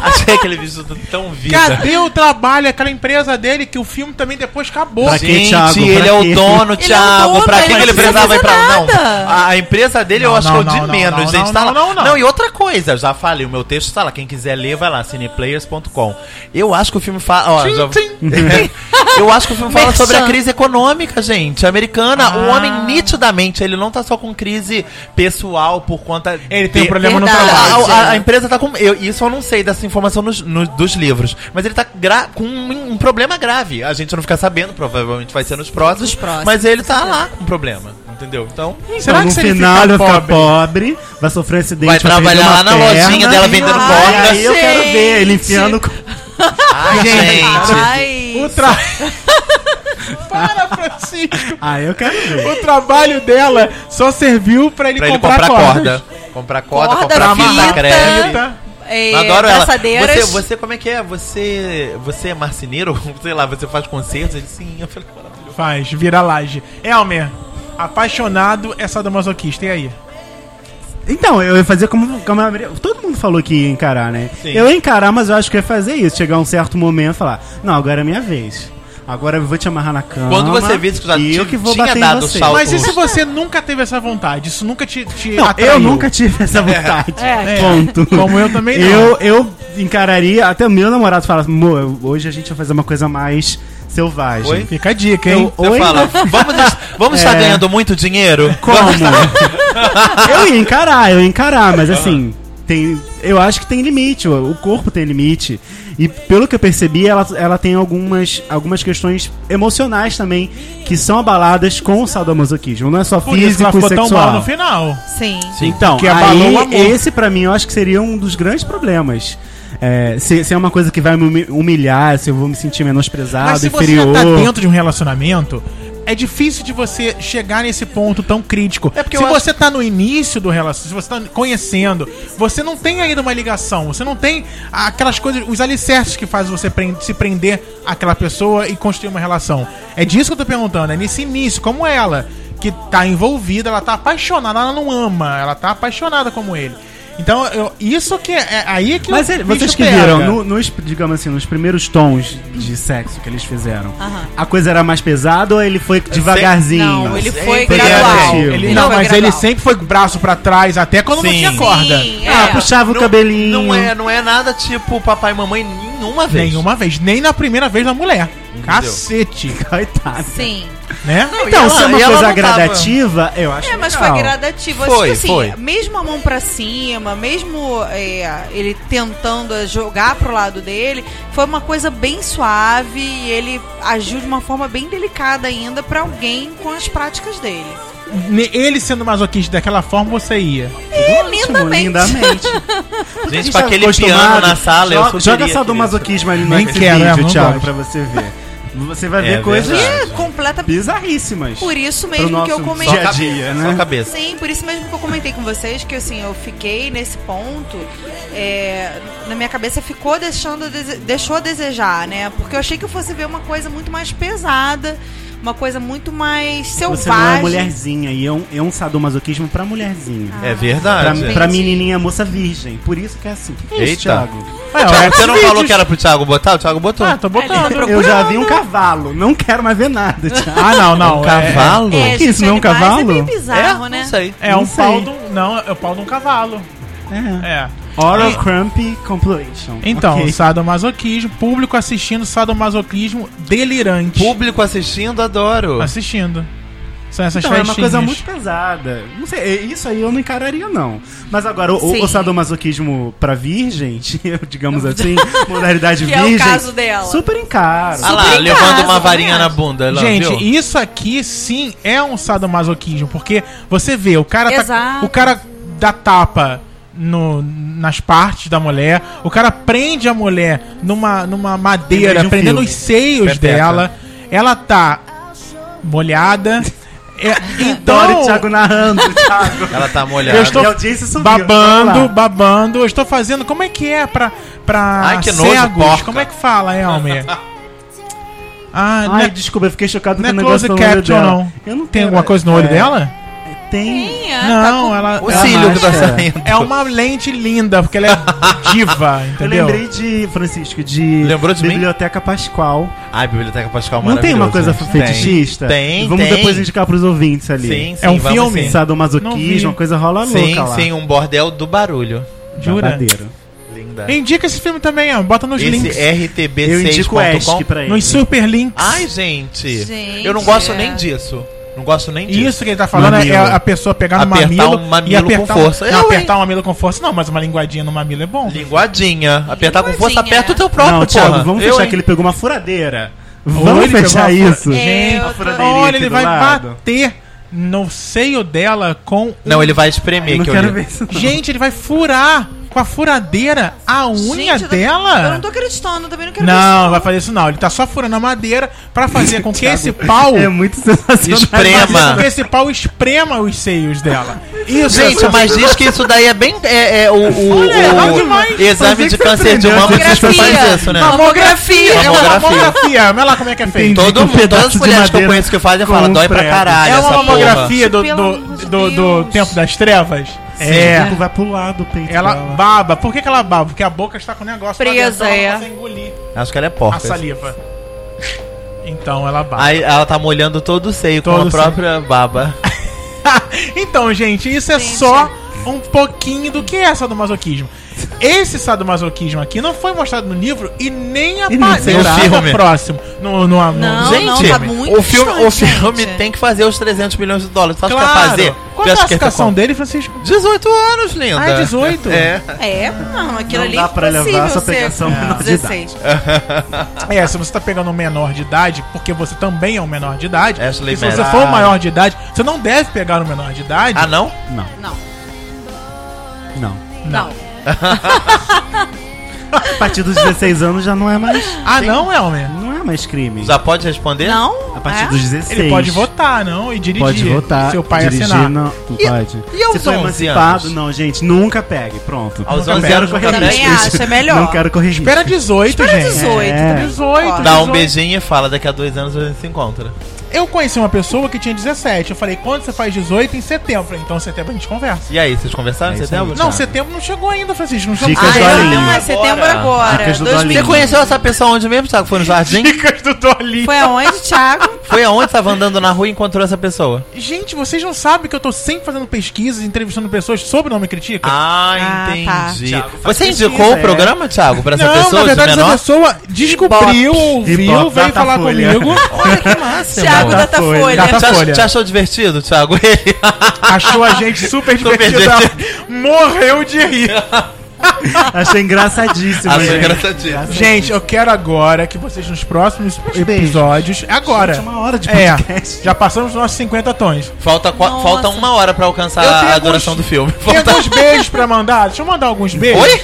Speaker 2: Achei aquele vestido tão vida.
Speaker 1: Cadê o trabalho, aquela empresa dele que o filme também depois acabou?
Speaker 4: Pra quê?
Speaker 2: Gente,
Speaker 4: Thiago? Pra
Speaker 2: ele
Speaker 4: quê?
Speaker 2: é o dono,
Speaker 3: Ele é o
Speaker 2: Thiago.
Speaker 3: dono,
Speaker 2: pra que
Speaker 3: ele
Speaker 2: que
Speaker 3: não
Speaker 2: ele
Speaker 3: precisa
Speaker 2: precisava ir pra
Speaker 3: fazer
Speaker 2: lá? Não.
Speaker 3: nada.
Speaker 2: A, a empresa dele eu
Speaker 1: Não,
Speaker 2: acho que é o
Speaker 1: não,
Speaker 2: de
Speaker 1: não,
Speaker 2: menos,
Speaker 1: não,
Speaker 2: gente.
Speaker 1: não,
Speaker 2: tá lá.
Speaker 1: não, não, Não, não.
Speaker 2: e outra coisa, já falei, o meu texto tá lá. Quem quiser ler, vai lá, cineplayers.com. Eu acho que o filme fala. ó, já- Eu acho que o filme fala sobre a
Speaker 3: Merchan.
Speaker 2: crise econômica, gente, americana. O
Speaker 1: Ah.
Speaker 2: homem, nitidamente, ele não tá só com crise pessoal por conta.
Speaker 1: Ele tem um
Speaker 2: de-
Speaker 1: problema
Speaker 3: Verdade.
Speaker 1: no trabalho.
Speaker 2: a, a- a empresa tá com. eu- isso eu não sei dessa informação nos- no- dos livros. Mas ele tá gra- com um, um problema grave. A gente não fica sabendo, provavelmente vai ser nos próximos.
Speaker 3: Nos próximos,
Speaker 2: mas ele
Speaker 3: com
Speaker 2: tá
Speaker 3: certeza.
Speaker 2: lá com um problema. Entendeu? Então.
Speaker 1: Será
Speaker 4: no
Speaker 1: que se ele
Speaker 4: final ele
Speaker 1: ficar
Speaker 4: vai ficar
Speaker 1: pobre?
Speaker 4: pobre, vai sofrer acidente,
Speaker 2: Vai
Speaker 4: perder
Speaker 2: trabalhar
Speaker 4: uma
Speaker 2: lá na lojinha dela vendendo
Speaker 4: Ai,
Speaker 2: borda.
Speaker 4: Aí eu quero
Speaker 3: Gente.
Speaker 4: ver ele enfiando... com-
Speaker 2: Ai, gente.
Speaker 3: Ai,
Speaker 1: O tra... Para, Francisco.
Speaker 4: Aí Ah, eu quero ver.
Speaker 1: O trabalho dela só serviu pra ele,
Speaker 2: Pra ele
Speaker 1: comprar,
Speaker 2: comprar
Speaker 1: corda.
Speaker 2: corda. Comprar corda,
Speaker 3: Corda,
Speaker 2: comprar
Speaker 3: fita.
Speaker 2: fita crepe.
Speaker 1: Eita.
Speaker 3: é,
Speaker 2: Eu adoro ela.
Speaker 3: braçadeiras.
Speaker 2: Você, você, como é que é? Você, você é marceneiro? Sei lá, você faz concertos? Ele, sim. Eu falei, maravilhoso.
Speaker 1: Faz, vira laje. Elmer, apaixonado é sadomasoquista. E aí?
Speaker 4: Então, eu ia fazer como, como a Maria- todo mundo falou que ia encarar, né?
Speaker 2: Sim.
Speaker 4: Eu ia encarar, mas eu acho que eu ia fazer isso. Chegar um certo momento e falar, não, agora é minha vez. Agora eu vou te amarrar na cama.
Speaker 2: Quando você visse que já
Speaker 4: e eu
Speaker 2: ti-
Speaker 4: que vou
Speaker 2: tinha
Speaker 4: bater
Speaker 2: dado
Speaker 4: em você.
Speaker 2: salto.
Speaker 1: Mas e se você nunca teve essa vontade? Isso nunca te, te
Speaker 4: Não, eu
Speaker 1: atraiu?
Speaker 4: nunca tive essa vontade.
Speaker 3: É.
Speaker 4: Ponto.
Speaker 1: Como eu também não.
Speaker 4: Eu, eu encararia, até o meu namorado fala, amor, eu- hoje a gente vai fazer uma coisa mais selvagem.
Speaker 2: Oi?
Speaker 1: Fica a dica, hein?
Speaker 4: Eu,
Speaker 2: Você
Speaker 4: oi?
Speaker 2: fala, vamos, vamos estar
Speaker 4: É.
Speaker 2: ganhando muito dinheiro?
Speaker 4: Como? eu ia encarar, eu ia encarar, mas assim, tem, eu acho que tem limite, o, o corpo tem limite. E pelo que eu percebi, ela, ela tem algumas, algumas questões emocionais também que são abaladas com o sadomasoquismo. Não é só
Speaker 1: Por
Speaker 4: físico
Speaker 1: isso que ela
Speaker 4: e
Speaker 1: ficou
Speaker 4: sexual.
Speaker 1: tão mal no final.
Speaker 3: Sim.
Speaker 4: Então,
Speaker 1: Que abalou
Speaker 4: aí,
Speaker 1: o amor.
Speaker 4: esse pra mim eu acho que seria um dos grandes problemas. É, se, se é uma coisa que vai me humi- humilhar, se eu vou me sentir menosprezado,
Speaker 1: Mas se você
Speaker 4: inferior.
Speaker 1: já tá dentro de um relacionamento, é difícil de você chegar nesse ponto tão crítico.
Speaker 2: É porque
Speaker 1: se
Speaker 2: eu
Speaker 1: você tá no início do relacionamento, se você tá conhecendo, você não tem ainda uma ligação, você não tem aquelas coisas, os alicerces que fazem você pren- se prender àquela pessoa e construir uma relação. É disso que eu tô perguntando, é nesse início, como ela, que tá envolvida, ela tá apaixonada, ela não ama, ela tá apaixonada como ele. Então, eu- isso que é, é aí que
Speaker 4: Mas ele-
Speaker 1: o
Speaker 4: vocês
Speaker 1: bicho
Speaker 4: que
Speaker 1: pega.
Speaker 4: viram, no- nos, digamos assim, nos primeiros tons de sexo que eles fizeram,
Speaker 3: Aham.
Speaker 4: a coisa era mais pesada ou ele foi devagarzinho?
Speaker 3: Não, ele
Speaker 2: Sim,
Speaker 3: foi
Speaker 2: foi
Speaker 3: gradual.
Speaker 4: gradativo.
Speaker 1: Ele-
Speaker 4: Ele
Speaker 1: não,
Speaker 3: foi
Speaker 1: mas ele
Speaker 3: gradual.
Speaker 1: sempre foi braço pra trás, até quando não
Speaker 2: Sim.
Speaker 1: tinha corda.
Speaker 3: é Sim, é.
Speaker 4: Ah, puxava o cabelinho.
Speaker 2: Não é, não é nada tipo papai e mamãe nenhuma vez.
Speaker 1: Nenhuma vez, nem na primeira vez da mulher. Cacete,
Speaker 4: Coitado.
Speaker 3: Sim.
Speaker 1: né?
Speaker 2: Não, e
Speaker 4: Então,
Speaker 2: ela-
Speaker 4: se é uma
Speaker 2: e ela
Speaker 4: coisa
Speaker 2: não tava-
Speaker 4: gradativa, eu acho
Speaker 3: É, mas
Speaker 4: legal.
Speaker 3: foi gradativo. Acho
Speaker 2: Foi,
Speaker 3: que, assim,
Speaker 2: foi.
Speaker 3: mesmo a mão pra cima, mesmo é, ele tentando é, jogar pro lado dele, foi uma coisa bem suave e ele agiu de uma forma bem delicada ainda pra alguém com as práticas dele.
Speaker 1: Então, Ne- Ele sendo masoquista daquela forma, você ia.
Speaker 3: É,
Speaker 4: Ótimo,
Speaker 3: lindamente.
Speaker 4: lindamente.
Speaker 2: Gente,
Speaker 4: gente
Speaker 2: com
Speaker 4: tá
Speaker 2: aquele
Speaker 4: acostumado.
Speaker 2: piano na sala, eu
Speaker 4: joga,
Speaker 2: super
Speaker 4: joga
Speaker 2: iria
Speaker 4: essa do
Speaker 2: querer.
Speaker 4: masoquismo ali no
Speaker 1: Nem
Speaker 4: vídeo,
Speaker 1: quero, é, não
Speaker 4: Thiago,
Speaker 1: gosto.
Speaker 4: pra você ver. Você vai
Speaker 2: É
Speaker 4: ver coisas
Speaker 2: verdade.
Speaker 3: É completamente.
Speaker 4: bizarríssimas.
Speaker 3: Por isso
Speaker 4: Pro
Speaker 3: mesmo que eu
Speaker 4: nosso
Speaker 3: comentei.
Speaker 2: Só
Speaker 4: Dia a
Speaker 2: a
Speaker 4: dia,
Speaker 2: cabeça,
Speaker 4: né?
Speaker 2: só a cabeça.
Speaker 3: Sim, por isso mesmo que eu comentei com vocês que assim, eu fiquei nesse ponto, é, na minha cabeça ficou deixando, a dese- deixou a desejar, né? Porque eu achei que eu fosse ver uma coisa muito mais pesada, uma coisa muito mais selvagem.
Speaker 4: Você não é mulherzinha, e é um, é um sadomasoquismo pra mulherzinha.
Speaker 3: Ah,
Speaker 2: É
Speaker 4: Pra,
Speaker 2: verdade.
Speaker 3: Entendi.
Speaker 4: pra menininha moça virgem. Por isso que é assim. Que
Speaker 2: Eita.
Speaker 1: É,
Speaker 2: Thiago,
Speaker 1: o
Speaker 2: você não falou
Speaker 1: X-Videos.
Speaker 2: que era pro Thiago botar? O Thiago botou.
Speaker 1: Ah, tô
Speaker 3: É, Ele
Speaker 1: botando.
Speaker 3: procurou-
Speaker 4: Eu já vi um cavalo. Não quero mais ver nada, Thiago.
Speaker 1: Ah, não, não.
Speaker 2: um
Speaker 1: é-
Speaker 2: cavalo?
Speaker 3: É,
Speaker 4: Que isso, não é um
Speaker 3: animais
Speaker 4: cavalo?
Speaker 3: É meio bizarro,
Speaker 2: É?
Speaker 3: né?
Speaker 2: Não sei.
Speaker 1: É,
Speaker 4: Não
Speaker 1: um
Speaker 4: sei.
Speaker 1: pau de um. Não, é o pau de um cavalo. É.
Speaker 4: Oral
Speaker 1: E-
Speaker 4: Crumpy Compilation.
Speaker 1: Então,
Speaker 4: Ok.
Speaker 1: sadomasoquismo, público assistindo sadomasoquismo delirante.
Speaker 2: Público assistindo, adoro.
Speaker 1: Assistindo. São essas
Speaker 4: Então, é uma
Speaker 1: festinhas.
Speaker 4: coisa muito pesada. Não sei, é- isso aí eu não encararia, não. Mas agora, o- o,
Speaker 3: Sim.
Speaker 4: o sadomasoquismo pra virgem, digamos assim, modalidade
Speaker 3: Que é o
Speaker 4: virgem.
Speaker 3: caso dela.
Speaker 4: Super encaro.
Speaker 2: Ah lá,
Speaker 3: Super em
Speaker 2: levando
Speaker 3: casa,
Speaker 2: uma
Speaker 3: né?
Speaker 2: varinha na bunda. Lá,
Speaker 1: Gente,
Speaker 2: viu?
Speaker 1: isso aqui sim é um sadomasoquismo, porque você vê, o cara tá,
Speaker 3: Exato.
Speaker 1: o cara dá tapa no, nas partes da mulher, o cara prende a mulher numa, numa madeira,
Speaker 4: Prende um
Speaker 1: prendendo
Speaker 4: fio.
Speaker 1: os seios
Speaker 2: Pepeca.
Speaker 1: dela, ela tá molhada. É,
Speaker 4: Dora e
Speaker 1: então,
Speaker 4: Thiago narrando, Thiago.
Speaker 2: Ela tá molhada.
Speaker 1: eu estou
Speaker 4: E a audiência subiu,
Speaker 1: babando,
Speaker 4: vamos lá.
Speaker 1: babando, eu estou fazendo, como é que é pra, pra
Speaker 2: Ai, que nojo,
Speaker 1: cegos?
Speaker 2: porca.
Speaker 1: como é que fala, Elmer? Ah,
Speaker 4: Ai,
Speaker 1: né-
Speaker 4: desculpa, eu fiquei chocado
Speaker 1: não é
Speaker 4: com o
Speaker 1: close
Speaker 4: negócio do olho
Speaker 1: caption,
Speaker 4: dela.
Speaker 1: não.
Speaker 4: Eu não
Speaker 1: Tem
Speaker 4: quero-
Speaker 1: alguma coisa no olho
Speaker 4: é,
Speaker 1: dela?
Speaker 4: tem.
Speaker 3: Tem, é, tá
Speaker 1: Não,
Speaker 3: com-
Speaker 1: ela.
Speaker 2: O
Speaker 1: ela-
Speaker 2: cílio que tá
Speaker 4: máscara.
Speaker 2: saindo.
Speaker 1: É
Speaker 4: um
Speaker 1: uma lente linda, porque ela é diva,
Speaker 4: Eu
Speaker 1: entendeu?
Speaker 4: lembrei de, Francisco, de,
Speaker 2: Lembrou de mim?
Speaker 4: Biblioteca Pascoal.
Speaker 2: Ai, Biblioteca Pascal
Speaker 4: Não tem uma coisa
Speaker 2: maravilhoso, né?
Speaker 4: fetichista?
Speaker 2: Tem,
Speaker 4: Vamos
Speaker 2: tem.
Speaker 4: depois indicar pros ouvintes ali.
Speaker 2: Sim, sim,
Speaker 1: É um
Speaker 2: vamos
Speaker 1: filme?
Speaker 2: Sim,
Speaker 1: Não vi.
Speaker 4: Sadomasoquismo, uma coisa rola
Speaker 2: sim,
Speaker 4: Tá louca lá.
Speaker 2: sim, um bordel do barulho.
Speaker 1: Jura?
Speaker 4: Babadeiro.
Speaker 2: Linda.
Speaker 1: Indica esse filme também, ó. Bota nos links.
Speaker 2: Esse
Speaker 4: Eu indico o ESC
Speaker 2: RTB6.com.
Speaker 4: pra ele.
Speaker 1: Nos super links.
Speaker 2: Ai, gente,
Speaker 3: Gente,
Speaker 2: Eu não gosto
Speaker 3: é.
Speaker 2: nem disso. Não gosto nem disso.
Speaker 1: Isso que ele tá falando
Speaker 4: Mamilo.
Speaker 1: é a pessoa pegar no
Speaker 2: Apertar
Speaker 1: mamilo,
Speaker 2: um mamilo
Speaker 1: e apertar
Speaker 2: com força.
Speaker 1: Um,
Speaker 2: Eu,
Speaker 1: não, apertar um mamilo com força, não, mas uma linguadinha no mamilo é bom.
Speaker 2: Linguadinha. Apertar com força,
Speaker 3: Linguadinha.
Speaker 2: aperta o teu próprio,
Speaker 4: Não, Thiago,
Speaker 2: porra.
Speaker 4: vamos
Speaker 2: Eu,
Speaker 4: fechar
Speaker 2: hein?
Speaker 4: que ele pegou uma furadeira.
Speaker 1: Ou
Speaker 4: Vamos
Speaker 1: ele pegou
Speaker 4: fechar
Speaker 1: uma
Speaker 4: isso.
Speaker 1: fura-
Speaker 3: É, eu
Speaker 1: Gente,
Speaker 3: tô-
Speaker 1: olha, ele
Speaker 4: do
Speaker 1: vai
Speaker 4: lado.
Speaker 1: bater no seio dela com. um
Speaker 2: Não, ele vai espremer.
Speaker 4: Eu não
Speaker 2: que
Speaker 4: quero
Speaker 2: eu li.
Speaker 4: ver isso. não.
Speaker 1: Gente, ele vai furar com a furadeira a é unha
Speaker 3: Gente, eu tô-
Speaker 1: dela.
Speaker 3: Eu não tô acreditando, eu também não quero
Speaker 1: Não,
Speaker 3: ver
Speaker 1: vai fazer isso não. Ele tá só furando a madeira pra fazer com que esse pau.
Speaker 4: É muito sensacional.
Speaker 2: Esprema.
Speaker 1: fazer com que esse pau esprema os seios dela. Isso,
Speaker 2: Gente,
Speaker 1: é
Speaker 2: mas diz que isso daí é bem. É, é o, o-
Speaker 1: legal
Speaker 2: o
Speaker 1: demais.
Speaker 2: exame
Speaker 4: Mas é
Speaker 2: de
Speaker 4: que
Speaker 2: câncer de
Speaker 4: surpreendeu.
Speaker 2: mama diz que
Speaker 3: Mamografia.
Speaker 2: faz isso, né?
Speaker 3: Mamografia.
Speaker 1: É uma
Speaker 2: Mamografia.
Speaker 1: mamografia. Olha lá como é que é feito.
Speaker 4: Entendi,
Speaker 2: Todo
Speaker 4: com um
Speaker 2: mundo, todas as
Speaker 4: pedaço de
Speaker 2: mulheres que eu
Speaker 4: madeira
Speaker 2: conheço que fazem
Speaker 4: com
Speaker 2: falam,
Speaker 4: um
Speaker 2: dói pra
Speaker 4: prego."
Speaker 2: caralho.
Speaker 1: É uma
Speaker 2: essa
Speaker 1: mamografia do,
Speaker 3: Pelo
Speaker 1: do,
Speaker 3: amor de
Speaker 1: do, do
Speaker 3: Deus.
Speaker 1: tempo das trevas?
Speaker 4: É. vai pro lado, peito.
Speaker 1: Ela
Speaker 4: dela.
Speaker 1: baba. Por que, que ela baba? Porque a boca está com o negócio. lá
Speaker 3: Presa,
Speaker 1: dentro, ela
Speaker 3: é.
Speaker 1: não consegue engolir
Speaker 2: Porra. Acho que ela é
Speaker 1: a
Speaker 2: porca.
Speaker 1: saliva. Então ela baba.
Speaker 2: Aí ela tá molhando todo o seio
Speaker 1: Todo
Speaker 2: com
Speaker 1: o
Speaker 2: a
Speaker 1: seio.
Speaker 2: própria baba.
Speaker 1: então, gente, isso é
Speaker 3: Gente.
Speaker 1: só um pouquinho do que é sadomasoquismo. Esse sadomasoquismo aqui não foi mostrado no livro e nem
Speaker 4: E nem
Speaker 1: aparece
Speaker 2: será. No filme.
Speaker 1: próximo. No, no, no,
Speaker 3: Não,
Speaker 2: gente,
Speaker 3: tá muito
Speaker 2: o filme, o
Speaker 3: distante,
Speaker 2: filme
Speaker 3: gente.
Speaker 2: tem que fazer os 300 milhões de dólares. Tu acha que vai
Speaker 1: claro.
Speaker 2: tá fazer?
Speaker 1: Qual
Speaker 2: Tu
Speaker 1: a
Speaker 2: acha que
Speaker 1: classificação
Speaker 2: é
Speaker 1: dele, Francisco?
Speaker 2: 18 anos, linda.
Speaker 1: Ah, é 18?
Speaker 2: É.
Speaker 3: isso. É, não, aquilo
Speaker 4: Não
Speaker 3: ali
Speaker 4: dá
Speaker 3: é
Speaker 4: pra levar
Speaker 3: impossível
Speaker 4: essa
Speaker 3: ser
Speaker 4: pegação
Speaker 3: com
Speaker 4: menor de
Speaker 3: 16.
Speaker 1: É, se você tá pegando um menor de idade, porque você também é um menor de idade,
Speaker 2: Ashley
Speaker 1: e se você
Speaker 2: Madison.
Speaker 1: for um maior de idade, você não deve pegar um menor de idade.
Speaker 2: Ah, não?
Speaker 4: Não,
Speaker 3: Não,
Speaker 4: não.
Speaker 3: não.
Speaker 4: A partir dos 16 anos já não é mais.
Speaker 1: Ah, não, Elmer?
Speaker 4: Não é mais crime.
Speaker 2: Já pode responder?
Speaker 3: Não?
Speaker 4: A partir
Speaker 3: é?
Speaker 4: dos 16.
Speaker 1: Ele pode votar, não? E dirigir.
Speaker 4: Pode votar.
Speaker 1: Seu pai
Speaker 4: dirigir,
Speaker 1: assinar.
Speaker 4: Não, não pode.
Speaker 2: e aos
Speaker 4: Se for
Speaker 2: 11
Speaker 4: emancipado,
Speaker 2: anos?
Speaker 4: não, gente, nunca pegue. Pronto.
Speaker 2: Aos
Speaker 4: Não
Speaker 2: 11
Speaker 4: quero
Speaker 2: anos
Speaker 4: correr
Speaker 2: nunca
Speaker 4: risco.
Speaker 3: pegue. Também acho, é melhor.
Speaker 4: Não quero correr risco.
Speaker 1: Espera 18,
Speaker 3: Espera
Speaker 1: gente.
Speaker 3: 18,
Speaker 4: É.
Speaker 3: tá
Speaker 1: 18,
Speaker 2: Dá
Speaker 1: 18.
Speaker 2: um beijinho e fala, daqui a dois anos a gente se encontra.
Speaker 1: Eu conheci uma pessoa que tinha 17. Eu falei, quando você faz 18? Em setembro. Eu falei, Então, em setembro a gente conversa.
Speaker 2: E aí, vocês conversaram
Speaker 4: É
Speaker 2: em
Speaker 4: isso
Speaker 2: setembro?
Speaker 1: Não,
Speaker 4: aí. Thiago.
Speaker 1: setembro não chegou ainda, Francisco. Não chegou
Speaker 4: Dicas
Speaker 3: Ah,
Speaker 4: do
Speaker 3: é,
Speaker 4: Dolinho.
Speaker 3: não, é setembro agora.
Speaker 4: Dicas do
Speaker 3: 2000.
Speaker 2: Você
Speaker 4: Dolinho.
Speaker 2: conheceu essa pessoa onde mesmo, Thiago? Foi no jardim?
Speaker 1: Dicas do Dolinho.
Speaker 3: Foi aonde, Thiago?
Speaker 2: Foi aonde? Tava andando na rua e encontrou essa pessoa.
Speaker 1: Ah, Gente, vocês não sabem que eu tô sempre fazendo pesquisas, entrevistando pessoas sobre o Nome Critica?
Speaker 2: Ah,
Speaker 3: Ah,
Speaker 2: entendi.
Speaker 4: tá. Thiago, faz
Speaker 2: Você
Speaker 4: pesquisa,
Speaker 2: indicou o
Speaker 4: é.
Speaker 2: programa, Thiago, pra essa
Speaker 1: não,
Speaker 2: pessoa
Speaker 1: na verdade,
Speaker 2: de
Speaker 1: essa
Speaker 2: menor?
Speaker 1: pessoa descobriu, ouviu,
Speaker 4: Ibope,
Speaker 1: veio falar
Speaker 4: Datafolha.
Speaker 1: comigo. Olha que massa.
Speaker 3: Thiago
Speaker 1: mano.
Speaker 3: da
Speaker 1: Datafolha.
Speaker 3: Folha.
Speaker 2: Te ach-
Speaker 1: Folha.
Speaker 2: Te achou divertido, Thiago?
Speaker 1: Achou a gente super
Speaker 2: Super
Speaker 1: divertida. Morreu de rir.
Speaker 4: Achei engraçadíssimo.
Speaker 2: Achei
Speaker 4: gente.
Speaker 2: engraçadíssimo.
Speaker 1: Gente, eu quero agora que vocês nos próximos episódios. Agora.
Speaker 4: Gente, uma hora de
Speaker 1: é,
Speaker 4: podcast.
Speaker 1: já passamos os nossos 50 tons.
Speaker 2: Falta, qua-
Speaker 3: Nossa.
Speaker 2: falta uma hora pra alcançar
Speaker 1: Eu um tenho
Speaker 2: a duração
Speaker 1: alguns-
Speaker 2: do filme.
Speaker 1: Tem
Speaker 2: Falta...
Speaker 1: alguns beijos pra mandar? Deixa eu mandar alguns beijos.
Speaker 2: Oi?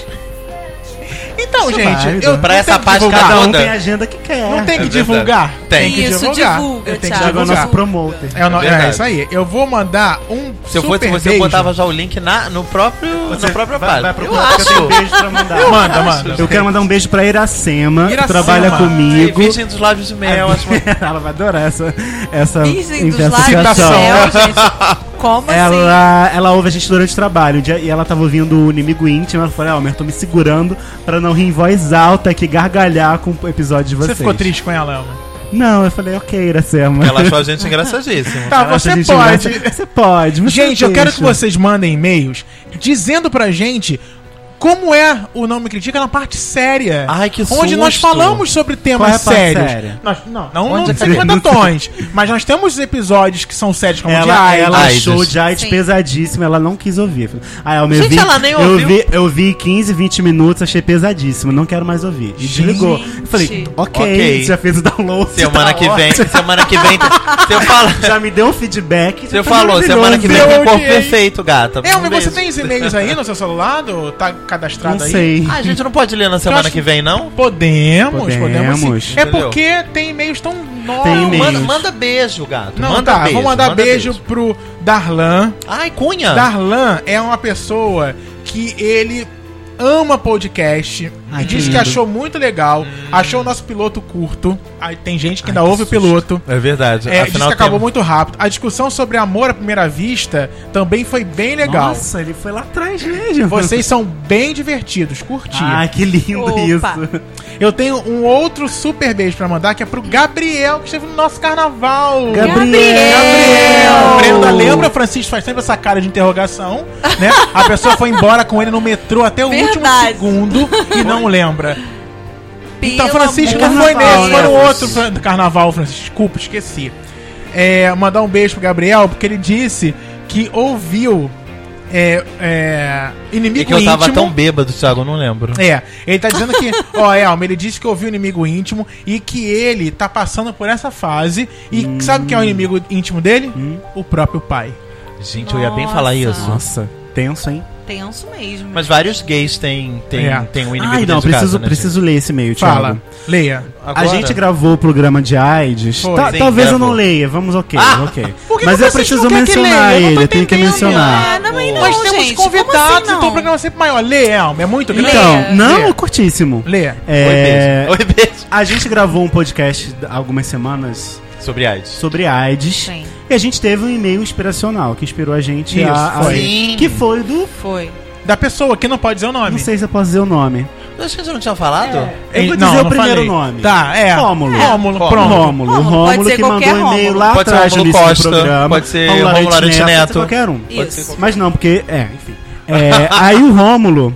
Speaker 1: Então,
Speaker 4: Isso é
Speaker 1: gente,
Speaker 4: válido.
Speaker 1: eu
Speaker 2: Pra
Speaker 1: não
Speaker 2: essa
Speaker 1: tenho que
Speaker 2: parte
Speaker 1: divulgar.
Speaker 2: cada
Speaker 4: Cada um
Speaker 2: Onda.
Speaker 4: tem a agenda que quer.
Speaker 1: Não tem que
Speaker 2: É verdade.
Speaker 1: divulgar.
Speaker 2: Tem.
Speaker 1: que
Speaker 3: Isso,
Speaker 1: divulgar.
Speaker 3: divulga,
Speaker 1: Eu tenho que
Speaker 3: Thiago.
Speaker 4: Thiago é o
Speaker 1: divulgar.
Speaker 4: nosso promoter.
Speaker 1: É, o no-
Speaker 2: É
Speaker 1: é
Speaker 2: verdade.
Speaker 1: isso aí. Eu vou mandar um
Speaker 2: Se eu fosse
Speaker 1: super
Speaker 2: você, eu
Speaker 1: beijo.
Speaker 2: botava já o link na, no próprio, na própria
Speaker 4: vai, vai
Speaker 2: página. eu
Speaker 4: procurar, porque eu tenho
Speaker 1: um
Speaker 2: acho.
Speaker 4: beijo pra mandar.
Speaker 1: Manda, manda.
Speaker 4: Eu quero mandar um beijo pra Iracema,
Speaker 1: Iracema.
Speaker 4: que trabalha
Speaker 2: E
Speaker 4: comigo.
Speaker 2: Virgem dos lábios
Speaker 1: É
Speaker 2: de mel, eu acho uma...
Speaker 4: Ela vai adorar essa, essa
Speaker 3: Virgem dos lábios do
Speaker 4: intensificação.
Speaker 3: céu, assim. gente. Como assim?
Speaker 4: Ela, ela ouve a gente durante o trabalho um dia- e ela tava ouvindo o inimigo íntimo. Ela falou: Elmer, tô me segurando pra não rir em voz alta aqui, gargalhar com o episódio de vocês.
Speaker 1: Você ficou triste com ela, Elma?
Speaker 4: Não, eu falei: Ok, Iracema.
Speaker 2: Ela achou a gente engraçadíssimo.
Speaker 1: Tá,
Speaker 4: Ela acha a
Speaker 1: você
Speaker 4: gente
Speaker 1: pode.
Speaker 4: engraçada. Você pode. você
Speaker 1: Gente, eu quero que
Speaker 4: deixa.
Speaker 1: vocês mandem e-mails dizendo pra gente como é o Não Me Critica na parte séria.
Speaker 2: Ai, que
Speaker 1: Onde nós
Speaker 2: susto.
Speaker 1: falamos sobre
Speaker 4: Qual é
Speaker 1: temas
Speaker 4: a parte
Speaker 1: sérios.
Speaker 4: séria?
Speaker 1: Nós- não, não
Speaker 2: Onde
Speaker 1: no
Speaker 2: é que-
Speaker 1: 50 tons, mas nós temos episódios que são sérios como o de
Speaker 4: Ela,
Speaker 1: AIDS.
Speaker 4: ela
Speaker 2: AIDS.
Speaker 4: achou de AIDS
Speaker 3: Sim.
Speaker 4: pesadíssimo, ela não quis ouvir. Ah, Elmer,
Speaker 2: Gente,
Speaker 4: eu vi,
Speaker 2: ela nem
Speaker 4: eu
Speaker 2: ouviu.
Speaker 4: vi, eu vi 15, 20 minutos, achei pesadíssimo, não quero mais ouvir. E desligou. Eu falei, ok,
Speaker 2: Ok.
Speaker 4: você já fez o download.
Speaker 2: Semana
Speaker 4: tá
Speaker 2: que vem,
Speaker 4: ótimo.
Speaker 2: semana que vem, você fala,
Speaker 4: Já me deu um feedback.
Speaker 2: você
Speaker 4: tá um-
Speaker 2: falou, semana que vem
Speaker 1: Eu
Speaker 2: tem corpo
Speaker 1: odiei.
Speaker 2: perfeito, gata.
Speaker 1: É,
Speaker 2: Um
Speaker 1: mas você
Speaker 2: beijo.
Speaker 1: tem os e-mails aí no seu celular? do- tá
Speaker 4: Não
Speaker 1: cadastrado aí?
Speaker 4: sei.
Speaker 2: Ah, a gente não pode ler na semana
Speaker 1: acho-
Speaker 2: que vem, não?
Speaker 1: Podemos, podemos.
Speaker 4: Podemos,
Speaker 1: sim. É
Speaker 2: entendeu?
Speaker 1: porque tem e-mails tão novos.
Speaker 4: Tem e-mail.
Speaker 2: Manda,
Speaker 4: Menos.
Speaker 2: manda beijo, gato.
Speaker 1: Não,
Speaker 2: manda
Speaker 1: tá,
Speaker 2: beijo.
Speaker 1: vou mandar
Speaker 2: manda
Speaker 1: beijo, pro Darlan.
Speaker 2: Ai,
Speaker 1: Ah.
Speaker 2: Cunha.
Speaker 1: Darlan é uma pessoa que ele ama podcast, e
Speaker 5: que
Speaker 1: disse que
Speaker 5: lindo.
Speaker 1: achou muito legal, achou o nosso piloto curto. Aí Hum. tem gente que ainda ouve o piloto.
Speaker 2: É verdade.
Speaker 1: É, disse que acabou
Speaker 2: temos-
Speaker 1: muito rápido. A discussão sobre amor à primeira vista também foi bem
Speaker 2: é
Speaker 1: legal.
Speaker 4: Nossa, ele foi lá atrás mesmo.
Speaker 1: Vocês são bem divertidos, curti.
Speaker 4: Ah, que lindo
Speaker 3: Opa.
Speaker 4: isso.
Speaker 1: Eu tenho um outro super beijo pra mandar, que é pro Gabriel, que esteve no nosso carnaval.
Speaker 3: Gabriel!
Speaker 1: É. Brenda lembra, Francisco faz sempre essa cara de interrogação, né? A pessoa foi embora com ele no metrô até o
Speaker 3: Verdade.
Speaker 1: último segundo e não lembra. Então,
Speaker 3: assim? Pelo
Speaker 1: Francisco, não
Speaker 3: amor
Speaker 1: foi
Speaker 3: de
Speaker 1: nesse, foi no
Speaker 3: Deus.
Speaker 1: outro Fran- do carnaval, Francisco. Desculpa, esqueci. É, mandar um beijo pro Gabriel, porque ele disse que ouviu é, é, Inimigo
Speaker 2: É que eu tava
Speaker 1: Íntimo.
Speaker 2: tão bêbado, Thiago, eu não lembro.
Speaker 1: É, ele tá dizendo que, ó, Elma, ele disse que ouviu o inimigo íntimo e que ele tá passando por essa fase. E
Speaker 4: Hum.
Speaker 1: sabe quem é o inimigo íntimo dele? O próprio pai.
Speaker 2: Gente, eu ia bem
Speaker 3: Nossa.
Speaker 2: falar isso.
Speaker 4: Nossa, tenso, hein?
Speaker 3: Tenso mesmo.
Speaker 2: Mas vários gays têm tem,
Speaker 1: É.
Speaker 2: tem um inimigo
Speaker 4: Ai, não,
Speaker 2: dentro de casa,
Speaker 4: preciso,
Speaker 2: né,
Speaker 4: preciso ler esse e-mail, Thiago.
Speaker 1: Fala, leia.
Speaker 2: gente?
Speaker 4: A
Speaker 2: Agora?
Speaker 4: gente gravou o programa de AIDS.
Speaker 1: Foi, Ah,
Speaker 4: Ta-
Speaker 2: sim,
Speaker 4: talvez eu
Speaker 2: gravou.
Speaker 4: não leia, vamos ok, ok.
Speaker 1: por que
Speaker 4: Mas
Speaker 1: que
Speaker 4: eu
Speaker 1: vocês
Speaker 4: preciso
Speaker 1: não querem que
Speaker 4: mencionar
Speaker 1: leia? Eu não
Speaker 4: ele,
Speaker 1: tô
Speaker 4: eu tenho que
Speaker 1: entendendo.
Speaker 4: mencionar.
Speaker 3: Ah, não, não,
Speaker 1: Mas temos
Speaker 3: gente, como assim
Speaker 1: convidados,
Speaker 3: não?
Speaker 1: então o programa é sempre maior. Lê, Elma, é muito grande.
Speaker 4: Então, não,
Speaker 1: Lê.
Speaker 4: curtíssimo.
Speaker 1: Lê.
Speaker 2: Oi,
Speaker 4: É,
Speaker 2: beijo. Oi, beijo.
Speaker 4: a gente gravou um podcast há algumas semanas
Speaker 2: Sobre AIDS.
Speaker 4: sobre AIDS.
Speaker 3: Sim,
Speaker 4: E a gente teve um e-mail inspiracional que inspirou a gente
Speaker 1: Isso,
Speaker 4: a, a-
Speaker 1: foi.
Speaker 2: Sim.
Speaker 4: Que foi do.
Speaker 3: foi.
Speaker 1: Da pessoa que não pode dizer o nome.
Speaker 4: Não sei se eu posso dizer o nome.
Speaker 2: Acho que a gente não tinha falado?
Speaker 4: Eu
Speaker 1: Ei,
Speaker 4: vou
Speaker 1: não,
Speaker 4: dizer o
Speaker 1: não
Speaker 4: primeiro
Speaker 1: falei.
Speaker 4: nome.
Speaker 1: Tá, é.
Speaker 4: Rômulo.
Speaker 1: Rômulo,
Speaker 2: É.
Speaker 1: pronto.
Speaker 4: Rômulo. O
Speaker 3: Rômulo, pode
Speaker 4: Rômulo
Speaker 3: ser
Speaker 4: que mandou
Speaker 3: qualquer
Speaker 4: um e-mail
Speaker 3: Rômulo.
Speaker 4: lá
Speaker 2: Pode ser
Speaker 4: atrás no
Speaker 2: Rômulo
Speaker 4: início do
Speaker 2: Costa,
Speaker 4: programa.
Speaker 2: pode ser
Speaker 4: Rômulo
Speaker 2: Rômulo
Speaker 4: Arantes
Speaker 2: Arantes Neto.
Speaker 4: Qualquer um.
Speaker 2: Pode ser
Speaker 3: Isso.
Speaker 4: Mas não, porque. É, enfim. É, aí o Rômulo.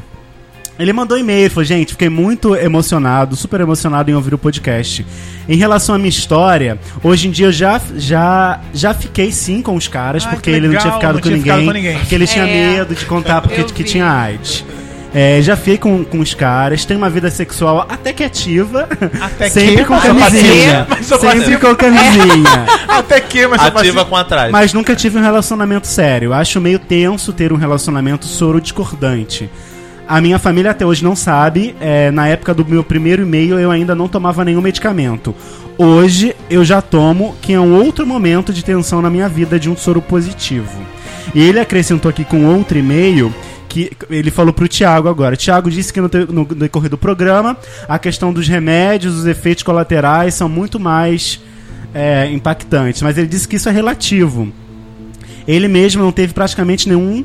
Speaker 4: Ele mandou e-mail, ele falou, gente, fiquei muito emocionado, super emocionado em ouvir o podcast. Em relação à minha história, hoje em dia eu já, já, já fiquei sim com os caras,
Speaker 1: Ai,
Speaker 4: porque
Speaker 1: que
Speaker 4: ele não tinha
Speaker 1: legal,
Speaker 4: ficado,
Speaker 1: não
Speaker 4: com,
Speaker 1: tinha
Speaker 4: ninguém,
Speaker 1: ficado com ninguém.
Speaker 4: Porque ele tinha
Speaker 3: É.
Speaker 4: medo de contar porque
Speaker 3: Eu
Speaker 4: que
Speaker 3: vi.
Speaker 4: tinha AIDS. É, já fiquei com, com os caras, tenho uma vida sexual até que ativa,
Speaker 1: Até
Speaker 4: sempre
Speaker 1: que,
Speaker 4: com
Speaker 1: mas eu passei,
Speaker 4: camisinha.
Speaker 1: mas eu
Speaker 4: Sempre
Speaker 1: passei.
Speaker 4: com camisinha.
Speaker 1: Até que, mas eu passei.
Speaker 2: Ativa com atrás.
Speaker 4: é Mas nunca tive um relacionamento sério. Acho meio tenso ter um relacionamento soro discordante. A minha família até hoje não sabe. é, na época do meu primeiro e-mail eu ainda não tomava nenhum medicamento. Hoje eu já tomo, que é um outro momento de tensão na minha vida de um soro positivo. E ele acrescentou aqui com outro e-mail que ele falou pro Thiago agora. Thiago disse que no, te- no decorrer do programa a questão dos remédios, os efeitos colaterais são muito mais é, impactantes, mas ele disse que isso é relativo. Ele mesmo não teve praticamente nenhum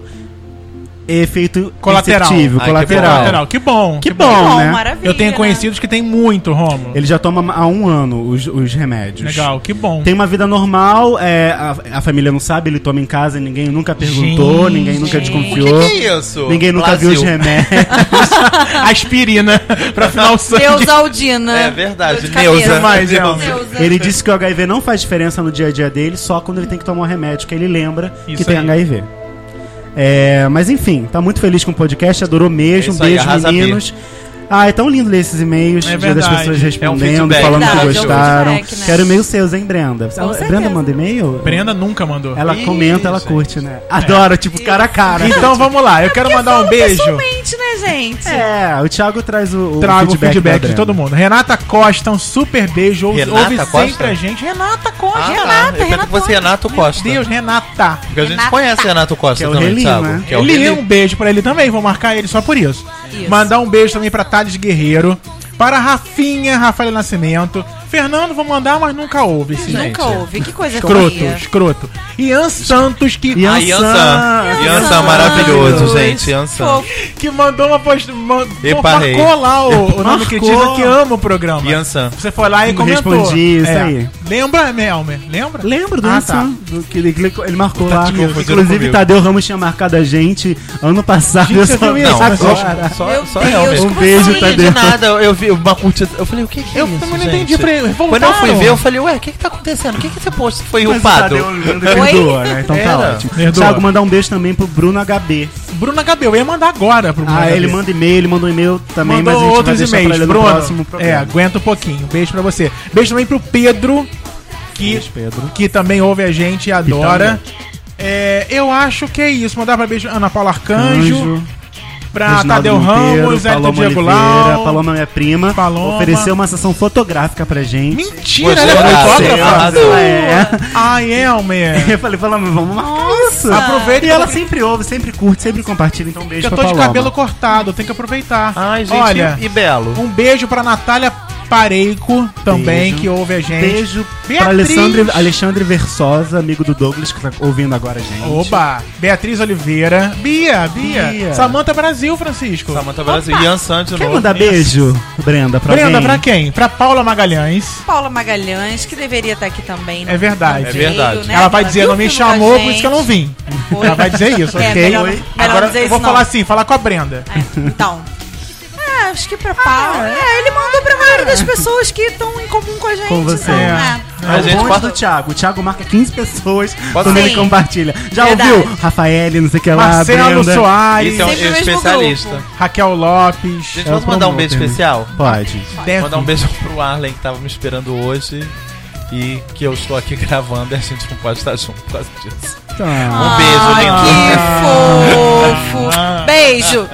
Speaker 4: efeito
Speaker 1: Colateral. Ah,
Speaker 4: perceptível,
Speaker 2: Ai, que
Speaker 4: colateral.
Speaker 1: Lateral, Que bom.
Speaker 4: Que bom,
Speaker 3: Bom,
Speaker 4: né?
Speaker 3: maravilha.
Speaker 1: Eu tenho
Speaker 3: né?
Speaker 1: conhecidos que tem muito, Rômulo.
Speaker 4: Ele já toma há um ano os, os remédios.
Speaker 1: Legal, que bom.
Speaker 4: Tem uma vida normal, é, a, a família não sabe, ele toma em casa, ninguém nunca perguntou,
Speaker 1: Gente.
Speaker 4: ninguém nunca
Speaker 2: O que,
Speaker 4: desconfiou.
Speaker 2: que é isso?
Speaker 4: Ninguém nunca viu os
Speaker 2: Brasil.
Speaker 4: remédios.
Speaker 1: Aspirina pra final sangue.
Speaker 3: Deusaldina.
Speaker 2: É verdade,
Speaker 3: Dor de cabeça.
Speaker 2: Neuza.
Speaker 1: Mais,
Speaker 2: Neuza.
Speaker 1: Elza.
Speaker 3: Neuza.
Speaker 4: ele disse que o HIV não faz diferença no dia a dia dele, só quando ele tem que tomar um remédio, que ele lembra
Speaker 1: Isso
Speaker 4: que tem
Speaker 1: aí.
Speaker 4: HIV. É, mas enfim, tá muito feliz com o podcast, adorou mesmo.
Speaker 2: É isso aí,
Speaker 4: beijo,
Speaker 2: arrasa,
Speaker 4: meninos. Ah, é tão lindo ler esses e-mails,
Speaker 1: É
Speaker 4: dia das
Speaker 1: verdade.
Speaker 4: pessoas
Speaker 1: É um
Speaker 4: respondendo,
Speaker 2: feedback.
Speaker 4: falando que
Speaker 3: Verdade, é um
Speaker 4: gostaram.
Speaker 3: feedback, né?
Speaker 4: Quero e-mails seus, hein, Brenda? Ah, Brenda
Speaker 3: certeza.
Speaker 4: manda e-mail?
Speaker 1: Brenda nunca mandou.
Speaker 4: Ela
Speaker 2: Ih,
Speaker 4: comenta, ela
Speaker 2: gente.
Speaker 4: curte, né? Adora, tipo, cara a cara.
Speaker 1: Então vamos lá, eu quero mandar um beijo.
Speaker 3: Pessoalmente, né, gente?
Speaker 4: É, o Thiago traz o, o
Speaker 1: Trago o
Speaker 4: da
Speaker 1: feedback de
Speaker 4: Brenda.
Speaker 1: todo mundo. Renata Costa, um super beijo. Ouve,
Speaker 2: Renata
Speaker 1: ouve
Speaker 2: Costa?
Speaker 1: sempre a gente. Renata Costa.
Speaker 2: Ah,
Speaker 1: Renata.
Speaker 2: tá. Eu pensei que fosse Renato Costa.
Speaker 1: Deus, Renata.
Speaker 2: Porque a gente
Speaker 3: Renata.
Speaker 2: conhece Renato Costa
Speaker 4: Que é o
Speaker 2: também,
Speaker 4: Relino,
Speaker 2: Thiago.
Speaker 4: né?
Speaker 2: Que é o
Speaker 1: Ele
Speaker 2: Relino.
Speaker 1: um beijo pra ele também, vou marcar ele só por isso.
Speaker 3: Isso.
Speaker 1: Mandar um beijo também pra Thales Guerreiro. Para Rafinha, Rafael Nascimento. Fernando, vou mandar, mas nunca ouve esse gente.
Speaker 3: Nunca ouvi. Que coisa
Speaker 1: Escroto,
Speaker 3: feia.
Speaker 1: escroto. Ian Santos, que,
Speaker 4: Ian
Speaker 2: Ah,
Speaker 4: Yansan.
Speaker 2: Yansan.
Speaker 3: Yansan,
Speaker 2: Yansan, é maravilhoso,
Speaker 3: dois.
Speaker 2: gente. Yansan.
Speaker 3: Fofo.
Speaker 1: que mandou uma post... man-
Speaker 2: Epa,
Speaker 1: Marcou
Speaker 2: rei.
Speaker 1: lá o, o nome que
Speaker 4: Marcou.
Speaker 1: diz que ama o programa.
Speaker 2: Yansan.
Speaker 1: Você foi lá e
Speaker 4: Eu
Speaker 1: comentou. É.
Speaker 4: respondi, é isso aí.
Speaker 1: Lembra, Melmer? Lembra?
Speaker 4: Lembro do
Speaker 1: Ah,
Speaker 4: Yansan, tá. do que ele, ele- ele marcou
Speaker 2: Tá
Speaker 4: lá.
Speaker 2: te confundindo
Speaker 4: Inclusive,
Speaker 2: comigo.
Speaker 4: Tadeu Ramos tinha marcado a gente ano passado.
Speaker 1: Gente,
Speaker 4: eu
Speaker 1: você
Speaker 4: só
Speaker 1: viu
Speaker 4: vi
Speaker 1: isso?
Speaker 2: Não,
Speaker 4: agora.
Speaker 2: só,
Speaker 3: Meu
Speaker 2: só, só
Speaker 3: Deus,
Speaker 2: eu mesmo.
Speaker 4: Um beijo,
Speaker 3: assim?
Speaker 1: tá
Speaker 2: Não entendi
Speaker 4: Tadeu.
Speaker 2: nada, eu eu vi uma curtida. Eu falei, o que, que é
Speaker 1: Eu
Speaker 2: isso?
Speaker 1: também não
Speaker 2: gente?
Speaker 1: entendi, falei,
Speaker 2: Quando eu
Speaker 1: voltaram.
Speaker 2: fui ver, eu falei, ué, o que que tá acontecendo? O que que esse post foi
Speaker 4: Mas o
Speaker 2: upado?
Speaker 1: é um
Speaker 4: Tadeu lindo, perdoa, né? Então tá
Speaker 2: Era.
Speaker 4: ótimo.
Speaker 1: Perdoa.
Speaker 4: Thiago, mandar um beijo também pro Bruno HB.
Speaker 1: Bruna Gabriel, eu ia mandar agora pro Bruna
Speaker 4: Ah,
Speaker 1: Gabriel.
Speaker 4: ele manda e-mail, ele mandou e-mail também,
Speaker 1: Mandou
Speaker 4: mas a gente vai
Speaker 1: outros
Speaker 4: deixar pra
Speaker 1: e-mails,
Speaker 4: ele no
Speaker 1: Bruno.
Speaker 4: próximo
Speaker 1: é,
Speaker 4: programa.
Speaker 1: aguenta um pouquinho. Beijo pra você. Beijo também pro Pedro, que,
Speaker 4: Beijo, Pedro.
Speaker 1: que também ouve a gente e adora. É, eu acho que é isso. Mandar pra beijo Ana Paula Arcanjo.
Speaker 4: Anjo.
Speaker 1: pra
Speaker 4: Reginaldo
Speaker 1: Tadeu
Speaker 4: Monteiro,
Speaker 1: Ramos, Hélio
Speaker 4: Paloma
Speaker 1: Diego
Speaker 4: Oliveira,
Speaker 1: Lau.
Speaker 4: Paloma minha prima,
Speaker 1: Paloma.
Speaker 4: ofereceu uma sessão fotográfica pra gente.
Speaker 1: Mentira,
Speaker 2: Você
Speaker 1: ela é
Speaker 2: era
Speaker 1: fotógrafa.
Speaker 2: arrasou.
Speaker 4: Ela é.
Speaker 1: Ai, Elmer.
Speaker 4: Eu falei, Paloma, vamos marcar isso.
Speaker 1: Aproveita
Speaker 4: E
Speaker 1: que
Speaker 4: ela
Speaker 1: eu-
Speaker 4: sempre ouve, sempre curte, sempre compartilha, então um
Speaker 1: que
Speaker 4: beijo
Speaker 1: eu
Speaker 4: pra
Speaker 1: tô de
Speaker 4: Paloma.
Speaker 1: cabelo cortado, eu tenho que aproveitar.
Speaker 2: Ai, gente,
Speaker 1: Olha,
Speaker 2: e, e Belo?
Speaker 1: um beijo pra Natália Pareico também,
Speaker 4: Beijo.
Speaker 1: que ouve a gente.
Speaker 4: Beijo
Speaker 1: Beatriz.
Speaker 4: pra Alexandre, Alexandre Versosa, amigo do Douglas, que tá ouvindo agora a gente.
Speaker 1: Oba! Beatriz Oliveira. Bia, Bia.
Speaker 4: Bia.
Speaker 1: Samanta Brasil, Francisco.
Speaker 2: Samanta Brasil, tá assim, Ian Santos.
Speaker 4: Quer
Speaker 2: novo.
Speaker 4: mandar beijo, Brenda, pra
Speaker 1: Brenda,
Speaker 4: alguém?
Speaker 1: pra quem? Pra Paula Magalhães.
Speaker 3: Paula Magalhães, que deveria estar aqui também. né?
Speaker 1: É verdade.
Speaker 2: É verdade.
Speaker 1: Ela vai dizer, não me chamou, por isso que eu não
Speaker 3: vi.
Speaker 1: vim.
Speaker 3: Foi.
Speaker 1: Ela vai dizer isso,
Speaker 3: É,
Speaker 1: ok?
Speaker 3: melhor- melhor
Speaker 1: Agora
Speaker 3: dizer
Speaker 1: eu vou
Speaker 3: isso não.
Speaker 1: falar assim, falar com a Brenda.
Speaker 3: É, então. É, acho que pra Paula. é, ele mandou pra maioria das pessoas que estão em comum com a gente.
Speaker 4: Com você.
Speaker 3: Então,
Speaker 4: É
Speaker 3: é.
Speaker 2: A
Speaker 4: o
Speaker 2: gente
Speaker 4: bonde
Speaker 2: passa-
Speaker 4: do Thiago. O Thiago marca 15 pessoas
Speaker 2: Pode
Speaker 4: quando
Speaker 2: ser.
Speaker 4: ele
Speaker 3: Sim.
Speaker 4: compartilha. Já
Speaker 3: Verdade.
Speaker 4: ouviu? Rafael, não sei o que lá,
Speaker 1: Marcelo
Speaker 4: Brenda.
Speaker 1: Soares,
Speaker 2: Isso é um
Speaker 3: Sempre o mesmo
Speaker 2: especialista.
Speaker 3: grupo.
Speaker 1: Raquel Lopes. É
Speaker 2: Gente, posso mandar um beijo especial?
Speaker 4: Pode.
Speaker 1: Def-
Speaker 2: Mandar um beijo pro Arlen, que tava me esperando hoje. E que eu estou aqui gravando e a gente não pode estar junto por causa disso.
Speaker 4: Tá.
Speaker 2: Um beijo,
Speaker 3: Ai,
Speaker 2: lindo.
Speaker 3: que fofo.
Speaker 1: Ah.
Speaker 3: Beijo.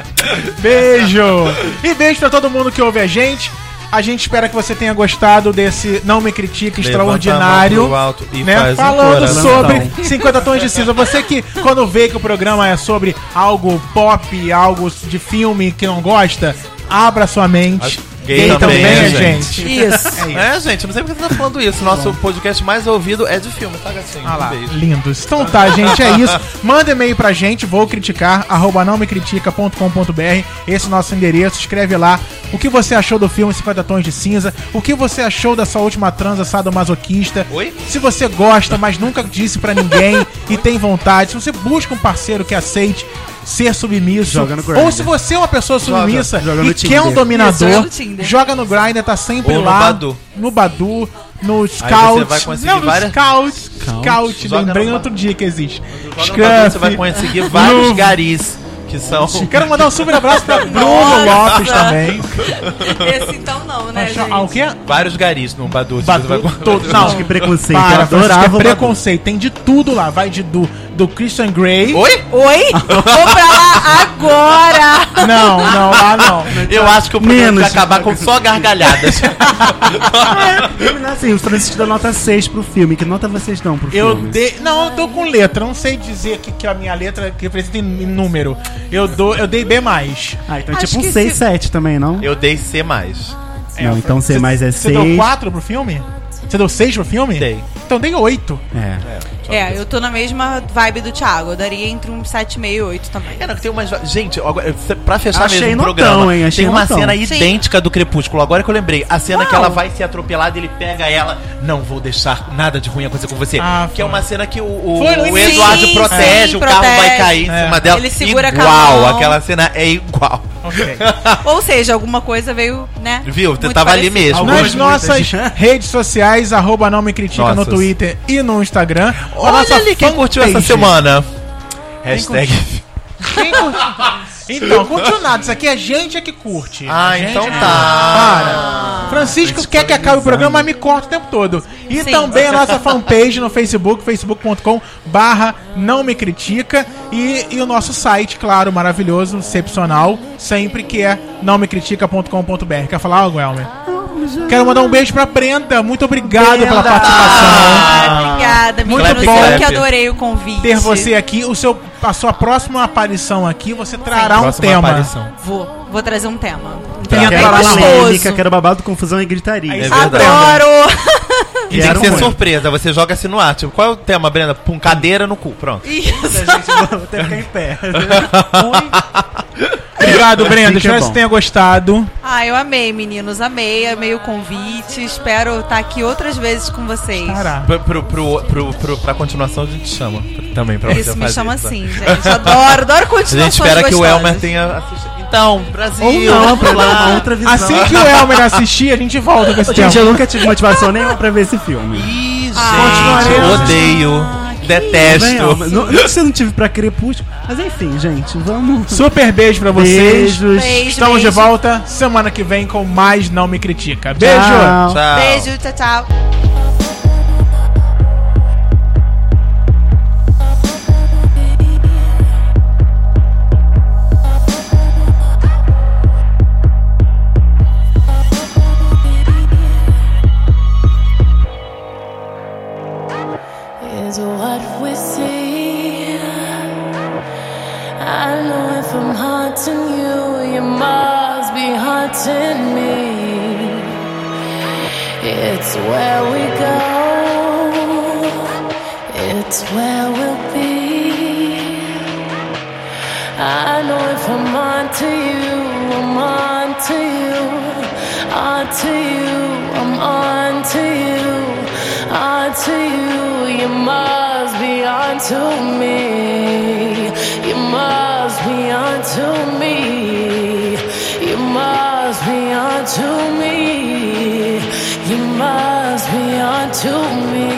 Speaker 1: Beijo! E beijo pra todo mundo que ouve a gente. A gente espera que você tenha gostado desse Não Me Critique
Speaker 2: Levanta a
Speaker 1: extraordinário.
Speaker 2: mão pro alto e
Speaker 1: né?
Speaker 2: faz um
Speaker 1: Falando
Speaker 2: coração.
Speaker 1: sobre 50 tons de cinza. Você que quando vê que o programa é sobre algo pop, algo de filme que não gosta, abra sua mente.
Speaker 2: Acho gay
Speaker 1: Gay também,
Speaker 2: também, né,
Speaker 1: a
Speaker 2: gente.
Speaker 1: gente.
Speaker 3: Isso.
Speaker 1: É isso.
Speaker 2: É, gente, eu não sei porque você tá falando isso. Nosso podcast mais ouvido é de filme, tá, gatinho?
Speaker 1: Ah lá,
Speaker 2: Um beijo.
Speaker 1: lindos. Então tá, gente, é isso. Manda e-mail pra gente, vou criticar, arroba não me critica.com.br, esse é o nosso endereço, escreve lá o que você achou do filme 50 Tons de Cinza, o que você achou dessa última transa sadomasoquista,
Speaker 2: Oi?
Speaker 1: se você gosta, mas nunca disse pra ninguém e tem vontade, se você busca um parceiro que aceite ser submisso,
Speaker 4: Joga no Grindr.
Speaker 1: ou se você é uma pessoa submissa
Speaker 4: joga no
Speaker 1: e quer um
Speaker 4: Tinder.
Speaker 1: dominador,
Speaker 3: Isso, joga no Tinder.
Speaker 1: joga no Grindr, tá sempre
Speaker 2: Ou no
Speaker 1: lá,
Speaker 2: Badu.
Speaker 1: no Badu, no
Speaker 2: você vai
Speaker 1: Scout,
Speaker 2: conseguir várias-
Speaker 1: Scout, Scout,
Speaker 2: Joga
Speaker 1: lembrei
Speaker 2: no-
Speaker 1: outro dia que existe.
Speaker 2: Joga no bagulho, Você vai
Speaker 1: Scruff.
Speaker 2: conseguir vários
Speaker 1: Luva.
Speaker 2: garis que são.
Speaker 1: Quero mandar um super abraço pra Bruno
Speaker 3: Nossa.
Speaker 1: Lopes também.
Speaker 3: Esse então não, né, gente?
Speaker 1: Ah, o quê?
Speaker 2: Vários garis no Badu. se
Speaker 1: Badu,
Speaker 2: é você vai-
Speaker 1: todo- não.
Speaker 4: Que preconceito.
Speaker 1: Para,
Speaker 4: eu adorava
Speaker 1: Francisco, é
Speaker 4: o Badu.
Speaker 1: preconceito. Tem de tudo lá. Vai de, do, do Christian Grey.
Speaker 2: Oi?
Speaker 3: Oi? Vou pra lá agora.
Speaker 1: Não, não, lá não.
Speaker 2: Eu acho que o programa
Speaker 4: Menos.
Speaker 2: vai acabar com só gargalhadas.
Speaker 4: Terminar assim, o Francisco dá nota 6 pro filme. Que nota vocês dão pro
Speaker 1: Eu
Speaker 4: filme?
Speaker 1: dei. Não, eu tô com letra. Não sei dizer que, que a minha letra que representa em número. Eu, dou, eu dei B.
Speaker 4: Ah, então é
Speaker 3: Acho
Speaker 4: tipo um
Speaker 3: que
Speaker 4: 6,
Speaker 3: se-
Speaker 4: 7 também, não?
Speaker 2: Eu dei C mais.
Speaker 4: Não, então C mais é
Speaker 1: Você
Speaker 4: 6.
Speaker 1: deu 4 pro filme? Você deu 6 pro filme?
Speaker 2: Dei.
Speaker 1: Então dei 8.
Speaker 4: É.
Speaker 3: É, eu tô na mesma vibe do Thiago. Eu daria entre um 7,5 e 8 também.
Speaker 2: Cara, tem umas. Gente, agora, pra fechar
Speaker 4: Achei
Speaker 2: mesmo o
Speaker 4: notão,
Speaker 2: programa,
Speaker 4: hein? Achei
Speaker 2: tem uma
Speaker 4: notão.
Speaker 2: cena
Speaker 3: Sim.
Speaker 2: idêntica do Crepúsculo. Agora que eu lembrei, a cena que
Speaker 3: Uau.
Speaker 2: ela vai ser atropelada, ele pega ela. Não vou deixar nada de ruim acontecer com você.
Speaker 1: Ah,
Speaker 2: que é
Speaker 1: foi.
Speaker 2: uma cena que o, o,
Speaker 1: Foi no
Speaker 2: o
Speaker 1: início.
Speaker 2: Eduardo
Speaker 3: Sim,
Speaker 2: protege,
Speaker 3: sim,
Speaker 2: o carro vai
Speaker 3: protege.
Speaker 2: cair
Speaker 1: É.
Speaker 2: em cima dela.
Speaker 3: Ele segura com a
Speaker 2: igual,
Speaker 3: mão.
Speaker 2: aquela cena é igual.
Speaker 1: Ok.
Speaker 3: Ou seja, alguma coisa veio, né?
Speaker 2: Viu? Você
Speaker 3: muito
Speaker 2: tava ali
Speaker 3: parecida.
Speaker 2: mesmo.
Speaker 1: Nas
Speaker 4: Algumas
Speaker 1: nossas
Speaker 4: muitas.
Speaker 1: redes sociais, arroba não me critica no
Speaker 2: Nossas.
Speaker 1: Twitter e no Instagram. A
Speaker 2: Olha
Speaker 1: nossa
Speaker 2: ali quem curtiu essa
Speaker 1: fanpage.
Speaker 2: semana. Hashtag.
Speaker 1: Quem curtiu? Então, curtiu nada. Isso aqui é gente é que curte.
Speaker 2: Ah,
Speaker 1: Gente
Speaker 2: então
Speaker 1: é que-
Speaker 2: tá.
Speaker 1: Para. Francisco quer que acabe o programa, mas me corta o tempo todo. E
Speaker 3: Sim.
Speaker 1: também a nossa fanpage no Facebook, facebook.com barra não me critica. E, e o nosso site, claro, maravilhoso, excepcional, sempre que é não me critica.com.br. Quer falar algo, Elmer? Quero mandar um beijo pra Brenda. Muito obrigado pela
Speaker 4: Brenda.
Speaker 1: participação.
Speaker 3: Ah, obrigada,
Speaker 1: Muito
Speaker 3: menino.
Speaker 1: bom.
Speaker 3: Eu que adorei o convite.
Speaker 1: ter você aqui. O seu, a sua próxima aparição aqui, você trará um
Speaker 2: Próxima
Speaker 1: tema.
Speaker 2: aparição.
Speaker 3: Vou, vou trazer um tema. Um
Speaker 1: Tá.
Speaker 3: tema
Speaker 1: Quero
Speaker 3: bem
Speaker 1: falar na
Speaker 3: gostoso.
Speaker 4: é
Speaker 3: Ah,
Speaker 4: polêmica, quero babado, confusão e gritaria.
Speaker 1: Aí
Speaker 2: É
Speaker 1: você
Speaker 2: verdade. E
Speaker 3: Adoro!
Speaker 2: tem que
Speaker 4: Vieram
Speaker 2: ser
Speaker 4: muito.
Speaker 2: surpresa, você joga assim no ar. Tipo, qual é o tema, Brenda? Pum, cadeira no cu. Pronto.
Speaker 3: Isso.
Speaker 4: Vou até ficar em pé.
Speaker 1: Obrigado, Brenda.
Speaker 4: Fica
Speaker 1: Espero que
Speaker 4: bom.
Speaker 1: você tenha gostado.
Speaker 3: Ah, eu amei, meninos. Amei, amei o convite. Espero estar aqui outras vezes com vocês.
Speaker 1: Caraca.
Speaker 2: Pro, pro, pro, pro, pro- pra continuação a gente chama. Também pra você
Speaker 3: Isso me
Speaker 2: fazer,
Speaker 3: chama
Speaker 2: tá?
Speaker 3: assim, gente. Adoro, adoro
Speaker 2: A
Speaker 3: continuações
Speaker 2: gente espera que o
Speaker 3: gostosas.
Speaker 2: Elmer tenha assistido. Então, Brasil.
Speaker 4: Ou não, pra
Speaker 2: lá.
Speaker 4: dar uma outra visão.
Speaker 1: Assim que o Elmer assistir, a gente volta com esse tema.
Speaker 4: Gente, eu nunca tive motivação nenhuma pra ver esse filme.
Speaker 2: Ih, gente,
Speaker 3: Ah,
Speaker 1: continuaremos.
Speaker 2: odeio.
Speaker 4: Bem,
Speaker 2: detesto.
Speaker 4: ó, não, não se eu não tive pra Crepúsculo. Mas enfim, gente, vamos.
Speaker 1: Super beijo pra vocês.
Speaker 4: Beijos.
Speaker 3: Beijo,
Speaker 1: Estamos de
Speaker 3: beijo.
Speaker 1: volta semana que vem com mais Não Me Critica. Beijo!
Speaker 4: Tchau.
Speaker 2: Tchau.
Speaker 3: Beijo, tchau, tchau.
Speaker 5: Baby, It's where we go. It's where we'll be. I know if I'm on to you, I'm on to you, on to you, I'm on to you, on to you. You must be on to me. You must be on to me. You must be on to me. You must be on to me.